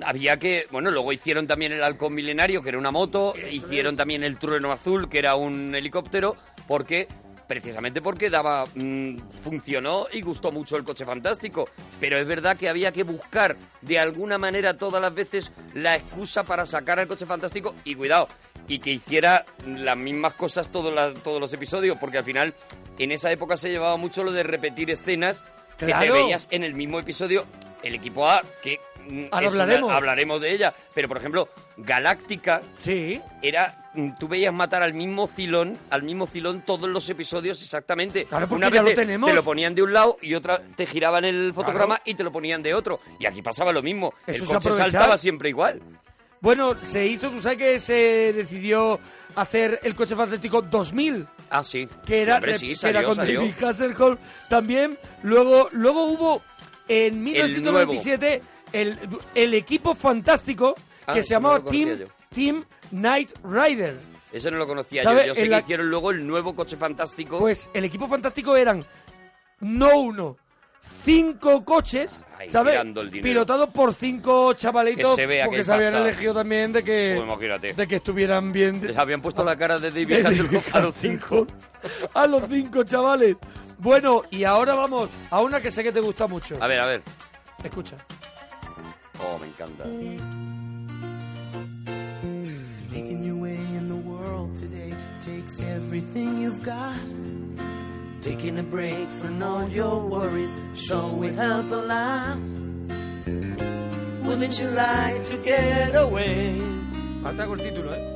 [SPEAKER 2] había que... Bueno, luego hicieron también el halcón milenario, que era una moto, hicieron también el trueno azul, que era un helicóptero, porque... Precisamente porque daba, mm, funcionó y gustó mucho el coche fantástico. Pero es verdad que había que buscar de alguna manera todas las veces la excusa para sacar al coche fantástico y cuidado, y que hiciera las mismas cosas todos la- todos los episodios, porque al final en esa época se llevaba mucho lo de repetir escenas que te
[SPEAKER 5] Claro.
[SPEAKER 2] veías en el mismo episodio el equipo A, que mm,
[SPEAKER 5] Ahora
[SPEAKER 2] es una-
[SPEAKER 5] Ah, hablaremos.
[SPEAKER 2] hablaremos de ella, pero por ejemplo, Galáctica
[SPEAKER 5] sí.
[SPEAKER 2] era mm, tú veías matar al mismo Cilón, al mismo Cilón todos los episodios exactamente.
[SPEAKER 5] Claro, porque
[SPEAKER 2] una
[SPEAKER 5] ya
[SPEAKER 2] vez
[SPEAKER 5] lo
[SPEAKER 2] te,
[SPEAKER 5] tenemos.
[SPEAKER 2] te lo ponían de un lado y otra te giraban el fotograma y te lo ponían de otro. Y aquí pasaba lo mismo.
[SPEAKER 5] Eso
[SPEAKER 2] el
[SPEAKER 5] es
[SPEAKER 2] coche
[SPEAKER 5] aprovechar.
[SPEAKER 2] saltaba siempre igual.
[SPEAKER 5] Bueno, se hizo, tú sabes que se decidió hacer el coche fantástico 2000,
[SPEAKER 2] Ah, sí.
[SPEAKER 5] que era,
[SPEAKER 2] Sí, hombre,
[SPEAKER 5] rep-
[SPEAKER 2] sí,
[SPEAKER 5] que
[SPEAKER 2] salió,
[SPEAKER 5] era con
[SPEAKER 2] salió.
[SPEAKER 5] David Hasselhoff también. Luego, luego hubo en
[SPEAKER 2] nuevo.
[SPEAKER 5] 1997 el, el equipo fantástico
[SPEAKER 2] Ah,
[SPEAKER 5] que
[SPEAKER 2] ese
[SPEAKER 5] se llamaba
[SPEAKER 2] no lo conocía
[SPEAKER 5] Team, Team Knight Rider.
[SPEAKER 2] Eso no lo conocía
[SPEAKER 5] ¿Sabe?
[SPEAKER 2] yo. Yo sé
[SPEAKER 5] En la-
[SPEAKER 2] que hicieron luego el nuevo coche fantástico.
[SPEAKER 5] Pues el equipo fantástico eran no uno, cinco coches,
[SPEAKER 2] Ahí
[SPEAKER 5] ¿sabes?
[SPEAKER 2] tirando el dinero.
[SPEAKER 5] Pilotados por cinco chavalitos
[SPEAKER 2] Que se vea que
[SPEAKER 5] porque
[SPEAKER 2] hay
[SPEAKER 5] se habían
[SPEAKER 2] pasta.
[SPEAKER 5] elegido también de que,
[SPEAKER 2] Pues imagínate.
[SPEAKER 5] de que estuvieran bien de-
[SPEAKER 2] Les habían puesto la cara de
[SPEAKER 5] De
[SPEAKER 2] David
[SPEAKER 5] David
[SPEAKER 2] Hasselhoff a
[SPEAKER 5] <laughs>
[SPEAKER 2] los cinco.
[SPEAKER 5] a los cinco chavales. Bueno, y ahora vamos a una que sé que te gusta mucho.
[SPEAKER 2] A ver, a ver.
[SPEAKER 5] Escucha.
[SPEAKER 2] Oh, me encanta.
[SPEAKER 4] Making your way in the world today takes everything you've got. Taking a break from all your worries sure would help a lot. Wouldn't you like to get away?
[SPEAKER 5] Hasta con el título, ¿eh?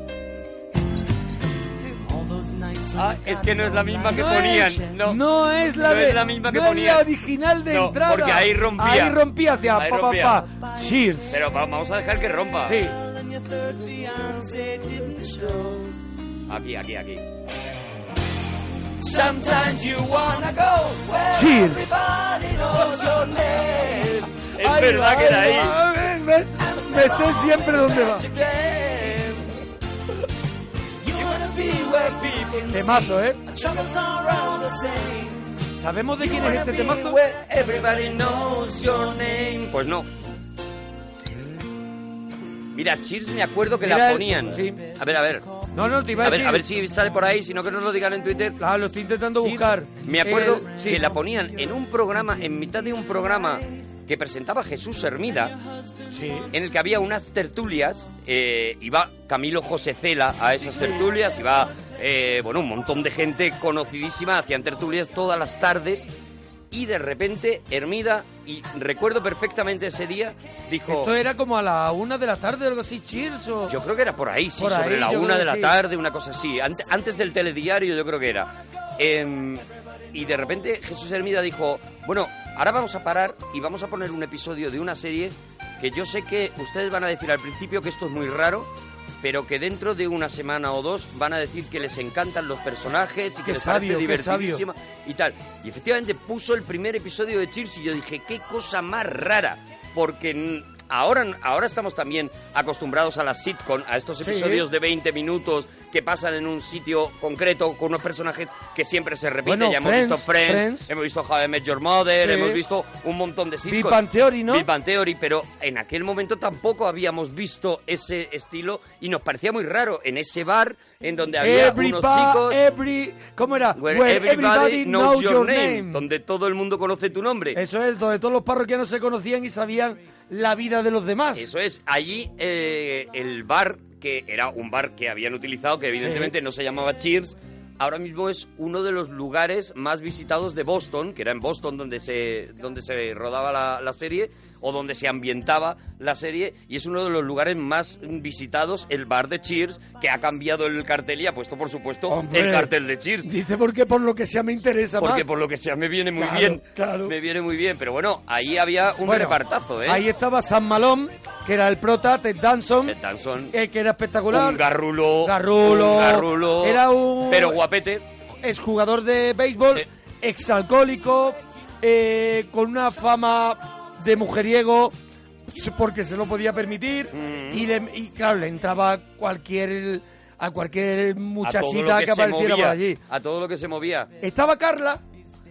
[SPEAKER 4] All those
[SPEAKER 2] Ah, es que no es la misma que
[SPEAKER 5] No
[SPEAKER 2] ponían.
[SPEAKER 5] es-
[SPEAKER 2] no.
[SPEAKER 5] no es la
[SPEAKER 2] No
[SPEAKER 5] de-
[SPEAKER 2] es la misma que
[SPEAKER 5] no es la
[SPEAKER 2] ponían.
[SPEAKER 5] original de
[SPEAKER 2] No,
[SPEAKER 5] entrada.
[SPEAKER 2] Porque ahí rompía.
[SPEAKER 5] Ahí rompía hacia
[SPEAKER 2] Ahí
[SPEAKER 5] pa, pa,
[SPEAKER 2] rompía.
[SPEAKER 5] pa. Cheers.
[SPEAKER 2] Pero va- vamos a dejar que rompa.
[SPEAKER 5] Sí.
[SPEAKER 4] And your third fiance didn't show.
[SPEAKER 2] Aquí, aquí, aquí.
[SPEAKER 4] Sometimes you wanna go where
[SPEAKER 5] Cheers.
[SPEAKER 4] everybody knows your name.
[SPEAKER 2] Es verdad que era ahí.
[SPEAKER 5] ahí. Me, me sé siempre dónde va.
[SPEAKER 4] You wanna be where people can
[SPEAKER 5] Temazo, ¿eh?
[SPEAKER 4] see. Troubles are all the same.
[SPEAKER 5] ¿Sabemos de quién es este temazo?
[SPEAKER 2] Everybody knows your name. Pues no. Mira, Cheers me acuerdo que
[SPEAKER 5] Mira
[SPEAKER 2] la
[SPEAKER 5] el-
[SPEAKER 2] ponían.
[SPEAKER 5] sí.
[SPEAKER 2] A ver, a ver.
[SPEAKER 5] No, no, te iba a
[SPEAKER 2] A ver,
[SPEAKER 5] decir.
[SPEAKER 2] a ver si sale por ahí, si no que nos lo digan en Twitter.
[SPEAKER 5] Ah, lo estoy intentando buscar.
[SPEAKER 2] Me acuerdo
[SPEAKER 5] Eh, sí.
[SPEAKER 2] que la ponían en un programa, en mitad de un programa que presentaba Jesús Hermida, en el que había unas tertulias, eh, iba Camilo José Cela a esas tertulias, iba eh, bueno, un montón de gente conocidísima, hacían tertulias todas las tardes, y de repente Hermida, y recuerdo perfectamente ese día, dijo...
[SPEAKER 5] Esto era como a la una de la tarde o algo así, cheers o...
[SPEAKER 2] Yo creo que era por ahí, sí,
[SPEAKER 5] Por
[SPEAKER 2] sobre
[SPEAKER 5] ahí,
[SPEAKER 2] la
[SPEAKER 5] yo
[SPEAKER 2] una
[SPEAKER 5] creo
[SPEAKER 2] de la
[SPEAKER 5] que sí.
[SPEAKER 2] tarde, una cosa así. Ante- antes del telediario, yo creo que era. Em, y de repente Jesús Hermida dijo: Bueno, ahora vamos a parar y vamos a poner un episodio de una serie que yo sé que ustedes van a decir al principio que esto es muy raro. Pero que dentro de una semana o dos van a decir que les encantan los personajes y que
[SPEAKER 5] Qué
[SPEAKER 2] les
[SPEAKER 5] sabio, qué
[SPEAKER 2] parece
[SPEAKER 5] sabio.
[SPEAKER 2] divertidísima y tal. Y efectivamente puso el primer episodio de Cheers y yo dije, qué cosa más rara, porque n- ahora, ahora estamos también acostumbrados a las sitcom, a estos
[SPEAKER 5] Sí.
[SPEAKER 2] episodios de 20 minutos que pasan en un sitio concreto con unos personajes que siempre se repiten.
[SPEAKER 5] Bueno,
[SPEAKER 2] ya hemos
[SPEAKER 5] Friends,
[SPEAKER 2] visto Friends,
[SPEAKER 5] Friends.
[SPEAKER 2] hemos visto How I Met Your Mother,
[SPEAKER 5] Sí.
[SPEAKER 2] hemos visto un montón de
[SPEAKER 5] Big
[SPEAKER 2] sitcoms.
[SPEAKER 5] Bang Theory, ¿no?
[SPEAKER 2] Big Bang Theory, pero en aquel momento tampoco habíamos visto ese estilo y nos parecía muy raro en ese bar en donde había unos
[SPEAKER 5] Everyba-
[SPEAKER 2] chicos
[SPEAKER 5] every- ¿Cómo era?
[SPEAKER 2] Where
[SPEAKER 5] Where
[SPEAKER 2] everybody, knows, your, name. Donde todo el mundo conoce tu nombre.
[SPEAKER 5] Eso es, donde todos los parroquianos se conocían y sabían la vida de los demás.
[SPEAKER 2] Eso es, allí eh, el bar, que era un bar que habían utilizado, que evidentemente no se llamaba Cheers, ahora mismo es uno de los lugares más visitados de Boston, que era en Boston donde se, donde se rodaba la, la serie o donde se ambientaba la serie, y es uno de los lugares más visitados, el bar de Cheers, que ha cambiado el cartel y ha puesto, por supuesto, el
[SPEAKER 5] Hombre.
[SPEAKER 2] cartel de Cheers.
[SPEAKER 5] Dice porque por lo que sea me interesa
[SPEAKER 2] Porque
[SPEAKER 5] más.
[SPEAKER 2] por lo que sea me viene muy
[SPEAKER 5] Claro,
[SPEAKER 2] bien. Me viene muy bien, pero bueno, ahí había un
[SPEAKER 5] Bueno,
[SPEAKER 2] repartazo, ¿eh?
[SPEAKER 5] Ahí estaba San Malón, que era el prota, Ted Danson,
[SPEAKER 2] Danson,
[SPEAKER 5] eh, que era espectacular.
[SPEAKER 2] un garrulo,
[SPEAKER 5] Garrulo.
[SPEAKER 2] un garrulo,
[SPEAKER 5] Era un-
[SPEAKER 2] pero guapete.
[SPEAKER 5] exjugador de béisbol, exalcohólico, eh, con una fama de mujeriego porque se lo podía permitir
[SPEAKER 2] Mm.
[SPEAKER 5] y, le- y, claro, le entraba cualquier a cualquier
[SPEAKER 2] a todo lo
[SPEAKER 5] muchachita que,
[SPEAKER 2] se
[SPEAKER 5] apareciera
[SPEAKER 2] movía,
[SPEAKER 5] por allí.
[SPEAKER 2] A todo lo que se movía.
[SPEAKER 5] Estaba Carla,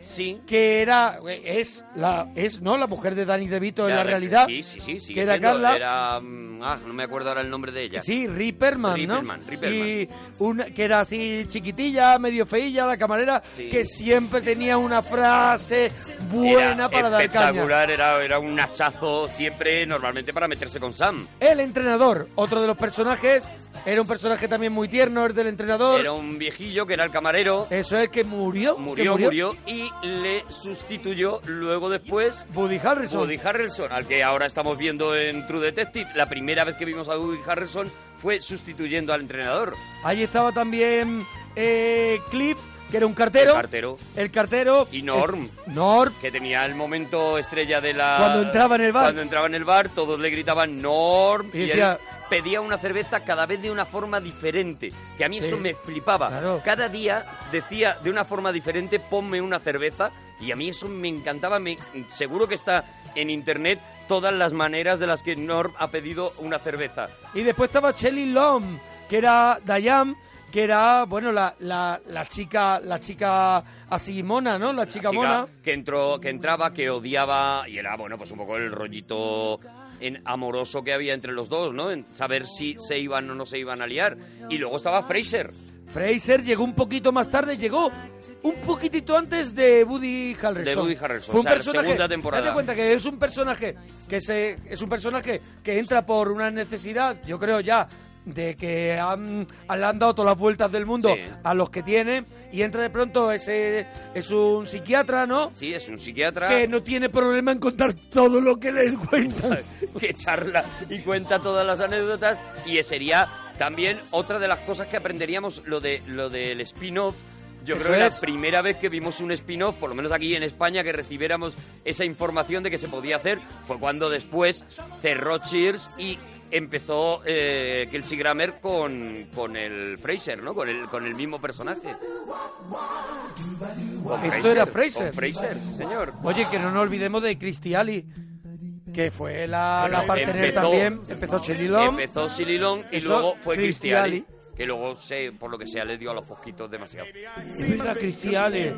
[SPEAKER 2] Sí.
[SPEAKER 5] que era es la es no la mujer de Danny DeVito en
[SPEAKER 2] Era
[SPEAKER 5] la
[SPEAKER 2] re-
[SPEAKER 5] realidad.
[SPEAKER 2] Sí, sí, sí. sigue
[SPEAKER 5] que era
[SPEAKER 2] siendo,
[SPEAKER 5] Carla.
[SPEAKER 2] Era, mm, ah, no me acuerdo ahora el nombre de ella.
[SPEAKER 5] Sí, Ripperman, ¿no?
[SPEAKER 2] Ripperman, Ripperman.
[SPEAKER 5] Y una que era así chiquitilla, medio feilla, la camarera,
[SPEAKER 2] Sí.
[SPEAKER 5] que siempre tenía una frase buena
[SPEAKER 2] Era
[SPEAKER 5] para dar caña.
[SPEAKER 2] espectacular, era, era un hachazo siempre, normalmente para meterse con Sam.
[SPEAKER 5] El entrenador, otro de los personajes, era un personaje también muy tierno, el del entrenador.
[SPEAKER 2] Era un viejillo que era el camarero.
[SPEAKER 5] Eso es que murió. que
[SPEAKER 2] Murió, murió, y le sustituyó luego después
[SPEAKER 5] Woody Harrison.
[SPEAKER 2] Woody Harrelson, al que ahora estamos viendo en True Detective. La primera vez que vimos a Woody Harrelson fue sustituyendo al entrenador.
[SPEAKER 5] Ahí estaba también eh, Cliff, que era un cartero.
[SPEAKER 2] El cartero.
[SPEAKER 5] El cartero.
[SPEAKER 2] Y Norm.
[SPEAKER 5] Es- Norm.
[SPEAKER 2] Que tenía el momento estrella de la...
[SPEAKER 5] Cuando entraba en el bar.
[SPEAKER 2] Cuando entraba en el bar, todos le gritaban Norm.
[SPEAKER 5] Y
[SPEAKER 2] Y, él
[SPEAKER 5] decía-
[SPEAKER 2] pedía una cerveza cada vez de una forma diferente. Que a mí eso
[SPEAKER 5] Sí.
[SPEAKER 2] me flipaba. Cada día decía de una forma diferente, ponme una cerveza. Y a mí eso me encantaba. Me... Seguro que está en internet todas las maneras de las que Norm ha pedido una cerveza.
[SPEAKER 5] Y después estaba Shelley Long, que era Diane, que era, bueno, la, la, la chica, la chica así mona, ¿no? La chica,
[SPEAKER 2] chica
[SPEAKER 5] mona.
[SPEAKER 2] que entró que entraba que odiaba y era bueno pues un poco el rollito en amoroso que había entre los dos no en saber si se iban o no se iban a liar y luego estaba Fraser
[SPEAKER 5] Fraser llegó un poquito más tarde, llegó un poquitito antes de Woody Harrelson.
[SPEAKER 2] De Woody Harrelson,
[SPEAKER 5] Fue
[SPEAKER 2] o sea, segunda temporada.
[SPEAKER 5] Date cuenta que es un personaje que se es un personaje que entra por una necesidad, yo creo ya de que han, le han dado todas las vueltas del mundo
[SPEAKER 2] Sí.
[SPEAKER 5] a los que tiene y entra de pronto ese es un psiquiatra, ¿no?
[SPEAKER 2] sí es un psiquiatra
[SPEAKER 5] Que no tiene problema en contar todo
[SPEAKER 2] <laughs>
[SPEAKER 5] lo que le cuentan.
[SPEAKER 2] que charla y cuenta todas las anécdotas y ese sería También otra de las cosas que aprenderíamos, lo, de, lo del spin-off. Yo
[SPEAKER 5] Eso
[SPEAKER 2] creo que
[SPEAKER 5] es.
[SPEAKER 2] la primera vez que vimos un spin-off, por lo menos aquí en España, que recibiéramos esa información de que se podía hacer, fue cuando después cerró Cheers y empezó eh, Kelsey Grammer con, con el Fraser, ¿no? Con el, con el mismo personaje. Con
[SPEAKER 5] Esto era Fraser.
[SPEAKER 2] con Fraser, sí, señor.
[SPEAKER 5] Oye, que no nos olvidemos de Christy Ali, que fue la, la
[SPEAKER 2] Bueno,
[SPEAKER 5] partner
[SPEAKER 2] empezó-
[SPEAKER 5] también. Empezó Chelilón.
[SPEAKER 2] Empezó Sililón y
[SPEAKER 5] Empezó
[SPEAKER 2] luego fue
[SPEAKER 5] Christy
[SPEAKER 2] Cristiali. Que luego, se, por lo que sea, le dio a los poquitos demasiado.
[SPEAKER 5] Mira, Christy Ali.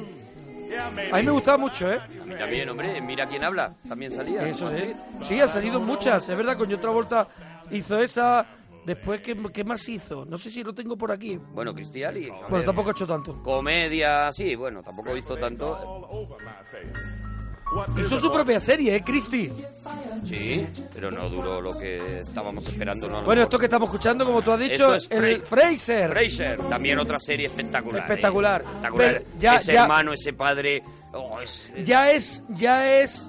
[SPEAKER 5] A mí me gustaba mucho, ¿eh?
[SPEAKER 2] A mí también, hombre, mira quién habla. También salía.
[SPEAKER 5] Eso sí. Sí, ha salido muchas, es verdad, con otra vuelta hizo esa. Después, ¿qué, qué más hizo? No sé si lo tengo por aquí.
[SPEAKER 2] Bueno, Cristiali.
[SPEAKER 5] Bueno, tampoco ha hecho tanto.
[SPEAKER 2] Comedia, sí, bueno, tampoco hizo tanto.
[SPEAKER 5] Hizo su propia serie, ¿eh, Christy?
[SPEAKER 2] Sí, pero no duró lo que estábamos esperando. ¿no? A lo
[SPEAKER 5] Bueno,
[SPEAKER 2] mejor.
[SPEAKER 5] esto que estamos escuchando, como tú has dicho,
[SPEAKER 2] Esto es
[SPEAKER 5] el
[SPEAKER 2] Frey-
[SPEAKER 5] Fraser.
[SPEAKER 2] Fraser, también otra serie espectacular. ¿eh?
[SPEAKER 5] Espectacular.
[SPEAKER 2] Espectacular.
[SPEAKER 5] Pero ya-
[SPEAKER 2] ese
[SPEAKER 5] ya-
[SPEAKER 2] hermano, ese padre. oh, es, es
[SPEAKER 5] Ya es, ya es,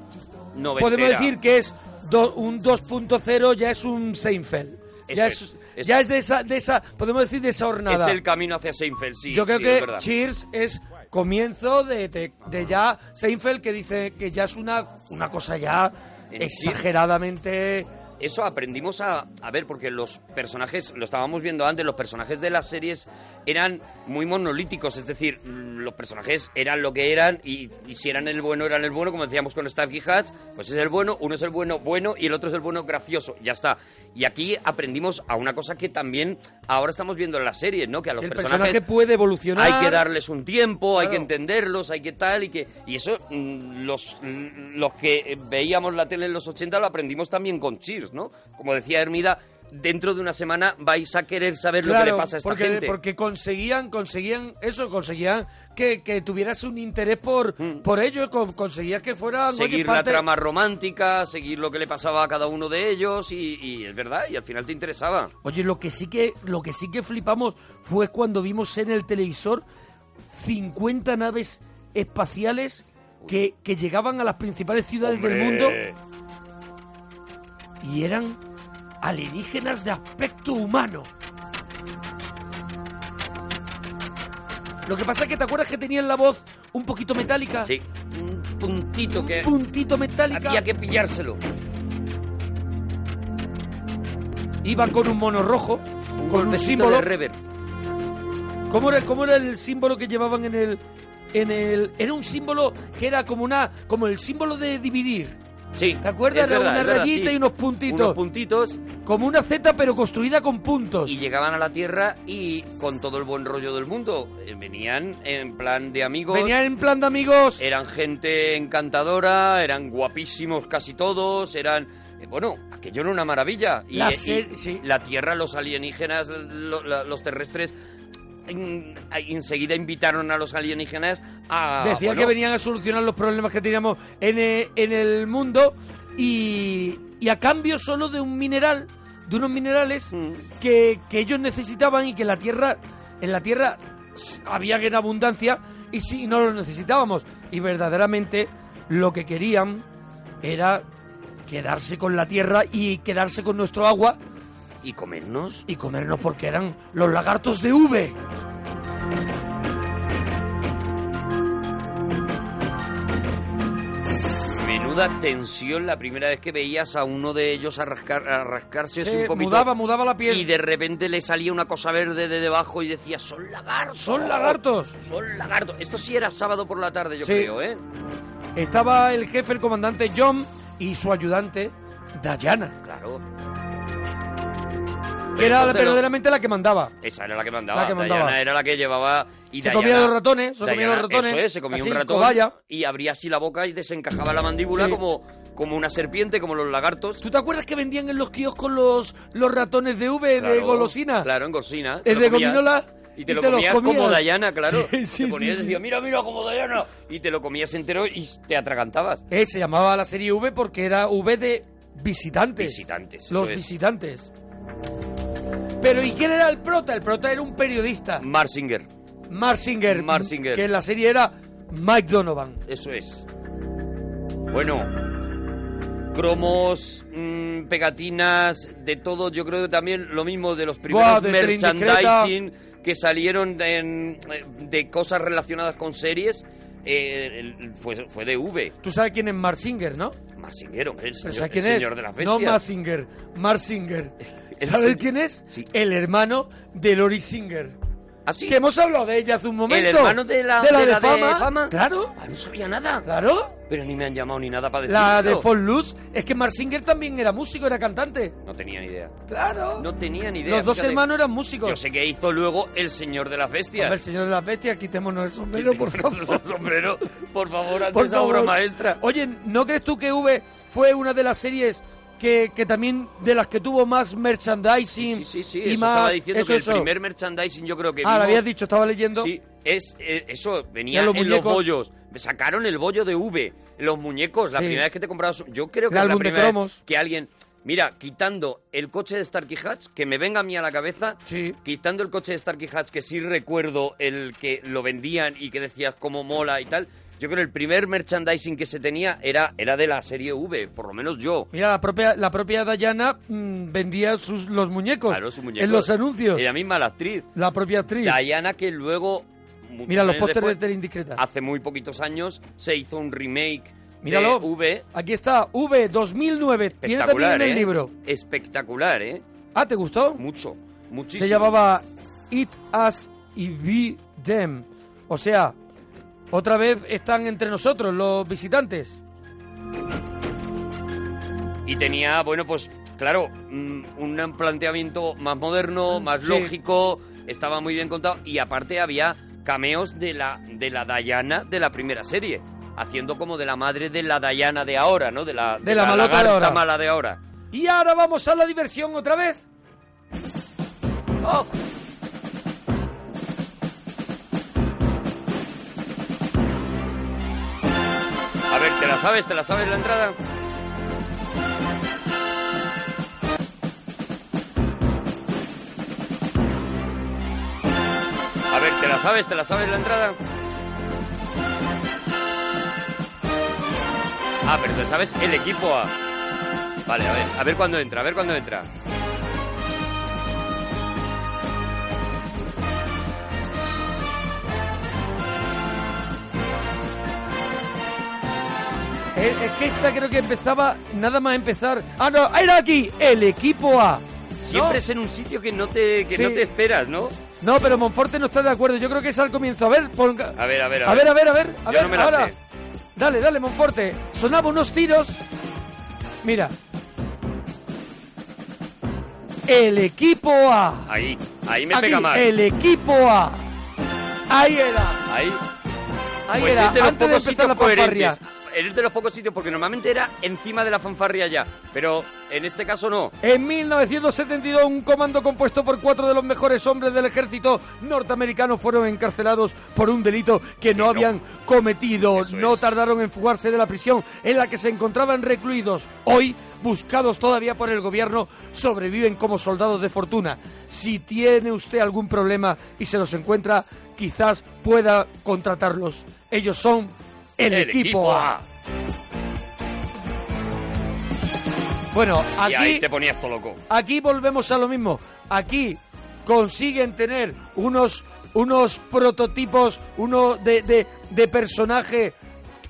[SPEAKER 2] noventera.
[SPEAKER 5] podemos decir que es do- un 2.0, ya es un Seinfeld.
[SPEAKER 2] Eso
[SPEAKER 5] ya
[SPEAKER 2] es,
[SPEAKER 5] es,
[SPEAKER 2] eso
[SPEAKER 5] ya
[SPEAKER 2] es.
[SPEAKER 5] es de esa, de esa, podemos decir de esa
[SPEAKER 2] Es
[SPEAKER 5] hornada.
[SPEAKER 2] el camino hacia Seinfeld, sí.
[SPEAKER 5] Yo creo
[SPEAKER 2] sí, es
[SPEAKER 5] que
[SPEAKER 2] verdad.
[SPEAKER 5] Cheers es comienzo de, de- de ya Seinfeld que dice que ya es una, una cosa ya
[SPEAKER 2] En Cheers.
[SPEAKER 5] exageradamente...
[SPEAKER 2] eso aprendimos a, a ver, porque los personajes, lo estábamos viendo antes, los personajes de las series eran muy monolíticos, es decir, mm, los personajes eran lo que eran y, y si eran el bueno, eran el bueno, como decíamos con Staffy Hatch, pues es el bueno, uno es el bueno bueno y el otro es el bueno gracioso, ya está. Y aquí aprendimos a una cosa que también ahora estamos viendo en las series, ¿no? Que a los
[SPEAKER 5] El
[SPEAKER 2] personajes
[SPEAKER 5] personaje puede evolucionar.
[SPEAKER 2] hay que darles un tiempo, hay que
[SPEAKER 5] Claro.
[SPEAKER 2] entenderlos, hay que tal y que y eso mm, los mm, los que eh, veíamos la tele en los 80 lo aprendimos también con Cheers, ¿no? Como decía Hermida, dentro de una semana vais a querer saber lo que le pasa a esta
[SPEAKER 5] porque,
[SPEAKER 2] gente.
[SPEAKER 5] porque conseguían, conseguían eso, conseguían que, que tuvieras un interés por, por ello, con- conseguías que fuera
[SPEAKER 2] Mm. Seguir la trama romántica, seguir lo que le pasaba a cada uno de ellos y, y es verdad, y al final te interesaba.
[SPEAKER 5] Oye, lo que sí que, lo que sí que flipamos fue cuando vimos en el televisor 50 naves espaciales que, que llegaban a las principales ciudades del mundo
[SPEAKER 2] Hombre.
[SPEAKER 5] y eran alienígenas de aspecto humano. Lo que pasa es que te acuerdas que tenían la voz un poquito metálica.
[SPEAKER 2] Sí, un puntito que
[SPEAKER 5] puntito metálica.
[SPEAKER 2] había que pillárselo.
[SPEAKER 5] Iban con un mono rojo, con un
[SPEAKER 2] golpecito
[SPEAKER 5] símbolo.
[SPEAKER 2] de rever.
[SPEAKER 5] ¿Cómo era, cómo era el símbolo que llevaban en el, en el. Era un símbolo que era como una. como el símbolo de dividir.
[SPEAKER 2] Sí.
[SPEAKER 5] ¿Te acuerdas?
[SPEAKER 2] es
[SPEAKER 5] Era
[SPEAKER 2] verdad,
[SPEAKER 5] una
[SPEAKER 2] es verdad,
[SPEAKER 5] rayita
[SPEAKER 2] sí.
[SPEAKER 5] y unos puntitos.
[SPEAKER 2] Unos puntitos.
[SPEAKER 5] Como una Z pero construida con puntos.
[SPEAKER 2] Y llegaban a la Tierra y con todo el buen rollo del mundo. eh, Venían en plan de amigos.
[SPEAKER 5] Venían en plan de amigos.
[SPEAKER 2] Eran gente encantadora, eran guapísimos casi todos, eran... eh, Bueno, aquello era una maravilla. Y,
[SPEAKER 5] La
[SPEAKER 2] eh,
[SPEAKER 5] ser-
[SPEAKER 2] y
[SPEAKER 5] sí.
[SPEAKER 2] la Tierra, los alienígenas, lo- la- los terrestres, en- enseguida invitaron a los alienígenas a...
[SPEAKER 5] Decían
[SPEAKER 2] Ah, bueno,
[SPEAKER 5] que venían a solucionar los problemas que teníamos en, e- en el mundo y, y a cambio solo de un mineral, de unos minerales
[SPEAKER 2] Mm.
[SPEAKER 5] que, que ellos necesitaban y que la tierra, en la tierra s- había que en abundancia y si no los necesitábamos. Y verdaderamente lo que querían era quedarse con la tierra y quedarse con nuestro agua
[SPEAKER 2] ¿Y comernos?
[SPEAKER 5] y comernos porque eran los lagartos de V.
[SPEAKER 2] Menuda tensión la primera vez que veías a uno de ellos a, rascar, a rascarse así
[SPEAKER 5] Se
[SPEAKER 2] un poquito.
[SPEAKER 5] mudaba, mudaba la piel.
[SPEAKER 2] Y de repente le salía una cosa verde de debajo y decía, son lagartos.
[SPEAKER 5] Son lagartos.
[SPEAKER 2] Son lagartos. Esto sí era sábado por la tarde, yo
[SPEAKER 5] Sí.
[SPEAKER 2] creo, ¿eh?
[SPEAKER 5] Estaba el jefe, el comandante John y su ayudante Dayana,
[SPEAKER 2] Claro.
[SPEAKER 5] que
[SPEAKER 2] Pero
[SPEAKER 5] era
[SPEAKER 2] eso te lo-
[SPEAKER 5] verdaderamente la que mandaba.
[SPEAKER 2] Esa era la que mandaba.
[SPEAKER 5] La que mandaba.
[SPEAKER 2] Diana era la que llevaba... Y
[SPEAKER 5] Se
[SPEAKER 2] Diana-
[SPEAKER 5] comía los ratones, se comía
[SPEAKER 2] Diana,
[SPEAKER 5] los ratones,
[SPEAKER 2] Eso es, se comía
[SPEAKER 5] así,
[SPEAKER 2] un ratón
[SPEAKER 5] cobaya.
[SPEAKER 2] y abría así la boca y desencajaba la mandíbula
[SPEAKER 5] Sí.
[SPEAKER 2] como, como una serpiente, como los lagartos.
[SPEAKER 5] ¿Tú te acuerdas que vendían en los kioscos los, los ratones de V de
[SPEAKER 2] Claro,
[SPEAKER 5] golosina?
[SPEAKER 2] Claro, en golosina.
[SPEAKER 5] El
[SPEAKER 2] Lo
[SPEAKER 5] de
[SPEAKER 2] comías.
[SPEAKER 5] gominola.
[SPEAKER 2] Y te lo comías
[SPEAKER 5] los
[SPEAKER 2] como Dayana, claro.
[SPEAKER 5] Sí, sí,
[SPEAKER 2] te ponías
[SPEAKER 5] sí,
[SPEAKER 2] y decías, mira, mira, como Dayana. Y te lo comías entero y te atragantabas.
[SPEAKER 5] Eh, se llamaba la serie V porque era V de visitantes.
[SPEAKER 2] Visitantes, eso
[SPEAKER 5] Los
[SPEAKER 2] es.
[SPEAKER 5] visitantes. Pero ¿y quién era el prota? El prota era un periodista.
[SPEAKER 2] Marsinger,
[SPEAKER 5] Marsinger.
[SPEAKER 2] Marsinger.
[SPEAKER 5] Que en la serie era Mike Donovan.
[SPEAKER 2] eso es. Bueno, cromos mm, mm, pegatinas, de todo. Yo creo que también lo mismo de los primeros
[SPEAKER 5] de Tren
[SPEAKER 2] merchandising que salieron de, en- de cosas relacionadas con series. eh, el- fue, fue de V.
[SPEAKER 5] Tú sabes quién es Marsinger, ¿no?
[SPEAKER 2] Massinger, hombre, el
[SPEAKER 5] ¿Pero
[SPEAKER 2] señor,
[SPEAKER 5] ¿Sabes
[SPEAKER 2] el
[SPEAKER 5] quién es?
[SPEAKER 2] señor de las
[SPEAKER 5] no
[SPEAKER 2] bestias.
[SPEAKER 5] Marsinger, Marsinger.
[SPEAKER 2] <laughs> El
[SPEAKER 5] ¿Sabes
[SPEAKER 2] señor-
[SPEAKER 5] quién es? El hermano de Lori Singer.
[SPEAKER 2] Así.
[SPEAKER 5] Que hemos hablado de ella hace un momento.
[SPEAKER 2] ¿Ah, El hermano de la
[SPEAKER 5] de, la de
[SPEAKER 2] la
[SPEAKER 5] fama.
[SPEAKER 2] fama.
[SPEAKER 5] Claro.
[SPEAKER 2] Ah, no sabía nada.
[SPEAKER 5] Claro.
[SPEAKER 2] Pero ni me han llamado ni nada para decirlo.
[SPEAKER 5] La de Paul Luz. Es que Marsinger también era músico, era cantante.
[SPEAKER 2] No tenía ni idea.
[SPEAKER 5] Claro.
[SPEAKER 2] No tenía ni idea.
[SPEAKER 5] Los dos
[SPEAKER 2] fíjate.
[SPEAKER 5] hermanos eran músicos.
[SPEAKER 2] Yo sé que hizo luego El Señor de las Bestias.
[SPEAKER 5] Hombre, el
[SPEAKER 2] <laughs>
[SPEAKER 5] señor de las bestias, quitémonos el sombrero, por favor. <laughs>
[SPEAKER 2] sombrero, por favor, antes
[SPEAKER 5] Por
[SPEAKER 2] esa obra
[SPEAKER 5] favor.
[SPEAKER 2] maestra.
[SPEAKER 5] Oye, ¿no crees tú que V fue una de las series que, que también de las que tuvo más merchandising
[SPEAKER 2] Sí,
[SPEAKER 5] y
[SPEAKER 2] eso
[SPEAKER 5] más
[SPEAKER 2] estaba diciendo
[SPEAKER 5] eso,
[SPEAKER 2] que el
[SPEAKER 5] eso.
[SPEAKER 2] primer merchandising yo creo que
[SPEAKER 5] Ah, lo
[SPEAKER 2] vimos-
[SPEAKER 5] habías dicho, estaba leyendo.
[SPEAKER 2] Sí, es, eh, eso, venía
[SPEAKER 5] Ya los
[SPEAKER 2] en los
[SPEAKER 5] muñecos.
[SPEAKER 2] bollos. Sacaron el bollo de V, los muñecos, la
[SPEAKER 5] Sí.
[SPEAKER 2] primera vez que te comprabas... Yo creo
[SPEAKER 5] El
[SPEAKER 2] que es la
[SPEAKER 5] álbum de
[SPEAKER 2] primera vez
[SPEAKER 5] cromos.
[SPEAKER 2] que alguien... Mira, quitando el coche de Starkey Hatch, que me venga a mí a la cabeza, quitando el coche de Starkey Hatch, que sí recuerdo el que lo vendían y que decías cómo mola y tal, yo creo que el primer merchandising que se tenía era, era de la serie V, por lo menos yo.
[SPEAKER 5] Mira, la propia, la propia Dayana mm, vendía sus, los muñecos,
[SPEAKER 2] Claro, Eh, su muñeco.
[SPEAKER 5] en los anuncios.
[SPEAKER 2] Ella misma, la actriz.
[SPEAKER 5] La propia actriz.
[SPEAKER 2] Diana, que luego. muchos
[SPEAKER 5] Mira, los
[SPEAKER 2] años
[SPEAKER 5] pósteres
[SPEAKER 2] después,
[SPEAKER 5] de la indiscreta.
[SPEAKER 2] Hace muy poquitos años se hizo un remake
[SPEAKER 5] Míralo.
[SPEAKER 2] de V.
[SPEAKER 5] Aquí está, V 2009. Tiene también en
[SPEAKER 2] Espectacular,
[SPEAKER 5] el
[SPEAKER 2] ¿eh?
[SPEAKER 5] libro.
[SPEAKER 2] Espectacular, ¿eh?
[SPEAKER 5] Ah, ¿te gustó?
[SPEAKER 2] Mucho, muchísimo.
[SPEAKER 5] Se llamaba It Us y Be Them. O sea, otra vez están entre nosotros los visitantes.
[SPEAKER 2] Y tenía, bueno, pues claro, mm, un planteamiento más moderno, más
[SPEAKER 5] Mm, sí.
[SPEAKER 2] lógico, estaba muy bien contado. Y aparte había cameos de la, de la Diana de la primera serie, haciendo como de la madre de la Diana de ahora, ¿no? De la,
[SPEAKER 5] De la malota de
[SPEAKER 2] lagarta
[SPEAKER 5] ahora.
[SPEAKER 2] mala de ahora.
[SPEAKER 5] Y ahora vamos a la diversión otra vez. Oh,
[SPEAKER 2] A ver, ¿te la sabes? ¿Te la sabes la entrada? A ver, ¿te la sabes? ¿Te la sabes la entrada? Ah, pero te sabes el equipo A. Vale, a ver, a ver cuándo entra, a ver cuándo entra.
[SPEAKER 5] Es, eh, es que esta creo que empezaba nada más empezar. Ah, no, era aquí, el equipo A.
[SPEAKER 2] Siempre
[SPEAKER 5] ¿No?
[SPEAKER 2] es en un sitio que no te, que
[SPEAKER 5] Sí.
[SPEAKER 2] no te esperas, ¿no?
[SPEAKER 5] No, pero Monforte no está de acuerdo. Yo creo que es al comienzo. A ver, ponga-
[SPEAKER 2] A ver, a ver,
[SPEAKER 5] a ver, a ver, a ver. a
[SPEAKER 2] Yo
[SPEAKER 5] ver,
[SPEAKER 2] no me la
[SPEAKER 5] ahora.
[SPEAKER 2] sé.
[SPEAKER 5] Dale, dale, Monforte. Sonaba unos tiros. Mira. El equipo A.
[SPEAKER 2] Ahí, ahí me
[SPEAKER 5] Aquí,
[SPEAKER 2] pega más.
[SPEAKER 5] El equipo A. Ahí era.
[SPEAKER 2] Ahí.
[SPEAKER 5] Ahí
[SPEAKER 2] pues
[SPEAKER 5] era,
[SPEAKER 2] es de los
[SPEAKER 5] antes de
[SPEAKER 2] pocos
[SPEAKER 5] empezar
[SPEAKER 2] sitios
[SPEAKER 5] la fanfarria.
[SPEAKER 2] coherentes. Eres de los pocos sitios porque normalmente era encima de la fanfarria ya, pero en este caso no.
[SPEAKER 5] En 1972, un comando compuesto por cuatro de los mejores hombres del ejército norteamericano fueron encarcelados por un delito que no habían cometido. No tardaron en fugarse de la prisión en la que se encontraban recluidos. Hoy, buscados todavía por el gobierno, sobreviven como soldados de fortuna. Si tiene usted algún problema y se los encuentra, quizás pueda contratarlos. Ellos son el, equipo, A. Bueno,
[SPEAKER 2] Y
[SPEAKER 5] aquí...
[SPEAKER 2] ahí te ponías todo loco.
[SPEAKER 5] Aquí volvemos a lo mismo. Aquí consiguen tener unos, unos prototipos, uno de, de, de personaje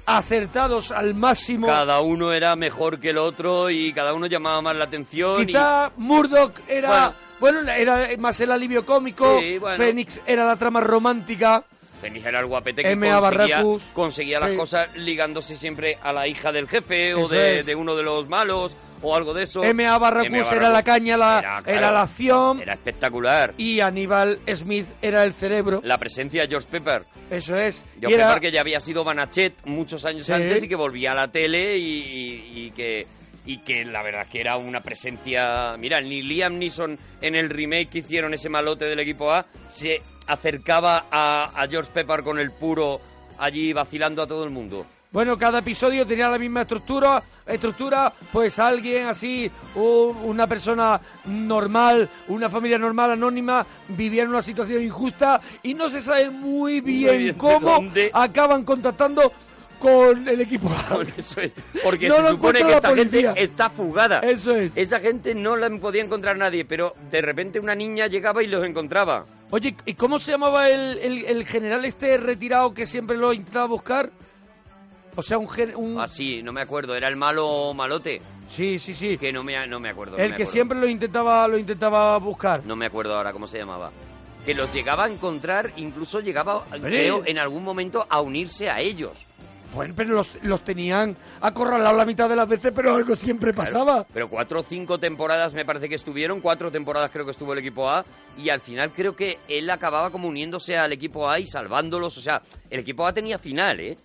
[SPEAKER 5] acertados al máximo.
[SPEAKER 2] Cada uno era mejor que el otro y cada uno llamaba más la atención. y-
[SPEAKER 5] Quizá Murdoch era. Bueno, era más el alivio cómico.
[SPEAKER 2] Sí, bueno.
[SPEAKER 5] Fénix era la trama romántica.
[SPEAKER 2] Fenix era el guapete que
[SPEAKER 5] M.A.
[SPEAKER 2] conseguía,
[SPEAKER 5] Barracus.
[SPEAKER 2] conseguía las
[SPEAKER 5] Sí.
[SPEAKER 2] cosas ligándose siempre a la hija del jefe o
[SPEAKER 5] Eso
[SPEAKER 2] de,
[SPEAKER 5] es.
[SPEAKER 2] de uno de los malos o algo de eso.
[SPEAKER 5] M.A. Barracus era la caña, la, era,
[SPEAKER 2] claro,
[SPEAKER 5] la acción.
[SPEAKER 2] Era espectacular.
[SPEAKER 5] Y Aníbal Smith era el cerebro.
[SPEAKER 2] La presencia de George Pepper.
[SPEAKER 5] Eso es.
[SPEAKER 2] Yo
[SPEAKER 5] Y era-
[SPEAKER 2] pensaba que ya había sido Banachet muchos años
[SPEAKER 5] Sí.
[SPEAKER 2] antes y que volvía a la tele y, y- y que y que la verdad que era una presencia. Mira, ni Liam Neeson en el remake que hicieron ese malote del equipo A se acercaba a, a George Pepper con el puro allí vacilando a todo el mundo. <laughs>
[SPEAKER 5] Bueno, cada episodio tenía la misma estructura, estructura, pues alguien así, u- una persona normal, una familia normal, anónima, vivía en una situación injusta y no se sabe muy bien
[SPEAKER 2] bien de
[SPEAKER 5] cómo
[SPEAKER 2] dónde.
[SPEAKER 5] acaban contactando con el
[SPEAKER 2] <laughs>
[SPEAKER 5] equipo A.
[SPEAKER 2] Eso es. Porque
[SPEAKER 5] No
[SPEAKER 2] se
[SPEAKER 5] lo
[SPEAKER 2] supone
[SPEAKER 5] encuentra
[SPEAKER 2] que
[SPEAKER 5] la
[SPEAKER 2] esta
[SPEAKER 5] policía.
[SPEAKER 2] gente está fugada.
[SPEAKER 5] Eso es.
[SPEAKER 2] Esa gente no la podía encontrar nadie, pero de repente una niña llegaba y los encontraba.
[SPEAKER 5] Oye, ¿y cómo se llamaba el, el- el general este retirado que siempre lo intentaba buscar? O sea, un, gen- un-
[SPEAKER 2] Así, no me acuerdo, era el malo malote.
[SPEAKER 5] Sí, sí, sí.
[SPEAKER 2] Que no me, no me acuerdo. no
[SPEAKER 5] el
[SPEAKER 2] me
[SPEAKER 5] que
[SPEAKER 2] acuerdo.
[SPEAKER 5] siempre lo intentaba lo intentaba buscar.
[SPEAKER 2] No me acuerdo ahora cómo se llamaba. Que los llegaba a encontrar, incluso llegaba, creo, en algún momento a unirse a ellos.
[SPEAKER 5] Bueno, pero los, los tenían acorralados la mitad de las veces, pero algo siempre pasaba.
[SPEAKER 2] Pero cuatro o cinco temporadas me parece que estuvieron, cuatro temporadas creo que estuvo el equipo A, y al final creo que él acababa como uniéndose al equipo A y salvándolos. O sea, el equipo A tenía final, ¿eh?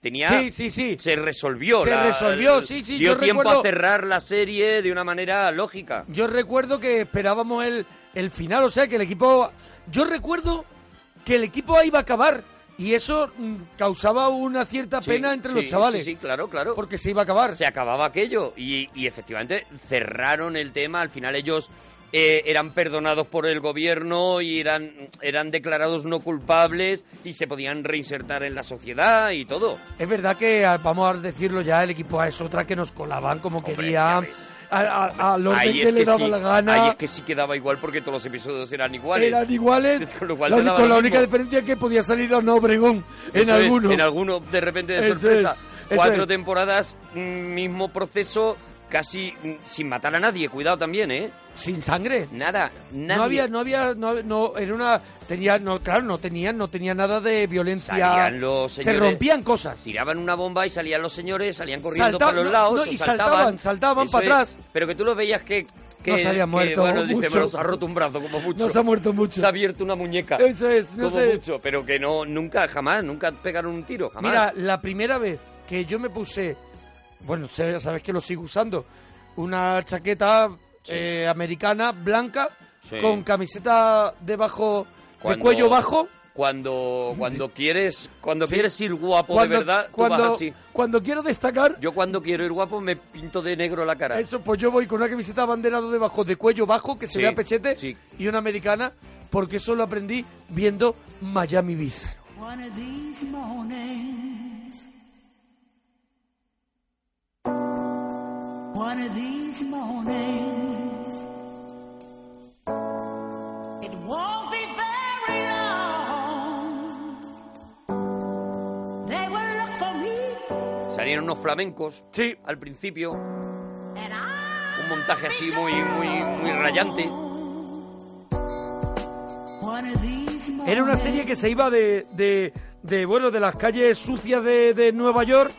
[SPEAKER 2] Tenía,
[SPEAKER 5] Sí, sí, sí.
[SPEAKER 2] Se resolvió.
[SPEAKER 5] Se
[SPEAKER 2] la-
[SPEAKER 5] resolvió, sí, sí,
[SPEAKER 2] Dio
[SPEAKER 5] yo
[SPEAKER 2] tiempo
[SPEAKER 5] recuerdo-
[SPEAKER 2] a cerrar la serie de una manera lógica.
[SPEAKER 5] Yo recuerdo que esperábamos el, el final, o sea, que el equipo... Yo recuerdo que el equipo A iba a acabar y eso mm, causaba una cierta
[SPEAKER 2] Sí,
[SPEAKER 5] pena entre
[SPEAKER 2] sí,
[SPEAKER 5] los chavales.
[SPEAKER 2] Sí, sí, claro, claro.
[SPEAKER 5] Porque se iba a acabar.
[SPEAKER 2] Se acababa aquello. Y, y efectivamente cerraron el tema. Al final ellos eh, eran perdonados por el gobierno y eran, eran declarados no culpables y se podían reinsertar en la sociedad y todo.
[SPEAKER 5] Es verdad que, ah, vamos a decirlo ya, el equipo A es otra que nos colaban como querían, a, a, a los
[SPEAKER 2] Ahí
[SPEAKER 5] que
[SPEAKER 2] es
[SPEAKER 5] le
[SPEAKER 2] que
[SPEAKER 5] daba
[SPEAKER 2] sí,
[SPEAKER 5] la gana.
[SPEAKER 2] Ahí es que sí quedaba igual porque todos los episodios eran iguales.
[SPEAKER 5] Eran iguales.
[SPEAKER 2] <laughs> Con lo cual
[SPEAKER 5] la,
[SPEAKER 2] te daba
[SPEAKER 5] única-
[SPEAKER 2] lo
[SPEAKER 5] la única
[SPEAKER 2] mismo.
[SPEAKER 5] diferencia es que podía salir a no Obregón en
[SPEAKER 2] Eso es,
[SPEAKER 5] alguno.
[SPEAKER 2] en alguno, de repente, de
[SPEAKER 5] Eso
[SPEAKER 2] sorpresa.
[SPEAKER 5] es, eso
[SPEAKER 2] Cuatro
[SPEAKER 5] es.
[SPEAKER 2] temporadas, mm, mismo proceso, casi mm, sin matar a nadie. Cuidado también, ¿eh?
[SPEAKER 5] Sin sangre.
[SPEAKER 2] Nada, nadie.
[SPEAKER 5] No había, no había, no, hab- no, era una, tenía, no, claro, no tenían, no tenía nada de violencia.
[SPEAKER 2] Salían los
[SPEAKER 5] se
[SPEAKER 2] señores-
[SPEAKER 5] rompían cosas.
[SPEAKER 2] Tiraban una bomba y salían los señores, salían corriendo
[SPEAKER 5] Saltaban,
[SPEAKER 2] para
[SPEAKER 5] no,
[SPEAKER 2] los lados.
[SPEAKER 5] no,
[SPEAKER 2] o
[SPEAKER 5] y saltaban,
[SPEAKER 2] saltaban,
[SPEAKER 5] saltaban
[SPEAKER 2] Eso
[SPEAKER 5] para
[SPEAKER 2] es.
[SPEAKER 5] atrás.
[SPEAKER 2] Pero que tú los veías que. que
[SPEAKER 5] No se habían
[SPEAKER 2] que,
[SPEAKER 5] muerto
[SPEAKER 2] bueno, dice,
[SPEAKER 5] mucho.
[SPEAKER 2] "Me los ha roto un brazo, como mucho.
[SPEAKER 5] Nos ha muerto mucho.
[SPEAKER 2] Se ha abierto una muñeca.
[SPEAKER 5] Eso es, no
[SPEAKER 2] como
[SPEAKER 5] sé.
[SPEAKER 2] mucho. Pero que no, nunca, jamás, nunca pegaron un tiro, jamás.
[SPEAKER 5] Mira, la primera vez que yo me puse, bueno, se- ya sabes que lo sigo usando, una chaqueta eh, americana blanca
[SPEAKER 2] Sí.
[SPEAKER 5] con camiseta debajo de
[SPEAKER 2] Cuando-
[SPEAKER 5] cuello bajo.
[SPEAKER 2] Cuando, cuando quieres, cuando quieres ir guapo
[SPEAKER 5] Cuando-
[SPEAKER 2] de verdad, tú
[SPEAKER 5] cuando-
[SPEAKER 2] vas así.
[SPEAKER 5] Cuando quiero destacar,
[SPEAKER 2] Yo cuando quiero ir guapo me pinto de negro la cara.
[SPEAKER 5] eso pues yo voy con una camiseta abanderado debajo de cuello bajo que se
[SPEAKER 2] Sí,
[SPEAKER 5] vea pechete
[SPEAKER 2] sí.
[SPEAKER 5] y una americana porque eso lo aprendí viendo Miami Vice.
[SPEAKER 30] One of these mornings. One of these mornings. It won't be very long. They will look for me.
[SPEAKER 2] Salieron unos flamencos. Al principio. Un montaje así muy, muy, muy rayante.
[SPEAKER 30] One of these mornings.
[SPEAKER 5] Era una serie que se iba de, de, de, bueno, de las calles sucias de, de Nueva York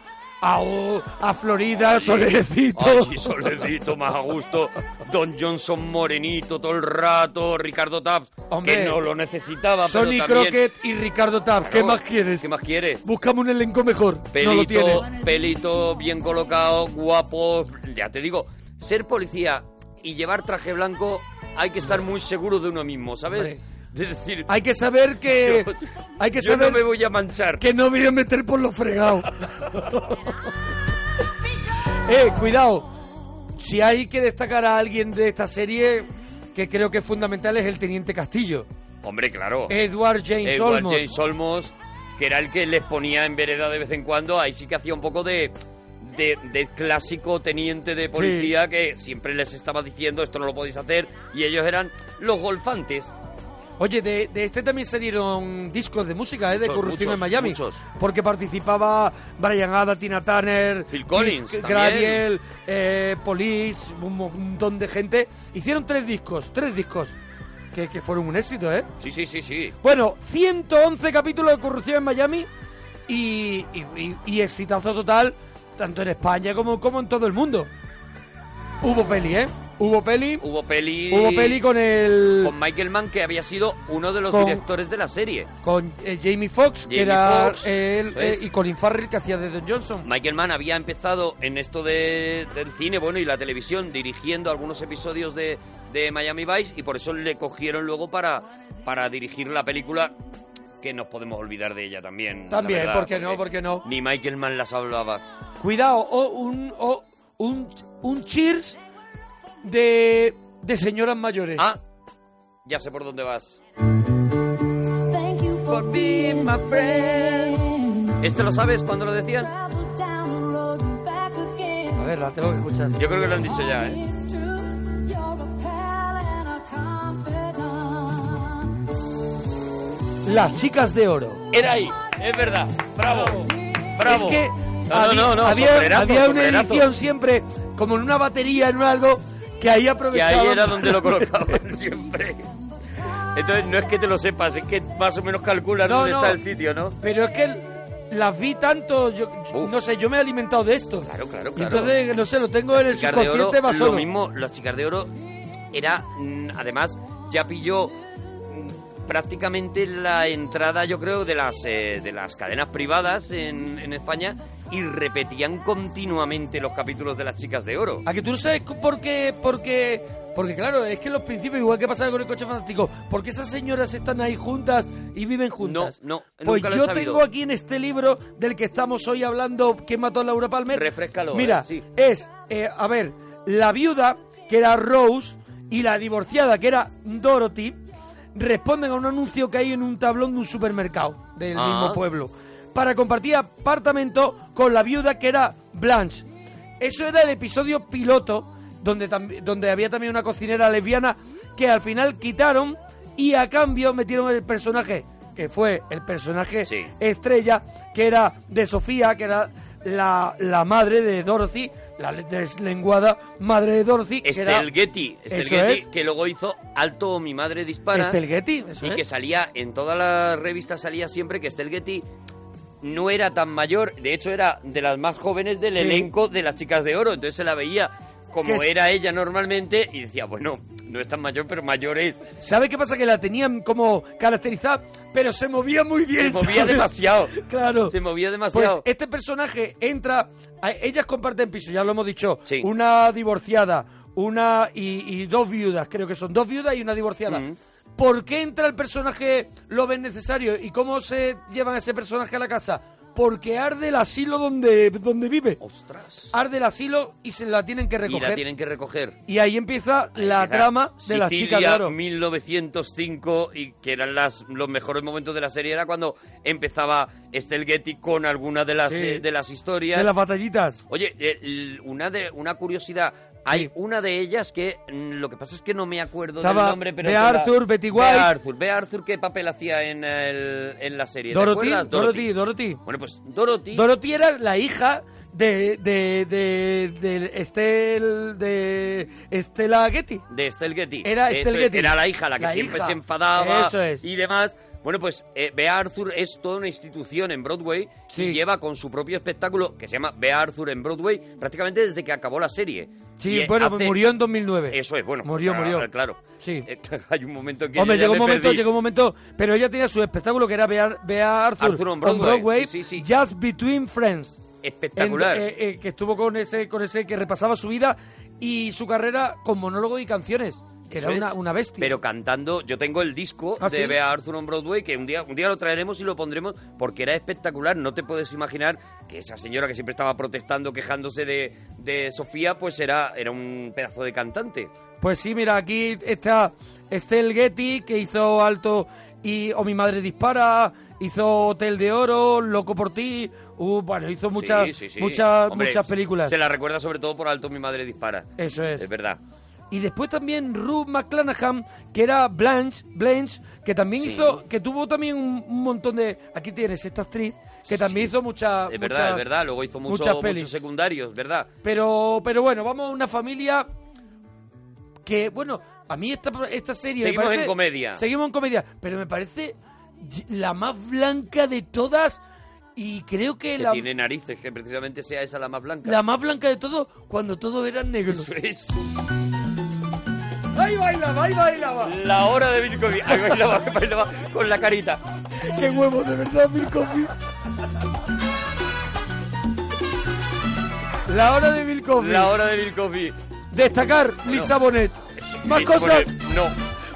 [SPEAKER 5] a, a
[SPEAKER 2] Ah,
[SPEAKER 5] Florida, Solecito.
[SPEAKER 2] Ay, soledito, más a gusto. Don Johnson morenito todo el rato. Ricardo Taps, que
[SPEAKER 5] Hombre.
[SPEAKER 2] no lo necesitaba, pero
[SPEAKER 5] Sonny
[SPEAKER 2] también-
[SPEAKER 5] Crockett y Ricardo Tapp. ¿Qué
[SPEAKER 2] Claro,
[SPEAKER 5] más quieres?
[SPEAKER 2] ¿Qué más quieres?
[SPEAKER 5] Buscamos un elenco mejor.
[SPEAKER 2] Pelito,
[SPEAKER 5] no lo tienes.
[SPEAKER 2] pelito bien colocado, guapo. Ya te digo, ser policía y llevar traje blanco hay que estar muy seguro de uno mismo, ¿sabes?
[SPEAKER 5] Hombre.
[SPEAKER 2] De decir,
[SPEAKER 5] Hay que saber que.
[SPEAKER 2] <laughs> Yo-
[SPEAKER 5] hay que
[SPEAKER 2] yo
[SPEAKER 5] saber
[SPEAKER 2] no me voy a manchar.
[SPEAKER 5] que no voy a meter por lo fregado. <laughs> eh, cuidado. Si hay que destacar a alguien de esta serie, que creo que es fundamental, es el Teniente Castillo.
[SPEAKER 2] Hombre, claro.
[SPEAKER 5] Edward James
[SPEAKER 2] Edward
[SPEAKER 5] Olmos.
[SPEAKER 2] James Olmos, que era el que les ponía en vereda de vez en cuando, ahí sí que hacía un poco de, de, de clásico teniente de policía que siempre les estaba diciendo esto no lo podéis hacer y ellos eran los golfantes.
[SPEAKER 5] Oye, de, de este también salieron discos de música, ¿eh? de
[SPEAKER 2] Muchos,
[SPEAKER 5] corrupción
[SPEAKER 2] muchos,
[SPEAKER 5] en Miami.
[SPEAKER 2] muchos.
[SPEAKER 5] Porque participaba Brian Ada, Tina Turner,
[SPEAKER 2] Phil Collins
[SPEAKER 5] Vince
[SPEAKER 2] también.
[SPEAKER 5] Gradle, eh, Police, un montón de gente. Hicieron tres discos, tres discos, que, que fueron un éxito, ¿eh?
[SPEAKER 2] Sí, sí, sí, sí.
[SPEAKER 5] Bueno, 111 capítulos de corrupción en Miami y, y, y- y exitazo total, tanto en España como, como en todo el mundo. Hubo peli, ¿eh? Hubo peli.
[SPEAKER 2] Hubo peli,
[SPEAKER 5] Hubo peli con el.
[SPEAKER 2] con Michael Mann, que había sido uno de los
[SPEAKER 5] Con-
[SPEAKER 2] directores de la serie.
[SPEAKER 5] con eh, Jamie Foxx, que
[SPEAKER 2] Jamie
[SPEAKER 5] era
[SPEAKER 2] Foxx,
[SPEAKER 5] él,
[SPEAKER 2] eso
[SPEAKER 5] eh,
[SPEAKER 2] es.
[SPEAKER 5] y Colin Farrell, que hacía de Don Johnson.
[SPEAKER 2] Michael Mann había empezado en esto de- del cine, bueno, y la televisión, dirigiendo algunos episodios de, de Miami Vice, y por eso le cogieron luego para, para dirigir la película, que nos podemos olvidar de ella también. la
[SPEAKER 5] También,
[SPEAKER 2] verdad,
[SPEAKER 5] ¿por qué no? ¿Por qué no?
[SPEAKER 2] Ni Michael Mann las hablaba.
[SPEAKER 5] Cuidado, o un, o un, un cheers de, de señoras mayores.
[SPEAKER 2] Ah, ya sé por dónde vas.
[SPEAKER 30] Thank you for being my friend.
[SPEAKER 2] ¿Este lo sabes cuando lo decían?
[SPEAKER 5] A ver, la tengo que escuchar.
[SPEAKER 2] Yo creo que lo han dicho ya, <laughs> ¿eh?
[SPEAKER 5] Las chicas de oro.
[SPEAKER 2] Era ahí, es verdad. Bravo. Bravo.
[SPEAKER 5] Es que
[SPEAKER 2] No,
[SPEAKER 5] había,
[SPEAKER 2] no, no, no,
[SPEAKER 5] había,
[SPEAKER 2] sombrerazo,
[SPEAKER 5] había una
[SPEAKER 2] sombrerazo.
[SPEAKER 5] edición siempre, como en una batería, en un algo, que ahí
[SPEAKER 2] Y
[SPEAKER 5] aprovechaban.
[SPEAKER 2] ahí era
[SPEAKER 5] para- <laughs>
[SPEAKER 2] donde lo colocaban siempre. Entonces no es que te lo sepas, es que más o menos calculas
[SPEAKER 5] No,
[SPEAKER 2] dónde
[SPEAKER 5] no.
[SPEAKER 2] está el sitio, ¿no?
[SPEAKER 5] Pero es que las vi tanto, yo, no sé, yo me he alimentado de esto. Claro,
[SPEAKER 2] claro,
[SPEAKER 5] Y
[SPEAKER 2] claro.
[SPEAKER 5] entonces, no sé, lo tengo en el
[SPEAKER 2] Chicas de Oro,
[SPEAKER 5] subconsciente más
[SPEAKER 2] lo
[SPEAKER 5] solo.
[SPEAKER 2] mismo, las chicas de oro era, mm, además, ya pilló mm, prácticamente la entrada, yo creo, de las eh, de las cadenas privadas en, en España y repetían continuamente los capítulos de las chicas de oro.
[SPEAKER 5] A que tú no sabes cu- por qué, porque, porque claro, es que los principios, igual que pasaba con el coche fantástico, porque esas señoras están ahí juntas y viven juntas.
[SPEAKER 2] No,
[SPEAKER 5] Pues
[SPEAKER 2] nunca lo he
[SPEAKER 5] yo
[SPEAKER 2] sabido.
[SPEAKER 5] tengo aquí en este libro del que estamos hoy hablando, que mató a Laura Palmer?
[SPEAKER 2] Refréscalo,
[SPEAKER 5] Mira,
[SPEAKER 2] eh, sí.
[SPEAKER 5] es, eh, a ver, la viuda, que era Rose, y la divorciada, que era Dorothy, responden a un anuncio que hay en un tablón de un supermercado del
[SPEAKER 2] Ah.
[SPEAKER 5] mismo pueblo, para compartir apartamento con la viuda, que era Blanche. Eso era el episodio piloto, donde, tam- donde había también una cocinera lesbiana que al final quitaron y a cambio metieron el personaje, que fue el personaje estrella, que era de Sofía, que era la, la madre de Dorothy, la le- deslenguada madre de Dorothy. que era-
[SPEAKER 2] Estel Este, Getty, Estel
[SPEAKER 5] Eso
[SPEAKER 2] Getty,
[SPEAKER 5] es. Este,
[SPEAKER 2] que luego hizo Alto mi madre dispara.
[SPEAKER 5] Estel Getty, eso
[SPEAKER 2] y
[SPEAKER 5] es.
[SPEAKER 2] que salía en todas las revistas salía siempre que Estel Getty no era tan mayor, de hecho era de las más jóvenes del
[SPEAKER 5] Sí.
[SPEAKER 2] elenco de las chicas de oro, entonces se la veía como
[SPEAKER 5] Que es-
[SPEAKER 2] era ella normalmente y decía, bueno, no es tan mayor, pero mayor es.
[SPEAKER 5] ¿Sabe qué pasa? Que la tenían como caracterizada, pero se movía muy bien.
[SPEAKER 2] Se movía
[SPEAKER 5] ¿sabes?
[SPEAKER 2] demasiado.
[SPEAKER 5] <laughs> Claro.
[SPEAKER 2] Se movía
[SPEAKER 5] Pues
[SPEAKER 2] demasiado.
[SPEAKER 5] este personaje entra, a- ellas comparten piso, ya lo hemos dicho, una divorciada, una y, y dos viudas, creo que son dos viudas y una divorciada.
[SPEAKER 2] Mm.
[SPEAKER 5] ¿Por qué entra el personaje, lo ven necesario y cómo se llevan a ese personaje a la casa? Porque arde el asilo donde, donde vive.
[SPEAKER 2] ¡Ostras!
[SPEAKER 5] Arde el asilo y se la tienen que
[SPEAKER 2] Y la
[SPEAKER 5] recoger.
[SPEAKER 2] tienen que recoger.
[SPEAKER 5] Y ahí empieza la
[SPEAKER 2] Empieza
[SPEAKER 5] trama de las
[SPEAKER 2] Sicilia,
[SPEAKER 5] chicas de oro.
[SPEAKER 2] 1905 y que eran las, los mejores momentos de la serie era cuando empezaba Estel Getty con alguna de las
[SPEAKER 5] Sí.
[SPEAKER 2] eh, de las historias.
[SPEAKER 5] De las batallitas.
[SPEAKER 2] Oye, eh, l- una de una curiosidad, hay una de ellas que mm, lo que pasa es que no me acuerdo
[SPEAKER 5] Estaba
[SPEAKER 2] del nombre, pero
[SPEAKER 5] Bea
[SPEAKER 2] se la-
[SPEAKER 5] Arthur, Betty
[SPEAKER 2] Bea
[SPEAKER 5] White.
[SPEAKER 2] Arthur, Bea Arthur qué papel hacía en, el- en la serie, ¿te
[SPEAKER 5] Dorothy,
[SPEAKER 2] acuerdas?
[SPEAKER 5] Dorothy, Dorothy.
[SPEAKER 2] Bueno, pues Dorothy
[SPEAKER 5] Dorothy era la hija de de de de Estel de Estela Getty.
[SPEAKER 2] De Estel Getty.
[SPEAKER 5] Era
[SPEAKER 2] Eso
[SPEAKER 5] Estelle
[SPEAKER 2] es,
[SPEAKER 5] Getty.
[SPEAKER 2] Era la hija, la que
[SPEAKER 5] La
[SPEAKER 2] siempre
[SPEAKER 5] hija.
[SPEAKER 2] se enfadaba
[SPEAKER 5] Eso es.
[SPEAKER 2] y demás. Bueno, pues eh, Bea Arthur es toda una institución en Broadway que lleva con su propio espectáculo que se llama Bea Arthur en Broadway prácticamente desde que acabó la serie.
[SPEAKER 5] Sí,
[SPEAKER 2] Y, eh,
[SPEAKER 5] bueno,
[SPEAKER 2] hace-
[SPEAKER 5] pues murió en 2009.
[SPEAKER 2] Eso es, bueno.
[SPEAKER 5] Murió,
[SPEAKER 2] claro,
[SPEAKER 5] murió.
[SPEAKER 2] Claro.
[SPEAKER 5] Sí.
[SPEAKER 2] Eh, <laughs> hay un momento en que.
[SPEAKER 5] Hombre,
[SPEAKER 2] yo ya
[SPEAKER 5] llegó un
[SPEAKER 2] me
[SPEAKER 5] momento,
[SPEAKER 2] perdí.
[SPEAKER 5] llegó un momento, pero ella tenía su espectáculo que era Bea, Bea Arthur,
[SPEAKER 2] Arthur on Broadway, sí, sí, sí.
[SPEAKER 5] Just Between Friends.
[SPEAKER 2] Espectacular.
[SPEAKER 5] En- eh, eh, que estuvo con ese con ese que repasaba su vida y su carrera con monólogos y canciones, que
[SPEAKER 2] Eso
[SPEAKER 5] era
[SPEAKER 2] es.
[SPEAKER 5] una, una bestia.
[SPEAKER 2] Pero cantando, yo tengo el disco
[SPEAKER 5] ¿Ah,
[SPEAKER 2] de
[SPEAKER 5] sí?
[SPEAKER 2] Bea Arthur on Broadway, que un día, un día lo traeremos y lo pondremos porque era espectacular. No te puedes imaginar que esa señora que siempre estaba protestando, quejándose de, de Sofía, pues era, era un pedazo de cantante.
[SPEAKER 5] Pues sí, mira, aquí está Estel Getty, que hizo Alto y O Mi Madre Dispara, hizo Hotel de Oro, Loco por Ti, uh, bueno, hizo muchas,
[SPEAKER 2] Sí, sí, sí.
[SPEAKER 5] muchas,
[SPEAKER 2] Hombre,
[SPEAKER 5] muchas películas.
[SPEAKER 2] Se la recuerda sobre todo por Alto mi madre dispara.
[SPEAKER 5] Eso es.
[SPEAKER 2] Es verdad.
[SPEAKER 5] Y después también Ruth McClanahan, que era Blanche, Blanche que también
[SPEAKER 2] Sí.
[SPEAKER 5] hizo, que tuvo también un, un montón de... Aquí tienes esta actriz, que también hizo muchas...
[SPEAKER 2] Es verdad, es verdad. Luego hizo mucho-
[SPEAKER 5] muchas pelis.
[SPEAKER 2] muchos secundarios, ¿verdad?
[SPEAKER 5] Pero, pero bueno, vamos a una familia que, bueno, a mí esta, esta serie... me
[SPEAKER 2] Seguimos
[SPEAKER 5] parece-
[SPEAKER 2] en comedia.
[SPEAKER 5] Seguimos en comedia, pero me parece y- la más blanca de todas y creo que,
[SPEAKER 2] Que
[SPEAKER 5] la,
[SPEAKER 2] tiene narices, que precisamente sea esa la más blanca.
[SPEAKER 5] la más blanca de todo cuando todos eran negros. ¡Ahí bailaba, ahí bailaba!
[SPEAKER 2] La hora de Bill Cosby. Ahí bailaba, bailaba con la carita.
[SPEAKER 5] ¡Qué huevo, de verdad, Bill Cosby! La hora de Bill Cosby.
[SPEAKER 2] La hora de Bill Cosby.
[SPEAKER 5] Destacar Lisa Bonet. ¿Más
[SPEAKER 2] Lisa
[SPEAKER 5] cosas?
[SPEAKER 2] Bonet, no.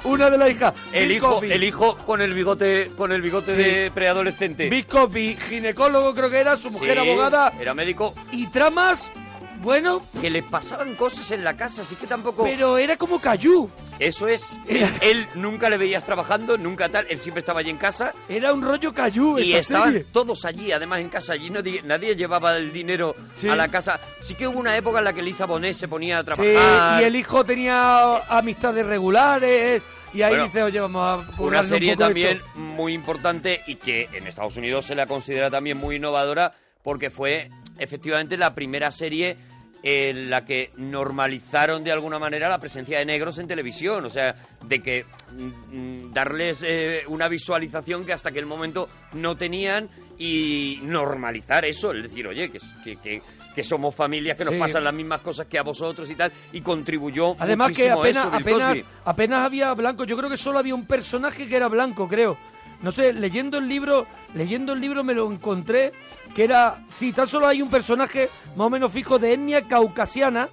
[SPEAKER 5] Una de las hijas.
[SPEAKER 2] El
[SPEAKER 5] Bill
[SPEAKER 2] hijo,
[SPEAKER 5] Cosby.
[SPEAKER 2] el hijo con el bigote, con el bigote
[SPEAKER 5] Sí.
[SPEAKER 2] de preadolescente.
[SPEAKER 5] Bill Cosby, ginecólogo creo que era, su mujer
[SPEAKER 2] Sí,
[SPEAKER 5] abogada
[SPEAKER 2] Era médico.
[SPEAKER 5] y tramas Bueno.
[SPEAKER 2] Que les pasaban cosas en la casa, así que tampoco...
[SPEAKER 5] Pero era como Cayú.
[SPEAKER 2] Eso es. Él nunca le veías trabajando, nunca tal. Él siempre estaba allí en casa.
[SPEAKER 5] Era un rollo Cayú.
[SPEAKER 2] Y
[SPEAKER 5] esta
[SPEAKER 2] estaban
[SPEAKER 5] serie.
[SPEAKER 2] todos allí, además en casa. Allí no di- nadie llevaba el dinero
[SPEAKER 5] Sí.
[SPEAKER 2] a la casa. Sí que hubo una época en la que Lisa Bonet se ponía a
[SPEAKER 5] Sí,
[SPEAKER 2] trabajar.
[SPEAKER 5] y el hijo tenía amistades regulares. Y ahí
[SPEAKER 2] Bueno,
[SPEAKER 5] dice, oye, vamos a
[SPEAKER 2] Una
[SPEAKER 5] currarnos
[SPEAKER 2] serie
[SPEAKER 5] un poco
[SPEAKER 2] también
[SPEAKER 5] esto.
[SPEAKER 2] muy importante y que en Estados Unidos se la considera también muy innovadora porque fue efectivamente la primera serie en la que normalizaron de alguna manera la presencia de negros en televisión, o sea, de que mm, mm, darles eh, una visualización que hasta aquel momento no tenían y normalizar eso, es decir, oye, que, que, que- que somos familias, que nos
[SPEAKER 5] Sí.
[SPEAKER 2] pasan las mismas cosas que a vosotros y tal, y contribuyó
[SPEAKER 5] Además que
[SPEAKER 2] muchísimo a
[SPEAKER 5] apenas,
[SPEAKER 2] eso Bill
[SPEAKER 5] apenas,
[SPEAKER 2] Cosby.
[SPEAKER 5] apenas había blanco. Yo creo que solo había un personaje que era blanco, creo. No sé, leyendo el libro, leyendo el libro me lo encontré que era, sí, tan solo hay un personaje más o menos fijo de etnia caucasiana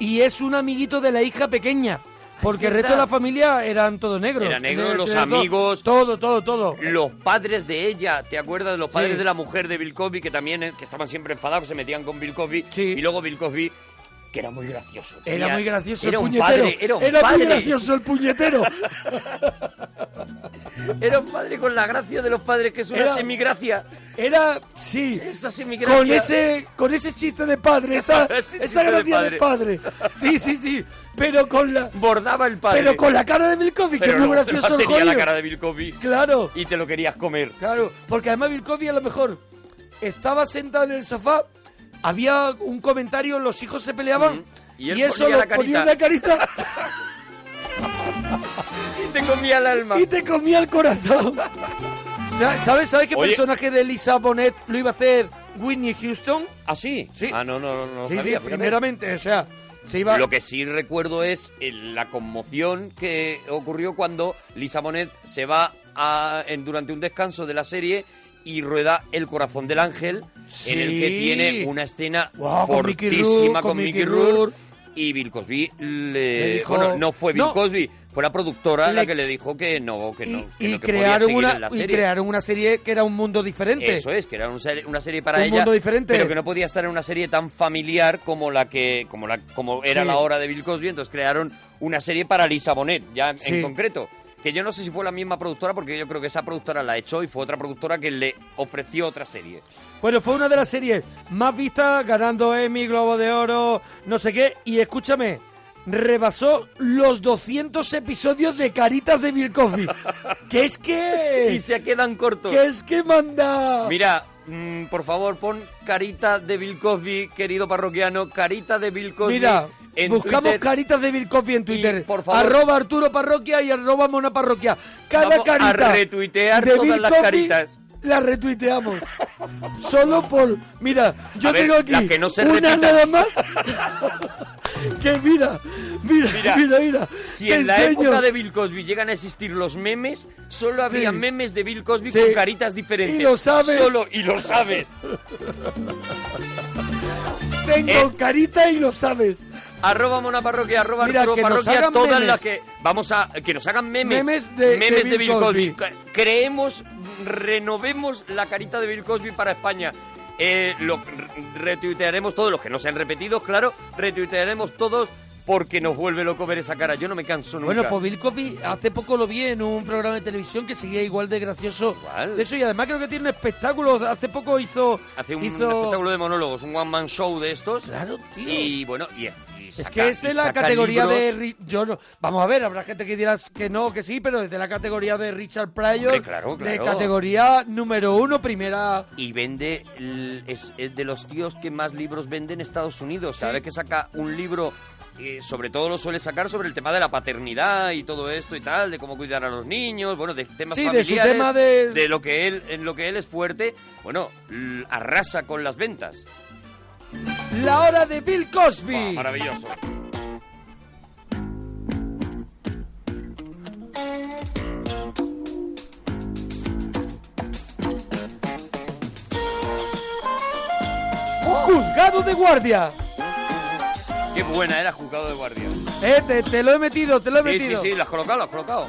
[SPEAKER 5] y es un amiguito de la hija pequeña, porque el resto de
[SPEAKER 2] Ah, verdad.
[SPEAKER 5] la familia eran todos negros.
[SPEAKER 2] Era negro,
[SPEAKER 5] Era-
[SPEAKER 2] los
[SPEAKER 5] era todo-
[SPEAKER 2] amigos.
[SPEAKER 5] Todo, todo, todo.
[SPEAKER 2] los padres de ella, ¿te acuerdas de los padres
[SPEAKER 5] Sí.
[SPEAKER 2] de la mujer de Bill Cosby que también eh, que estaban siempre enfadados, que se metían con Bill Cosby y luego Bill Cosby que era muy gracioso.
[SPEAKER 5] Era
[SPEAKER 2] tenía-
[SPEAKER 5] muy gracioso
[SPEAKER 2] era
[SPEAKER 5] el
[SPEAKER 2] un
[SPEAKER 5] puñetero.
[SPEAKER 2] Padre, era un
[SPEAKER 5] muy
[SPEAKER 2] padre.
[SPEAKER 5] gracioso el puñetero.
[SPEAKER 2] Era un padre con la gracia de los padres que es una
[SPEAKER 5] Era-
[SPEAKER 2] semigracia.
[SPEAKER 5] Era, sí.
[SPEAKER 2] Esa semigracia.
[SPEAKER 5] Con ese, con ese chiste de padre, esa,
[SPEAKER 2] <laughs> Ese
[SPEAKER 5] esa
[SPEAKER 2] chiste de
[SPEAKER 5] gracia de padre. Sí, sí, sí. Pero con la.
[SPEAKER 2] Bordaba el padre.
[SPEAKER 5] Pero con la cara de Bill Cosby, que
[SPEAKER 2] Pero
[SPEAKER 5] es muy
[SPEAKER 2] no,
[SPEAKER 5] gracioso el
[SPEAKER 2] tenía la
[SPEAKER 5] jolio.
[SPEAKER 2] cara de Bill Cosby.
[SPEAKER 5] Claro.
[SPEAKER 2] Y te lo querías comer.
[SPEAKER 5] Claro, porque además Bill Cosby a lo mejor estaba sentado en el sofá, había un comentario, los hijos se peleaban
[SPEAKER 2] Y él
[SPEAKER 5] eso
[SPEAKER 2] ponía
[SPEAKER 5] lo
[SPEAKER 2] la carita.
[SPEAKER 5] ponía una carita
[SPEAKER 2] <laughs> Y te comía el alma.
[SPEAKER 5] y te comía el corazón. Ya, ¿Sabes, ¿Sabes qué
[SPEAKER 2] Oye.
[SPEAKER 5] personaje de Lisa Bonet lo iba a hacer Whitney Houston?
[SPEAKER 2] ¿Ah, sí? Ah, no, no, no, no
[SPEAKER 5] sí,
[SPEAKER 2] sabía,
[SPEAKER 5] sí,
[SPEAKER 2] fíjate.
[SPEAKER 5] primeramente, o sea, se iba...
[SPEAKER 2] Lo que sí recuerdo es el- la conmoción que ocurrió cuando Lisa Bonet se va a- en- durante un descanso de la serie y rueda El corazón del ángel, en el que
[SPEAKER 5] Sí.
[SPEAKER 2] tiene una escena
[SPEAKER 5] Guau, con Mickey Rourke,
[SPEAKER 2] fortísima
[SPEAKER 5] con
[SPEAKER 2] con Mickey
[SPEAKER 5] Mickey
[SPEAKER 2] Rourke.
[SPEAKER 5] Rourke.
[SPEAKER 2] Y Bill Cosby le...
[SPEAKER 5] Le dijo-
[SPEAKER 2] bueno, no fue Bill
[SPEAKER 5] No.
[SPEAKER 2] Cosby, fue la productora
[SPEAKER 5] Le-
[SPEAKER 2] la que le dijo que no, que no, que
[SPEAKER 5] y
[SPEAKER 2] no, que podía
[SPEAKER 5] crearon
[SPEAKER 2] seguir en
[SPEAKER 5] una,
[SPEAKER 2] la
[SPEAKER 5] y
[SPEAKER 2] serie.
[SPEAKER 5] crearon una serie que era un mundo diferente.
[SPEAKER 2] Eso es, que era un ser- una serie para
[SPEAKER 5] Un
[SPEAKER 2] ella,
[SPEAKER 5] mundo diferente.
[SPEAKER 2] pero que no podía estar en una serie tan familiar como la que como la como era
[SPEAKER 5] Sí.
[SPEAKER 2] la hora de Bill Cosby, entonces crearon una serie para Lisa Bonet, ya
[SPEAKER 5] Sí.
[SPEAKER 2] en concreto, que yo no sé si fue la misma productora porque yo creo que esa productora la echó y fue otra productora que le ofreció otra serie.
[SPEAKER 5] Bueno, fue una de las series más vistas, ganando Emmy, Globo de Oro, no sé qué. Y escúchame, rebasó los 200 episodios de Caritas de Bill
[SPEAKER 2] <laughs>
[SPEAKER 5] Cosby. que es que...
[SPEAKER 2] Y se quedan cortos.
[SPEAKER 5] Que es que manda...
[SPEAKER 2] Mira, mm, por favor, pon carita de Bill Cosby, querido parroquiano, carita de Bill Cosby.
[SPEAKER 5] Mira,
[SPEAKER 2] en
[SPEAKER 5] buscamos
[SPEAKER 2] Twitter.
[SPEAKER 5] Caritas de Bill Cosby en Twitter.
[SPEAKER 2] por favor.
[SPEAKER 5] Arroba Arturo Parroquia y arroba Mona Parroquia. Cada
[SPEAKER 2] Vamos a
[SPEAKER 5] carita
[SPEAKER 2] retuitear
[SPEAKER 5] de
[SPEAKER 2] todas
[SPEAKER 5] Bill
[SPEAKER 2] las
[SPEAKER 5] Cosby
[SPEAKER 2] caritas.
[SPEAKER 5] La retuiteamos. Solo por... Mira, yo
[SPEAKER 2] A ver,
[SPEAKER 5] tengo aquí
[SPEAKER 2] las que no se
[SPEAKER 5] una
[SPEAKER 2] repitan.
[SPEAKER 5] nada
[SPEAKER 2] <laughs>
[SPEAKER 5] más. que mira, mira, mira,
[SPEAKER 2] Mira,
[SPEAKER 5] mira.
[SPEAKER 2] Si
[SPEAKER 5] te
[SPEAKER 2] en la
[SPEAKER 5] enseño.
[SPEAKER 2] época de Bill Cosby llegan a existir los memes, solo habría
[SPEAKER 5] Sí.
[SPEAKER 2] memes de Bill Cosby
[SPEAKER 5] Sí.
[SPEAKER 2] con caritas diferentes.
[SPEAKER 5] Y lo sabes.
[SPEAKER 2] Solo, y lo sabes.
[SPEAKER 5] Tengo
[SPEAKER 2] Eh.
[SPEAKER 5] carita y lo sabes.
[SPEAKER 2] arroba monaparroquia, arroba
[SPEAKER 5] <laughs> Mira,
[SPEAKER 2] Arturo
[SPEAKER 5] que nos
[SPEAKER 2] Parroquia,
[SPEAKER 5] hagan
[SPEAKER 2] todas
[SPEAKER 5] memes.
[SPEAKER 2] las que... Vamos a... Que nos hagan memes.
[SPEAKER 5] Memes de-
[SPEAKER 2] Memes
[SPEAKER 5] de Bill
[SPEAKER 2] de, Bill Cosby.
[SPEAKER 5] Cosby.
[SPEAKER 2] C- Creemos, renovemos la carita de Bill Cosby para España. Eh, lo re- retuitearemos todos, los que no se han repetido, claro, retuitearemos todos porque nos vuelve loco ver esa cara. Yo no me canso nunca.
[SPEAKER 5] Bueno, pues Bill Cosby hace poco lo vi en un programa de televisión que seguía igual de gracioso. De eso, y además creo que tiene un espectáculo. Hace poco hizo.
[SPEAKER 2] Hace un
[SPEAKER 5] hizo-
[SPEAKER 2] espectáculo de monólogos, un one man show de estos.
[SPEAKER 5] Claro, tío.
[SPEAKER 2] Y bueno, y, y
[SPEAKER 5] Es
[SPEAKER 2] saca-
[SPEAKER 5] que es
[SPEAKER 2] y
[SPEAKER 5] de la
[SPEAKER 2] saca
[SPEAKER 5] categoría de.
[SPEAKER 2] libros.
[SPEAKER 5] Ri- Yo no. Vamos a ver, habrá gente que dirás que no, que sí, pero es de la categoría de Richard Pryor.
[SPEAKER 2] Hombre, claro,
[SPEAKER 5] De
[SPEAKER 2] claro.
[SPEAKER 5] categoría número uno, primera.
[SPEAKER 2] Y vende, el- es, es de los tíos que más libros vende en Estados Unidos. Cada vez que saca un libro, eh, sobre todo lo suele sacar sobre el tema de la paternidad y todo esto y tal, de cómo cuidar a los niños, bueno, de temas
[SPEAKER 5] Sí, de
[SPEAKER 2] familiares.
[SPEAKER 5] su tema de-
[SPEAKER 2] lo que él, en lo que él es fuerte, bueno, l- arrasa con las ventas.
[SPEAKER 5] La hora de Bill Cosby.
[SPEAKER 2] Maravilloso.
[SPEAKER 5] Juzgado de guardia.
[SPEAKER 2] Qué buena era Juzgado de Guardia.
[SPEAKER 5] Eh, te, te lo he metido, te lo he
[SPEAKER 2] Sí, sí,
[SPEAKER 5] metido.
[SPEAKER 2] sí, lo has colocado, lo has colocado.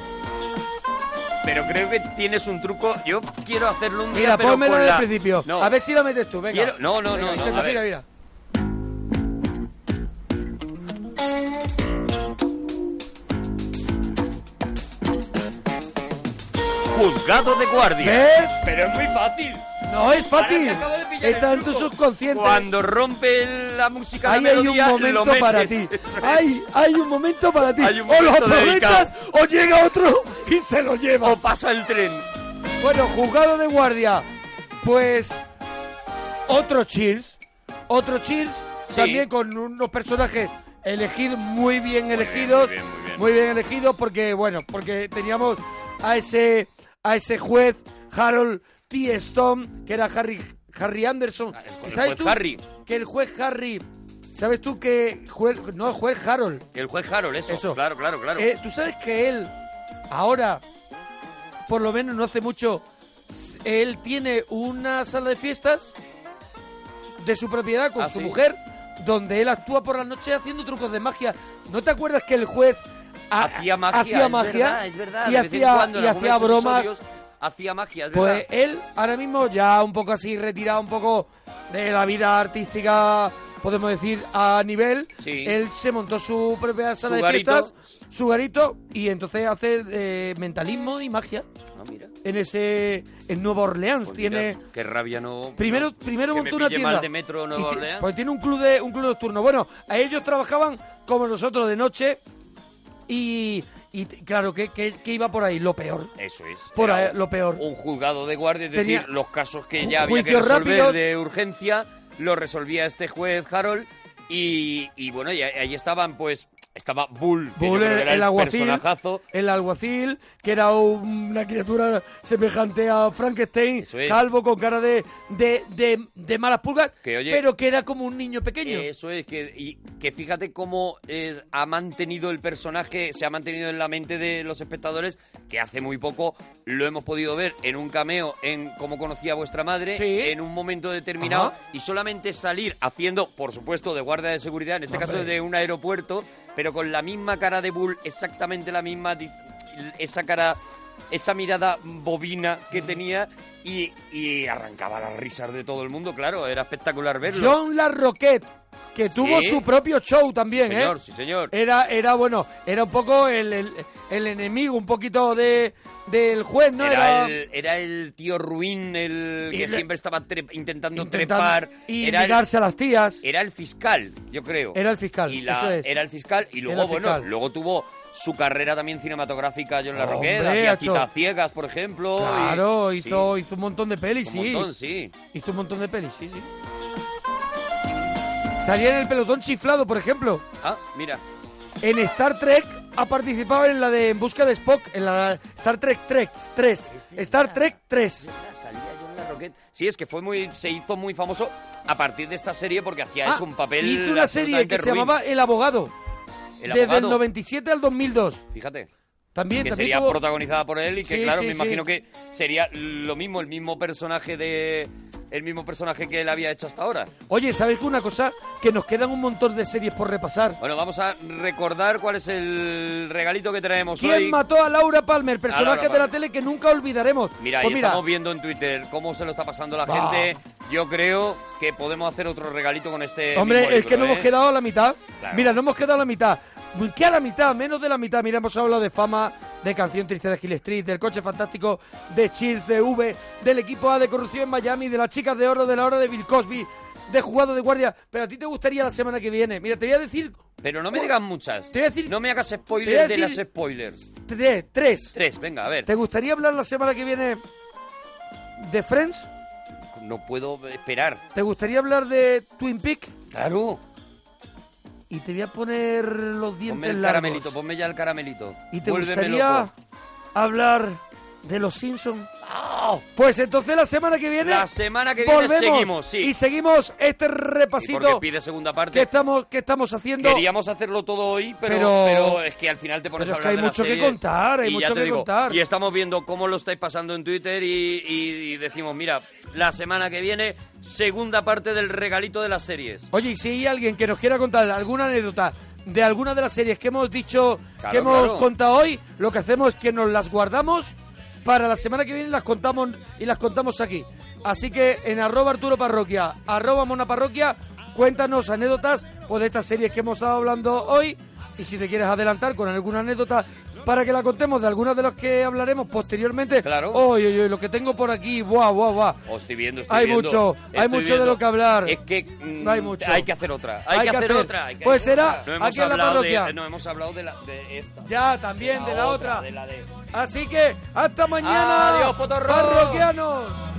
[SPEAKER 2] Pero creo que tienes un truco. Yo quiero hacerlo un día,
[SPEAKER 5] Mira,
[SPEAKER 2] pero
[SPEAKER 5] pónmelo
[SPEAKER 2] con
[SPEAKER 5] desde el
[SPEAKER 2] la-
[SPEAKER 5] principio.
[SPEAKER 2] No.
[SPEAKER 5] A ver si lo metes tú, venga.
[SPEAKER 2] Quiero- no, no,
[SPEAKER 5] Venga,
[SPEAKER 2] no, no,
[SPEAKER 5] intenta,
[SPEAKER 2] a ver.
[SPEAKER 5] mira, mira.
[SPEAKER 2] Juzgado de guardia.
[SPEAKER 5] ¿Ves?
[SPEAKER 2] Pero es muy fácil.
[SPEAKER 5] No es
[SPEAKER 2] Ahora
[SPEAKER 5] fácil.
[SPEAKER 2] te acabo de pillar el
[SPEAKER 5] Está en tu
[SPEAKER 2] truco.
[SPEAKER 5] subconsciente.
[SPEAKER 2] Cuando rompe la música la
[SPEAKER 5] Ahí hay un
[SPEAKER 2] melodía,
[SPEAKER 5] momento
[SPEAKER 2] lo metes.
[SPEAKER 5] para ti.
[SPEAKER 2] <laughs> Eso es.
[SPEAKER 5] Hay, hay un momento para ti.
[SPEAKER 2] Hay un
[SPEAKER 5] o lo
[SPEAKER 2] momento
[SPEAKER 5] aprovechas
[SPEAKER 2] dedicado.
[SPEAKER 5] o llega otro y se lo lleva. O
[SPEAKER 2] pasa el tren.
[SPEAKER 5] Bueno, juzgado de guardia. Pues otro Cheers. Otro Cheers también con unos personajes elegidos muy bien elegidos.
[SPEAKER 1] muy bien, muy bien.
[SPEAKER 5] elegidos porque bueno, porque teníamos a ese a ese juez Harold T. Stone, que era Harry Harry Anderson.
[SPEAKER 2] el
[SPEAKER 5] ¿Sabes
[SPEAKER 2] juez
[SPEAKER 5] tú
[SPEAKER 2] Harry.
[SPEAKER 5] que el juez Harry ¿Sabes tú que juez, no juez Harold?
[SPEAKER 2] El juez Harold, eso.
[SPEAKER 5] Eso.
[SPEAKER 2] Claro, claro, claro.
[SPEAKER 5] Eh, Tú sabes que él, ahora, por lo menos no hace mucho, s- él tiene una sala de fiestas de su propiedad con
[SPEAKER 2] ¿Ah,
[SPEAKER 5] su
[SPEAKER 2] sí?
[SPEAKER 5] mujer, donde él actúa por las noches haciendo trucos de magia. ¿¿No te acuerdas que el juez ha-
[SPEAKER 2] hacía magia.
[SPEAKER 5] hacía
[SPEAKER 2] es
[SPEAKER 5] magia
[SPEAKER 2] verdad, es verdad.
[SPEAKER 5] y
[SPEAKER 2] de vez en
[SPEAKER 5] hacía,
[SPEAKER 2] cuando, en
[SPEAKER 5] y
[SPEAKER 2] algunos
[SPEAKER 5] hacía bromas?
[SPEAKER 2] episodios, Hacía magia, es
[SPEAKER 5] Pues
[SPEAKER 2] verdad.
[SPEAKER 5] él ahora mismo ya un poco así retirado un poco de la vida artística, podemos decir, a nivel.
[SPEAKER 2] Sí.
[SPEAKER 5] Él se montó su propia sala
[SPEAKER 2] Su
[SPEAKER 5] de
[SPEAKER 2] garito.
[SPEAKER 5] fiestas, su garito, y entonces hace eh, mentalismo y magia. En ese en Nueva Orleans tiene
[SPEAKER 2] Ah, Pues Mira, Qué rabia no.
[SPEAKER 5] Primero,
[SPEAKER 2] no,
[SPEAKER 5] primero
[SPEAKER 2] que me
[SPEAKER 5] montó una
[SPEAKER 2] pille
[SPEAKER 5] tienda.
[SPEAKER 2] mal de metro Nueva
[SPEAKER 5] Y ti-
[SPEAKER 2] Orleans.
[SPEAKER 5] Pues tiene un club de un club nocturno. Bueno, a ellos trabajaban como nosotros de noche y, y t- claro que, que- que iba por ahí lo peor.
[SPEAKER 2] Eso es.
[SPEAKER 5] Por ahí,
[SPEAKER 2] Era
[SPEAKER 5] lo peor.
[SPEAKER 2] Un juzgado de guardia, es
[SPEAKER 5] Tenía
[SPEAKER 2] decir, los casos que
[SPEAKER 5] ju-
[SPEAKER 2] ya había que
[SPEAKER 5] juicios
[SPEAKER 2] resolver
[SPEAKER 5] rápidos.
[SPEAKER 2] de urgencia, lo resolvía este juez Harold. Y, y bueno, y ahí estaban, pues, estaba Bull, que yo
[SPEAKER 5] Bull,
[SPEAKER 2] creo que
[SPEAKER 5] el,
[SPEAKER 2] era
[SPEAKER 5] el aguacil,
[SPEAKER 2] personajazo.
[SPEAKER 5] el alguacil, que era una criatura semejante a Frankenstein,
[SPEAKER 2] es.
[SPEAKER 5] calvo con cara de, de, de- de malas pulgas,
[SPEAKER 2] Que, oye, eh,
[SPEAKER 5] pero que era como un niño pequeño.
[SPEAKER 2] Eso es, que, y, que fíjate cómo eh, ha mantenido el personaje, se ha mantenido en la mente de los espectadores, que hace muy poco lo hemos podido ver en un cameo en Cómo conocía a vuestra madre, en un momento determinado,
[SPEAKER 5] Ajá.
[SPEAKER 2] y solamente salir haciendo, por supuesto, de guardia de seguridad, en este
[SPEAKER 5] Hombre.
[SPEAKER 2] caso de un aeropuerto, pero con la misma cara de Bull, exactamente la misma, di- esa cara, esa mirada bobina que
[SPEAKER 5] Mm.
[SPEAKER 2] tenía. Y, y arrancaba las risas de todo el mundo, claro, era espectacular verlo.
[SPEAKER 5] John Larroquette, que tuvo su propio show también,
[SPEAKER 2] Sí,
[SPEAKER 5] ¿eh?
[SPEAKER 2] señor, sí, señor.
[SPEAKER 5] Era, era bueno, era un poco el, el- el enemigo, un poquito de, del juez, ¿no?
[SPEAKER 2] Era, el, era el tío ruin, el
[SPEAKER 5] Y
[SPEAKER 2] que
[SPEAKER 5] le-
[SPEAKER 2] siempre estaba trep-
[SPEAKER 5] intentando-
[SPEAKER 2] intentando, trepar.
[SPEAKER 5] y
[SPEAKER 2] era,
[SPEAKER 5] ligarse
[SPEAKER 2] el,
[SPEAKER 5] a las tías.
[SPEAKER 2] era el fiscal, yo creo.
[SPEAKER 5] Era el fiscal,
[SPEAKER 2] Y la-
[SPEAKER 5] eso es.
[SPEAKER 2] Era el fiscal y luego,
[SPEAKER 5] Era el fiscal.
[SPEAKER 2] bueno, luego tuvo su carrera también cinematográfica John La
[SPEAKER 5] Hombre,
[SPEAKER 2] Roqueda, hacía
[SPEAKER 5] ha hecho-
[SPEAKER 2] Citas ciegas, por ejemplo. y-
[SPEAKER 5] Claro,
[SPEAKER 2] sí,
[SPEAKER 5] hizo, hizo un montón de pelis,
[SPEAKER 2] un
[SPEAKER 5] sí.
[SPEAKER 2] montón, sí.
[SPEAKER 5] Hizo un montón de pelis, sí, sí. Salía en el pelotón chiflado, por ejemplo.
[SPEAKER 2] Ah, mira.
[SPEAKER 5] En Star Trek ha participado en la de En busca de Spock, en la Star Trek 3. 3 Star Trek 3.
[SPEAKER 2] Salía John La Roquette. Sí, es que fue muy, se hizo muy famoso a partir de esta serie porque hacía
[SPEAKER 5] Ah,
[SPEAKER 2] eso, un papel.
[SPEAKER 5] Hizo una serie que
[SPEAKER 2] absolutamente
[SPEAKER 5] se
[SPEAKER 2] ruin.
[SPEAKER 5] llamaba El Abogado.
[SPEAKER 2] El
[SPEAKER 5] desde
[SPEAKER 2] Abogado.
[SPEAKER 5] el 97 al 2002.
[SPEAKER 2] Fíjate.
[SPEAKER 5] También,
[SPEAKER 2] que
[SPEAKER 5] también
[SPEAKER 2] sería
[SPEAKER 5] tuvo-
[SPEAKER 2] protagonizada por él y que
[SPEAKER 5] Sí,
[SPEAKER 2] claro
[SPEAKER 5] sí,
[SPEAKER 2] me
[SPEAKER 5] sí.
[SPEAKER 2] imagino que sería lo mismo el mismo personaje de el mismo personaje que él había hecho hasta ahora
[SPEAKER 5] Oye, ¿sabéis una cosa? Que nos quedan un montón de series por repasar.
[SPEAKER 2] bueno vamos a recordar cuál es el regalito que traemos
[SPEAKER 5] ¿Quién
[SPEAKER 2] hoy
[SPEAKER 5] mató a Laura Palmer? Personaje
[SPEAKER 2] Laura
[SPEAKER 5] de la
[SPEAKER 2] Palmer.
[SPEAKER 5] tele que nunca olvidaremos.
[SPEAKER 2] mira
[SPEAKER 5] Pues
[SPEAKER 2] ahí
[SPEAKER 5] mira,
[SPEAKER 2] estamos viendo en Twitter cómo se lo está pasando la
[SPEAKER 5] Bah.
[SPEAKER 2] gente yo creo que podemos hacer otro regalito con este mismo
[SPEAKER 5] Hombre, es
[SPEAKER 2] libro,
[SPEAKER 5] que no
[SPEAKER 2] ¿eh?
[SPEAKER 5] hemos quedado a la mitad.
[SPEAKER 2] Claro.
[SPEAKER 5] Mira, no hemos quedado a la mitad. ¿Qué a la mitad? Menos de la mitad. Mira, hemos hablado de fama, de canción triste de Gil Street, del coche fantástico, de Cheers, de V, del equipo A de corrupción en Miami, de las chicas de oro, de la hora de Bill Cosby, de jugado de guardia. Pero a ti te gustaría la semana que viene. Mira, te voy a decir
[SPEAKER 2] pero no me digas muchas
[SPEAKER 5] te voy a decir-
[SPEAKER 2] no me hagas
[SPEAKER 5] te voy a
[SPEAKER 2] spoilers de las
[SPEAKER 5] decir-
[SPEAKER 2] spoilers
[SPEAKER 5] tres. Tres.
[SPEAKER 2] tres venga a ver
[SPEAKER 5] ¿Te gustaría hablar la semana que viene de Friends?
[SPEAKER 2] no puedo esperar
[SPEAKER 5] ¿Te gustaría hablar de Twin Peaks?
[SPEAKER 2] Claro.
[SPEAKER 5] Y te voy a poner los dientes
[SPEAKER 2] ponme el
[SPEAKER 5] largos.
[SPEAKER 2] caramelito ponme ya el caramelito
[SPEAKER 5] ¿Y te
[SPEAKER 2] Vuélveme
[SPEAKER 5] gustaría
[SPEAKER 2] loco.
[SPEAKER 5] hablar de los Simpsons? Pues entonces la semana que viene.
[SPEAKER 2] ¡Ah! La semana que viene
[SPEAKER 5] volvemos
[SPEAKER 2] seguimos, sí.
[SPEAKER 5] Y seguimos este
[SPEAKER 2] Y porque
[SPEAKER 5] repasito
[SPEAKER 2] pide segunda parte
[SPEAKER 5] que estamos, que estamos haciendo.
[SPEAKER 2] Queríamos hacerlo todo hoy, pero,
[SPEAKER 5] Pero-
[SPEAKER 2] pero, es que al final te pones
[SPEAKER 5] pero
[SPEAKER 2] a
[SPEAKER 5] es que
[SPEAKER 2] hablar
[SPEAKER 5] hay
[SPEAKER 2] de la
[SPEAKER 5] mucho que
[SPEAKER 2] serie.
[SPEAKER 5] contar, hay
[SPEAKER 2] Y ya
[SPEAKER 5] mucho
[SPEAKER 2] te
[SPEAKER 5] que
[SPEAKER 2] digo,
[SPEAKER 5] contar.
[SPEAKER 2] Y estamos viendo cómo lo estáis pasando en Twitter y, y- y decimos, mira, la semana que viene, segunda parte del regalito de las series.
[SPEAKER 5] Oye, y si hay alguien que nos quiera contar alguna anécdota de alguna de las series que hemos dicho,
[SPEAKER 2] Claro,
[SPEAKER 5] que hemos
[SPEAKER 2] claro.
[SPEAKER 5] contado hoy, lo que hacemos es que nos las guardamos para la semana que viene y las contamos y las contamos aquí. Así que en arroba Arturo Parroquia, arroba Mona Parroquia, Cuéntanos anécdotas o de estas series que hemos estado hablando hoy y si te quieres adelantar con alguna anécdota para que la contemos de algunas de las que hablaremos posteriormente.
[SPEAKER 2] Claro.
[SPEAKER 5] Oye, oye, lo que tengo por aquí, guau, guau, guau.
[SPEAKER 2] Os estoy viendo, estoy
[SPEAKER 5] Hay
[SPEAKER 2] viendo,
[SPEAKER 5] mucho,
[SPEAKER 2] estoy
[SPEAKER 5] hay mucho de
[SPEAKER 2] viendo.
[SPEAKER 5] lo que hablar.
[SPEAKER 2] Es que mm,
[SPEAKER 5] Hay mucho.
[SPEAKER 2] hay que hacer otra, hay, que, hacer, otra. hay que
[SPEAKER 5] pues
[SPEAKER 2] hacer
[SPEAKER 5] será
[SPEAKER 2] otra. No hemos
[SPEAKER 5] aquí en la
[SPEAKER 2] hablado de-
[SPEAKER 5] parroquia.
[SPEAKER 2] no hemos hablado de, la, de esta.
[SPEAKER 5] Ya, también de la otra.
[SPEAKER 2] de la de-
[SPEAKER 5] Así que hasta mañana.
[SPEAKER 2] Adiós, Potorro.
[SPEAKER 5] parroquianos.